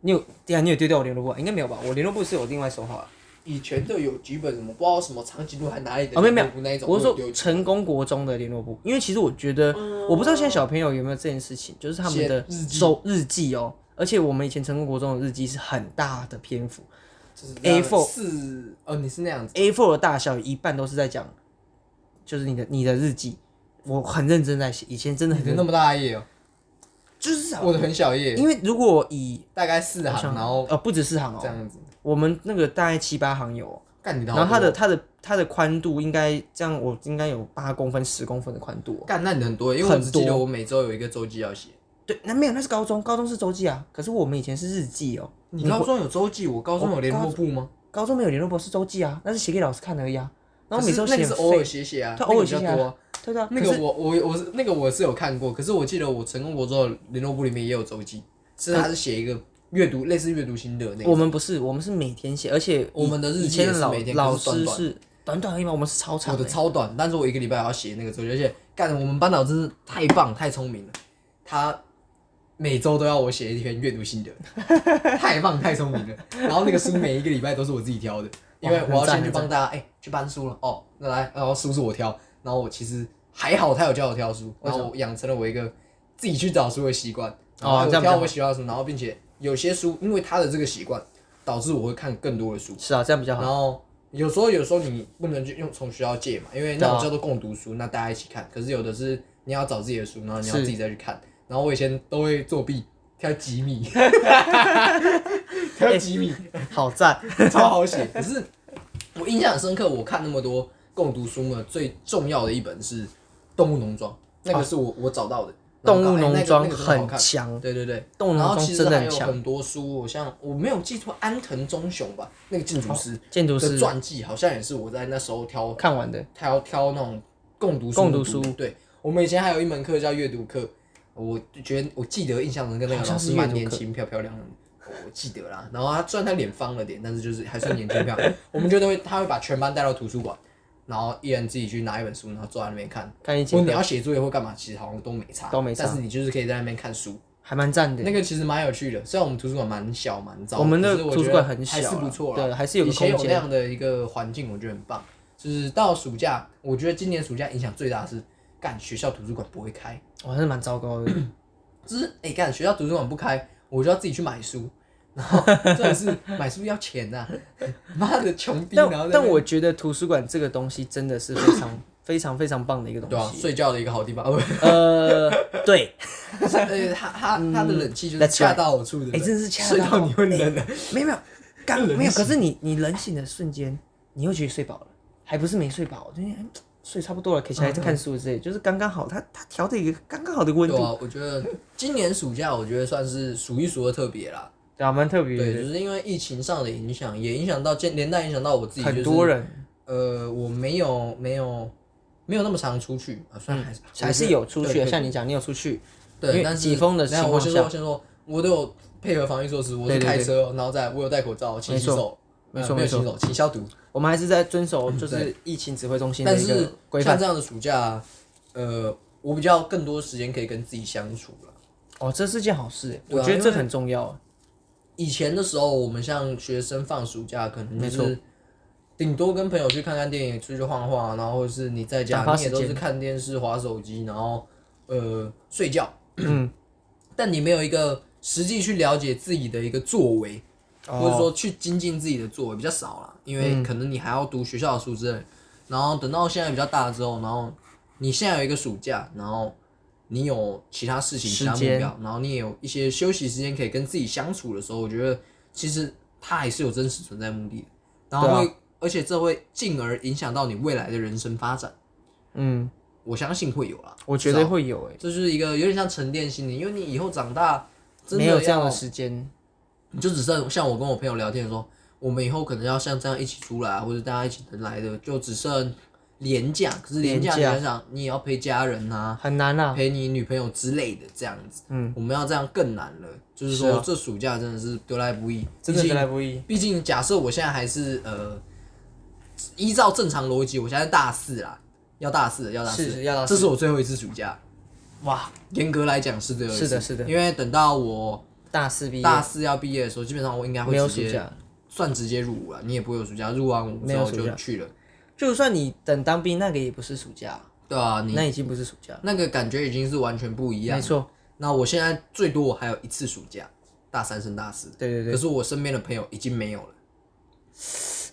[SPEAKER 3] 你有，对啊，你有丢掉我联络簿啊？应该没有吧？我联络簿是我另外收好啊了。
[SPEAKER 2] 以前的有几本什么不知道什么长颈鹿还哪里的
[SPEAKER 3] 哦，没有没有
[SPEAKER 2] 那一，种，
[SPEAKER 3] 我是
[SPEAKER 2] 有丢
[SPEAKER 3] 说
[SPEAKER 2] 弃
[SPEAKER 3] 成功国中的联络簿，因为其实我觉得，我不知道现在小朋友有没有这件事情，就是他们的
[SPEAKER 2] 写日记
[SPEAKER 3] 手日记哦，而且我们以前成功国中的日记是很大的篇幅
[SPEAKER 2] 就是这样
[SPEAKER 3] A4
[SPEAKER 2] 四哦，你是那样子，
[SPEAKER 3] ，A4 的大小一半都是在讲，就是你的你的日记，我很认真在写，以前真的
[SPEAKER 2] 你
[SPEAKER 3] 很
[SPEAKER 2] 的
[SPEAKER 3] 认
[SPEAKER 2] 那么大一页哦，
[SPEAKER 3] 就是啊
[SPEAKER 2] 我的很小页，
[SPEAKER 3] 因为如果以
[SPEAKER 2] 大概四
[SPEAKER 3] 好像
[SPEAKER 2] 行，然后
[SPEAKER 3] 呃不止四行
[SPEAKER 2] 这
[SPEAKER 3] 哦，
[SPEAKER 2] 样子，
[SPEAKER 3] 我们那个大概七八行有哦，
[SPEAKER 2] 干你的
[SPEAKER 3] 然
[SPEAKER 2] 好
[SPEAKER 3] 后它
[SPEAKER 2] 多，
[SPEAKER 3] 的它的它的宽度应该这样，我应该有八公分十公分的宽度哦。
[SPEAKER 2] 干那你的很多，因为我
[SPEAKER 3] 很
[SPEAKER 2] 只记得
[SPEAKER 3] 多
[SPEAKER 2] 我每周有一个周记要写。
[SPEAKER 3] 对，那没有，那是高中，高中是周记啊。可是我们以前是日记哦，
[SPEAKER 2] 你高中有周记，我高中有联络簿吗？
[SPEAKER 3] 高中没有联络簿是周记啊，那是写给老师看的而已啊。然后每
[SPEAKER 2] 可是
[SPEAKER 3] 周
[SPEAKER 2] 那
[SPEAKER 3] 写
[SPEAKER 2] 个是偶尔
[SPEAKER 3] 废，
[SPEAKER 2] 写写啊，
[SPEAKER 3] 他偶尔
[SPEAKER 2] 那个比
[SPEAKER 3] 写
[SPEAKER 2] 较
[SPEAKER 3] 写
[SPEAKER 2] 多啊。
[SPEAKER 3] 对的、啊。
[SPEAKER 2] 那
[SPEAKER 3] 可
[SPEAKER 2] 个
[SPEAKER 3] 是
[SPEAKER 2] 我我我是那个我是有看过，可是我记得我成功国中的联络簿里面也有周记，是他是写一个阅读类似阅读心得那
[SPEAKER 3] 我
[SPEAKER 2] 个。
[SPEAKER 3] 们不是，我们是每天写，而且
[SPEAKER 2] 我们的日记
[SPEAKER 3] 以前
[SPEAKER 2] 也
[SPEAKER 3] 的
[SPEAKER 2] 是
[SPEAKER 3] 老
[SPEAKER 2] 每天
[SPEAKER 3] 老
[SPEAKER 2] 可是短
[SPEAKER 3] 师
[SPEAKER 2] 短
[SPEAKER 3] 是短短而已嘛，我们是超
[SPEAKER 2] 我
[SPEAKER 3] 长欸
[SPEAKER 2] 的
[SPEAKER 3] 的、
[SPEAKER 2] 超短，但是我一个礼拜还要写那个周记，而且干我们班导真是太棒太聪明了，他每周都要我写一篇阅 读心得，太棒太聪明了。然后那个书每一个礼拜都是我自 己挑的，因为我要先去帮大家哎、去搬书了哦，那来然后书是我挑，然后我其实还好他有教我挑书，然后我养成了我一个自己去找书的习惯，然后
[SPEAKER 3] 哦
[SPEAKER 2] 我
[SPEAKER 3] 这样比较
[SPEAKER 2] 挑
[SPEAKER 3] 好
[SPEAKER 2] 我喜欢的书，然后并且有些书因为他的这个习惯，导致我会看更多的书。
[SPEAKER 3] 是啊，这样比较 好。
[SPEAKER 2] 然后有时候有时候你不能去用从学校借嘛，因为那
[SPEAKER 3] 啊
[SPEAKER 2] 种叫做共读书，那大家一起看。可是有的是你要找自己的书，然后你要
[SPEAKER 3] 是
[SPEAKER 2] 自己再去看。然后我以前都会作弊，挑 几米， 挑几米，
[SPEAKER 3] 好赞，
[SPEAKER 2] 超好写。可是我印象很深刻，我看那么多共读书呢，最重要的一本是《动物农庄》，那个是我、我找到的。然后
[SPEAKER 3] 啊动物
[SPEAKER 2] 我搞哎那
[SPEAKER 3] 农
[SPEAKER 2] 个
[SPEAKER 3] 庄
[SPEAKER 2] 那个真的好
[SPEAKER 3] 很
[SPEAKER 2] 看
[SPEAKER 3] 强，
[SPEAKER 2] 对对对，
[SPEAKER 3] 动物
[SPEAKER 2] 然
[SPEAKER 3] 农
[SPEAKER 2] 后
[SPEAKER 3] 庄
[SPEAKER 2] 其实
[SPEAKER 3] 真的
[SPEAKER 2] 还
[SPEAKER 3] 很
[SPEAKER 2] 有
[SPEAKER 3] 强。
[SPEAKER 2] 很多书，我像我没有记错安藤忠雄吧，那个建
[SPEAKER 3] 哦
[SPEAKER 2] 筑师，
[SPEAKER 3] 建筑
[SPEAKER 2] 的
[SPEAKER 3] 师
[SPEAKER 2] 传记好像也是我在那时候挑
[SPEAKER 3] 看完的，
[SPEAKER 2] 挑挑那种共读书
[SPEAKER 3] 共读
[SPEAKER 2] 读的
[SPEAKER 3] 书
[SPEAKER 2] 对，我们以前还有一门课叫阅读课，我觉得我记得印象中跟那
[SPEAKER 3] 好
[SPEAKER 2] 个
[SPEAKER 3] 像
[SPEAKER 2] 老
[SPEAKER 3] 是
[SPEAKER 2] 师
[SPEAKER 3] 阅
[SPEAKER 2] 蛮
[SPEAKER 3] 读
[SPEAKER 2] 年
[SPEAKER 3] 课
[SPEAKER 2] 轻漂漂亮亮的。我记得啦，然后他虽然他脸方了点，但是就是还算年轻漂亮。我们就都会，他会把全班带到图书馆，然后一人自己去拿一本书，然后坐在那边看。
[SPEAKER 3] 看一
[SPEAKER 2] 如果
[SPEAKER 3] 集
[SPEAKER 2] 你要写作业或干嘛，其实好像都没差，
[SPEAKER 3] 都没差
[SPEAKER 2] 但是你就是可以在那边看书，
[SPEAKER 3] 还蛮赞的。
[SPEAKER 2] 那个其实蛮有趣的。虽然我们图书馆蛮小蛮糟，
[SPEAKER 3] 我们
[SPEAKER 2] 可
[SPEAKER 3] 的
[SPEAKER 2] 是我
[SPEAKER 3] 图
[SPEAKER 2] 觉
[SPEAKER 3] 书
[SPEAKER 2] 得
[SPEAKER 3] 馆很小
[SPEAKER 2] 还
[SPEAKER 3] 啦，
[SPEAKER 2] 是不错啦
[SPEAKER 3] 对，啊还是有
[SPEAKER 2] 以
[SPEAKER 3] 个
[SPEAKER 2] 前
[SPEAKER 3] 空
[SPEAKER 2] 有那
[SPEAKER 3] 间。
[SPEAKER 2] 样的一个环境，我觉得很棒。就是到暑假，我觉得今年暑假影响最大的是，干学校图书馆不会开，
[SPEAKER 3] 我还是蛮糟糕 的。
[SPEAKER 2] 就是哎、干学校图书馆不开，我就要自己去买书，然后真的是买书要钱呐、 妈的穷逼，然后
[SPEAKER 3] 但
[SPEAKER 2] 在那
[SPEAKER 3] 但
[SPEAKER 2] 边
[SPEAKER 3] 我觉得图书馆这个东西真的是非 常非常非常棒的一个
[SPEAKER 2] 对
[SPEAKER 3] 东
[SPEAKER 2] 啊，
[SPEAKER 3] 西。
[SPEAKER 2] 睡觉的一个好地方，呃，
[SPEAKER 3] 呃，对，
[SPEAKER 2] 不是呃，它它它的冷气就是
[SPEAKER 3] That's right
[SPEAKER 2] 恰到好处的冷，
[SPEAKER 3] 哎真是恰到哎
[SPEAKER 2] 睡到你会冷的，
[SPEAKER 3] 没 有没有，刚
[SPEAKER 2] 人醒
[SPEAKER 3] 没有。可是你你冷醒的瞬间，你又觉得睡饱了，还不是没睡饱，就是哎睡差不多了，可以起来看书之类，就是刚刚好，它它调的一个刚刚好的温
[SPEAKER 2] 对
[SPEAKER 3] 度，
[SPEAKER 2] 啊，我觉得今年暑假我觉得算是数一数二特别啦，
[SPEAKER 3] 对啊，蛮特别
[SPEAKER 2] 对，
[SPEAKER 3] 的，
[SPEAKER 2] 就是因为疫情上的影响，也影响到连连带影响到我自己，
[SPEAKER 3] 很
[SPEAKER 2] 就是
[SPEAKER 3] 多人
[SPEAKER 2] 呃，我没有没有没有那么常出去啊，虽然还是、
[SPEAKER 3] 嗯还是有出去
[SPEAKER 2] 对
[SPEAKER 3] 的，像你讲，你有出去，因
[SPEAKER 2] 对，
[SPEAKER 3] 为
[SPEAKER 2] 但是
[SPEAKER 3] 疾风的
[SPEAKER 2] 等一下
[SPEAKER 3] 情
[SPEAKER 2] 我
[SPEAKER 3] 况
[SPEAKER 2] 先
[SPEAKER 3] 下
[SPEAKER 2] 说，我先说，我都有配合防疫措施，我
[SPEAKER 3] 对
[SPEAKER 2] 是
[SPEAKER 3] 对
[SPEAKER 2] 开
[SPEAKER 3] 对
[SPEAKER 2] 车，然后再我有戴口罩，勤
[SPEAKER 3] 没
[SPEAKER 2] 洗
[SPEAKER 3] 错
[SPEAKER 2] 手，
[SPEAKER 3] 没
[SPEAKER 2] 呃
[SPEAKER 3] 错
[SPEAKER 2] 没有
[SPEAKER 3] 没错
[SPEAKER 2] 勤手，勤消毒。
[SPEAKER 3] 我们还是在遵守就
[SPEAKER 2] 对
[SPEAKER 3] 是疫情指挥中心的
[SPEAKER 2] 但
[SPEAKER 3] 一
[SPEAKER 2] 是
[SPEAKER 3] 个规
[SPEAKER 2] 像
[SPEAKER 3] 范。
[SPEAKER 2] 这样的暑假，呃，我比较更多时间可以跟自己相处了。
[SPEAKER 3] 哦，这是件好事，
[SPEAKER 2] 对啊
[SPEAKER 3] 我觉得
[SPEAKER 2] 因
[SPEAKER 3] 这
[SPEAKER 2] 为
[SPEAKER 3] 很重要。
[SPEAKER 2] 以前的时候，我们像学生放暑假，可能就
[SPEAKER 3] 没
[SPEAKER 2] 是顶多跟朋友去看看电影，出去晃晃，然后或者是你在
[SPEAKER 3] 打
[SPEAKER 2] 家
[SPEAKER 3] 发
[SPEAKER 2] 你也
[SPEAKER 3] 时
[SPEAKER 2] 都
[SPEAKER 3] 间
[SPEAKER 2] 是看电视、划手机，然后呃睡觉。
[SPEAKER 3] 嗯
[SPEAKER 2] 但你没有一个实际去了解自己的一个作为，或者
[SPEAKER 3] 哦嗯
[SPEAKER 2] 说去精进自己的作为比较少了，因为可能你还要读学校的书之类的。然后等到现在比较大了之后，然后你现在有一个暑假，然后你有其他事情、其
[SPEAKER 3] 时
[SPEAKER 2] 他目
[SPEAKER 3] 间
[SPEAKER 2] 标，然后你也有一些休息时间可以跟自己相处的时候，我觉得其实它还是有真实存在目的的。然
[SPEAKER 3] 啊
[SPEAKER 2] 后会，而且这会进而影响到你未来的人生发展，
[SPEAKER 3] 嗯，
[SPEAKER 2] 我相信会有啦。
[SPEAKER 3] 我觉得会有诶、欸
[SPEAKER 2] 这就是一个有点像沉淀心理，因为你以后长大真的
[SPEAKER 3] 没有这样
[SPEAKER 2] 要
[SPEAKER 3] 的时间，
[SPEAKER 2] 你就只剩像我跟我朋友聊天说，我们以后可能要像这样一起出来啊，或者大家一起能来的，就只剩廉价。可是廉价，你
[SPEAKER 3] 廉价
[SPEAKER 2] 想想，你也要陪家人啊，
[SPEAKER 3] 很难啊。
[SPEAKER 2] 陪你女朋友之类的这样子。
[SPEAKER 3] 嗯，
[SPEAKER 2] 我们要这样更难了。就是说，
[SPEAKER 3] 是啊
[SPEAKER 2] 这暑假真的是得来不易，
[SPEAKER 3] 真的得来不易。
[SPEAKER 2] 毕竟假设我现在还是呃，依照正常逻辑，我现在大四啦，要大四了，要大四了，
[SPEAKER 3] 是是要大四
[SPEAKER 2] 这是我最后一次暑假。
[SPEAKER 3] 哇，
[SPEAKER 2] 严格来讲是最后一次，
[SPEAKER 3] 是的是的
[SPEAKER 2] 因为等到我
[SPEAKER 3] 大四毕业，
[SPEAKER 2] 大四要毕业的时候，基本上我应该会
[SPEAKER 3] 没有
[SPEAKER 2] 直
[SPEAKER 3] 暑
[SPEAKER 2] 接
[SPEAKER 3] 假。
[SPEAKER 2] 算直接入伍了，你也不会有暑假，入完伍
[SPEAKER 3] 没
[SPEAKER 2] 之
[SPEAKER 3] 有
[SPEAKER 2] 后
[SPEAKER 3] 暑假
[SPEAKER 2] 就去了。
[SPEAKER 3] 就算你等当兵，那个也不是暑假，
[SPEAKER 2] 对啊，你
[SPEAKER 3] 那已经不是暑假了。
[SPEAKER 2] 那个感觉已经是完全不一样
[SPEAKER 3] 没。错，
[SPEAKER 2] 那我现在最多我还有一次暑假，大三升大四。
[SPEAKER 3] 对对对
[SPEAKER 2] 可是我身边的朋友已经没有了，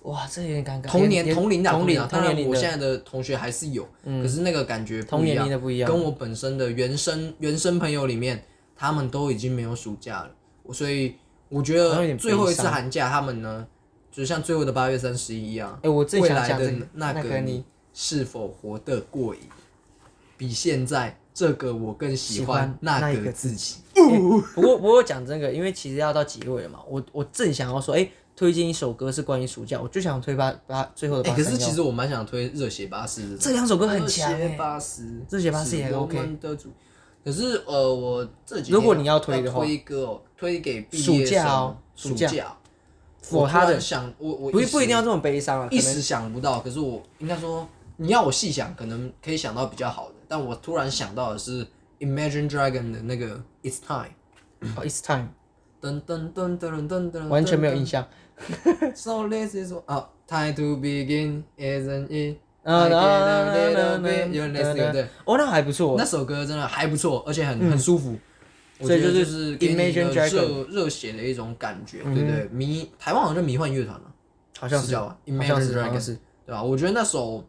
[SPEAKER 3] 哇，这有点尴尬。
[SPEAKER 2] 同
[SPEAKER 3] 连
[SPEAKER 2] 年
[SPEAKER 3] 连
[SPEAKER 2] 同龄的
[SPEAKER 3] 同龄
[SPEAKER 2] 龄，
[SPEAKER 3] 同
[SPEAKER 2] 当
[SPEAKER 3] 年
[SPEAKER 2] 然
[SPEAKER 3] 龄
[SPEAKER 2] 我
[SPEAKER 3] 的嗯
[SPEAKER 2] 现在的同学还是有，可是那个感觉不
[SPEAKER 3] 同
[SPEAKER 2] 一
[SPEAKER 3] 年
[SPEAKER 2] 样
[SPEAKER 3] 龄的不一样。
[SPEAKER 2] 跟我本身的原生原生朋友里面，他们都已经没有暑假了，我所以我觉
[SPEAKER 3] 好像有
[SPEAKER 2] 得
[SPEAKER 3] 点
[SPEAKER 2] 最后一次
[SPEAKER 3] 悲伤
[SPEAKER 2] 寒假，他们呢，就像最后的八月三十一一样
[SPEAKER 3] 哎、，我正
[SPEAKER 2] 未
[SPEAKER 3] 想
[SPEAKER 2] 来
[SPEAKER 3] 讲
[SPEAKER 2] 的
[SPEAKER 3] 这个，
[SPEAKER 2] 那
[SPEAKER 3] 那
[SPEAKER 2] 个
[SPEAKER 3] 个
[SPEAKER 2] 你是否活得过瘾，比现在这个我更喜
[SPEAKER 3] 喜
[SPEAKER 2] 欢
[SPEAKER 3] 欢
[SPEAKER 2] 那
[SPEAKER 3] 那
[SPEAKER 2] 个
[SPEAKER 3] 个
[SPEAKER 2] 自己。
[SPEAKER 3] 不过不过讲这个，因为其实要到结尾了嘛，我我正想要说，哎、推荐一首歌是关于暑假，我就想推八八最后的
[SPEAKER 2] 哎、
[SPEAKER 3] 八
[SPEAKER 2] 可
[SPEAKER 3] 三
[SPEAKER 2] 是其
[SPEAKER 3] 幺。
[SPEAKER 2] 实我蛮想推《热血巴士》
[SPEAKER 3] 这两首歌很强
[SPEAKER 2] 热血
[SPEAKER 3] 哎、
[SPEAKER 2] 巴士，
[SPEAKER 3] 热血巴士也
[SPEAKER 2] 是我
[SPEAKER 3] OK
[SPEAKER 2] 们的主。可是呃，我这几天
[SPEAKER 3] 如果你
[SPEAKER 2] 要
[SPEAKER 3] 要推的话
[SPEAKER 2] 推歌哦，推给毕
[SPEAKER 3] 暑
[SPEAKER 2] 业
[SPEAKER 3] 假
[SPEAKER 2] 生
[SPEAKER 3] 哦
[SPEAKER 2] 暑
[SPEAKER 3] 暑假
[SPEAKER 2] 假。
[SPEAKER 3] 我他
[SPEAKER 2] 突
[SPEAKER 3] 的
[SPEAKER 2] 然想，我我
[SPEAKER 3] 不
[SPEAKER 2] 一
[SPEAKER 3] 是不一
[SPEAKER 2] 时
[SPEAKER 3] 定要这么悲伤啊，可
[SPEAKER 2] 一
[SPEAKER 3] 能
[SPEAKER 2] 时想不到，可是我应该说，你要我细想，可能可以想到比较好的。但我突然想到的是 Imagine Dragon 的那个 It's Time，
[SPEAKER 3] 哦，It's time，
[SPEAKER 2] 噔噔噔噔噔噔噔，
[SPEAKER 3] 完全没有印象。
[SPEAKER 2] So this is 啊，Time to begin, isn't it？
[SPEAKER 3] 嗯
[SPEAKER 2] I
[SPEAKER 3] 嗯
[SPEAKER 2] get a
[SPEAKER 3] 嗯
[SPEAKER 2] little
[SPEAKER 3] 嗯
[SPEAKER 2] bit- 有点类似对不对？
[SPEAKER 3] 哦，那还不错
[SPEAKER 2] 那。首歌真的还不错，而且很很舒服。我
[SPEAKER 3] 嗯所以
[SPEAKER 2] 觉得
[SPEAKER 3] 就是
[SPEAKER 2] 是给你一
[SPEAKER 3] Imagine
[SPEAKER 2] 个
[SPEAKER 3] Dragon 嗯
[SPEAKER 2] 热热血的一种感觉，对不对？迷台湾好像就迷幻乐团了。
[SPEAKER 3] 好像
[SPEAKER 2] 是
[SPEAKER 3] 是，
[SPEAKER 2] 叫吧
[SPEAKER 3] 好像是，
[SPEAKER 2] Imagine
[SPEAKER 3] 好像是。
[SPEAKER 2] 对吧、我觉得那首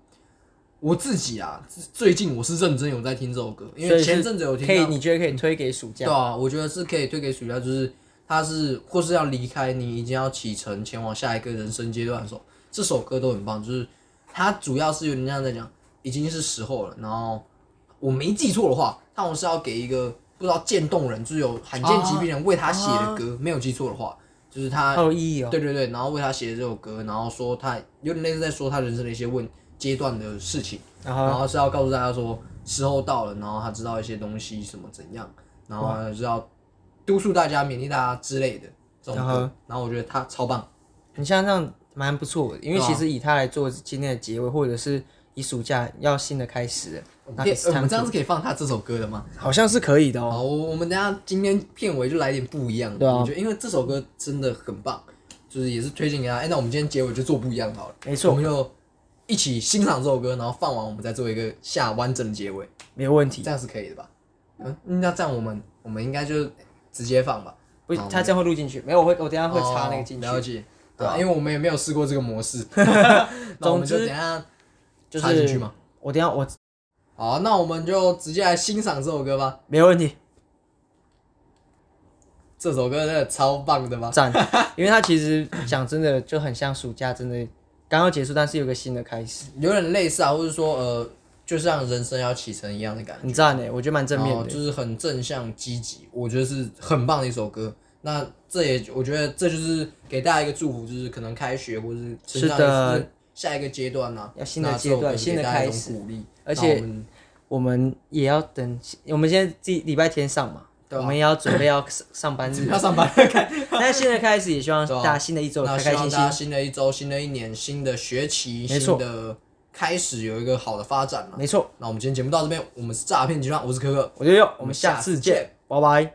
[SPEAKER 2] 我自己啊，自最近我是认真有在听这首歌，因
[SPEAKER 3] 所以
[SPEAKER 2] 为
[SPEAKER 3] 是
[SPEAKER 2] 前阵子有听
[SPEAKER 3] 可以，
[SPEAKER 2] 到，
[SPEAKER 3] 你觉得可以推给暑
[SPEAKER 2] 对
[SPEAKER 3] 假？
[SPEAKER 2] 啊，我觉得是可以推给暑假，就是他是或是要离开你，已经要启程前往下一个人生阶段的时候，这首歌都很棒，就是它主要是有点像在讲，已经是时候了，然后我没记错的话，他好像是要给一个不知道渐冻人，就是有罕见疾病人为他写的歌，没有记错的话，就是他
[SPEAKER 3] 好有意义哦。
[SPEAKER 2] 对对对，然后为他写的这首歌，然后说他有点类似在说他人生的一些问阶段的事情，
[SPEAKER 3] 然
[SPEAKER 2] 然
[SPEAKER 3] 后
[SPEAKER 2] 后是要告诉大家说时候到了，然后他知道一些东西什么怎样，然后是要督促大家、勉励大家之类的这种
[SPEAKER 3] 然后
[SPEAKER 2] 歌。然后我觉得他超棒，
[SPEAKER 3] 你嗯像这样蛮不错的，因为
[SPEAKER 2] 对啊
[SPEAKER 3] 其实以它来做今天的结尾，或者是以暑假要新的开始了，
[SPEAKER 2] 我们
[SPEAKER 3] 那
[SPEAKER 2] 可以
[SPEAKER 3] it's
[SPEAKER 2] 呃我
[SPEAKER 3] time
[SPEAKER 2] 们这样是可以放他这首歌的吗？
[SPEAKER 3] to- 好像是可以的哦。
[SPEAKER 2] 好，我我们等一下今天片尾就来点不一样的，
[SPEAKER 3] 对啊
[SPEAKER 2] 我觉得因为这首歌真的很棒，就是也是推荐给他。哎，那我们今天结尾就做不一样的好了，
[SPEAKER 3] 没错
[SPEAKER 2] 我们就一起欣赏这首歌，然后放完我们再做一个下完整的结尾。
[SPEAKER 3] 没有问题
[SPEAKER 2] 这。样是可以的吧？嗯，那这样我们我们应该就直接放吧，
[SPEAKER 3] 不，
[SPEAKER 2] 好
[SPEAKER 3] 他这样会录进去。没有，我会，我等一下
[SPEAKER 2] 他
[SPEAKER 3] 会插那个进去。
[SPEAKER 2] 哦了解，对啊吧？因为我们也没有试过这个模 式，那我们就等一下
[SPEAKER 3] 就
[SPEAKER 2] 插进去
[SPEAKER 3] 是
[SPEAKER 2] 嘛。
[SPEAKER 3] 我等一下我
[SPEAKER 2] 好，那我们就直接来欣赏这首歌吧。
[SPEAKER 3] 没有问题，
[SPEAKER 2] 这首歌真的超棒的吧？
[SPEAKER 3] 赞。因为他其实讲真的就很像暑假，真的刚要结束，但是有个新的开始，
[SPEAKER 2] 有点类似啊，或者说呃，就像人生要启程一样的感觉。
[SPEAKER 3] 很赞欸诶，我觉得蛮正面
[SPEAKER 2] 然后
[SPEAKER 3] 的。
[SPEAKER 2] 就是很正向积极，我觉得是很棒的一首歌。那这也我觉得这就是给大家一个祝福，就是可能开学或是成长
[SPEAKER 3] 是的
[SPEAKER 2] 就是下一个阶段呐、
[SPEAKER 3] 要新的
[SPEAKER 2] 那这首歌
[SPEAKER 3] 阶段
[SPEAKER 2] 给大家一种
[SPEAKER 3] 新
[SPEAKER 2] 鼓励，
[SPEAKER 3] 而且
[SPEAKER 2] 那我们
[SPEAKER 3] 我们也要等，我们现在这礼拜天上嘛，
[SPEAKER 2] 对啊
[SPEAKER 3] 我们也要准备要上上班日
[SPEAKER 2] 要。上班，
[SPEAKER 3] 那新的开始，也希望
[SPEAKER 2] 对啊
[SPEAKER 3] 大家新的一周
[SPEAKER 2] 那
[SPEAKER 3] 开
[SPEAKER 2] 希
[SPEAKER 3] 开
[SPEAKER 2] 望
[SPEAKER 3] 心
[SPEAKER 2] 大家
[SPEAKER 3] 心。
[SPEAKER 2] 新的一周、新的一年、新的学期、
[SPEAKER 3] 没
[SPEAKER 2] 新
[SPEAKER 3] 错
[SPEAKER 2] 的开始有一个好的发展了、
[SPEAKER 3] 没错，
[SPEAKER 2] 那我们今天节目到这边，我们是诈骗集团，我是可可，
[SPEAKER 3] 我就用，我
[SPEAKER 2] 们
[SPEAKER 3] 们
[SPEAKER 2] 下
[SPEAKER 3] 下
[SPEAKER 2] 次
[SPEAKER 3] 次
[SPEAKER 2] 见
[SPEAKER 3] 见，拜拜。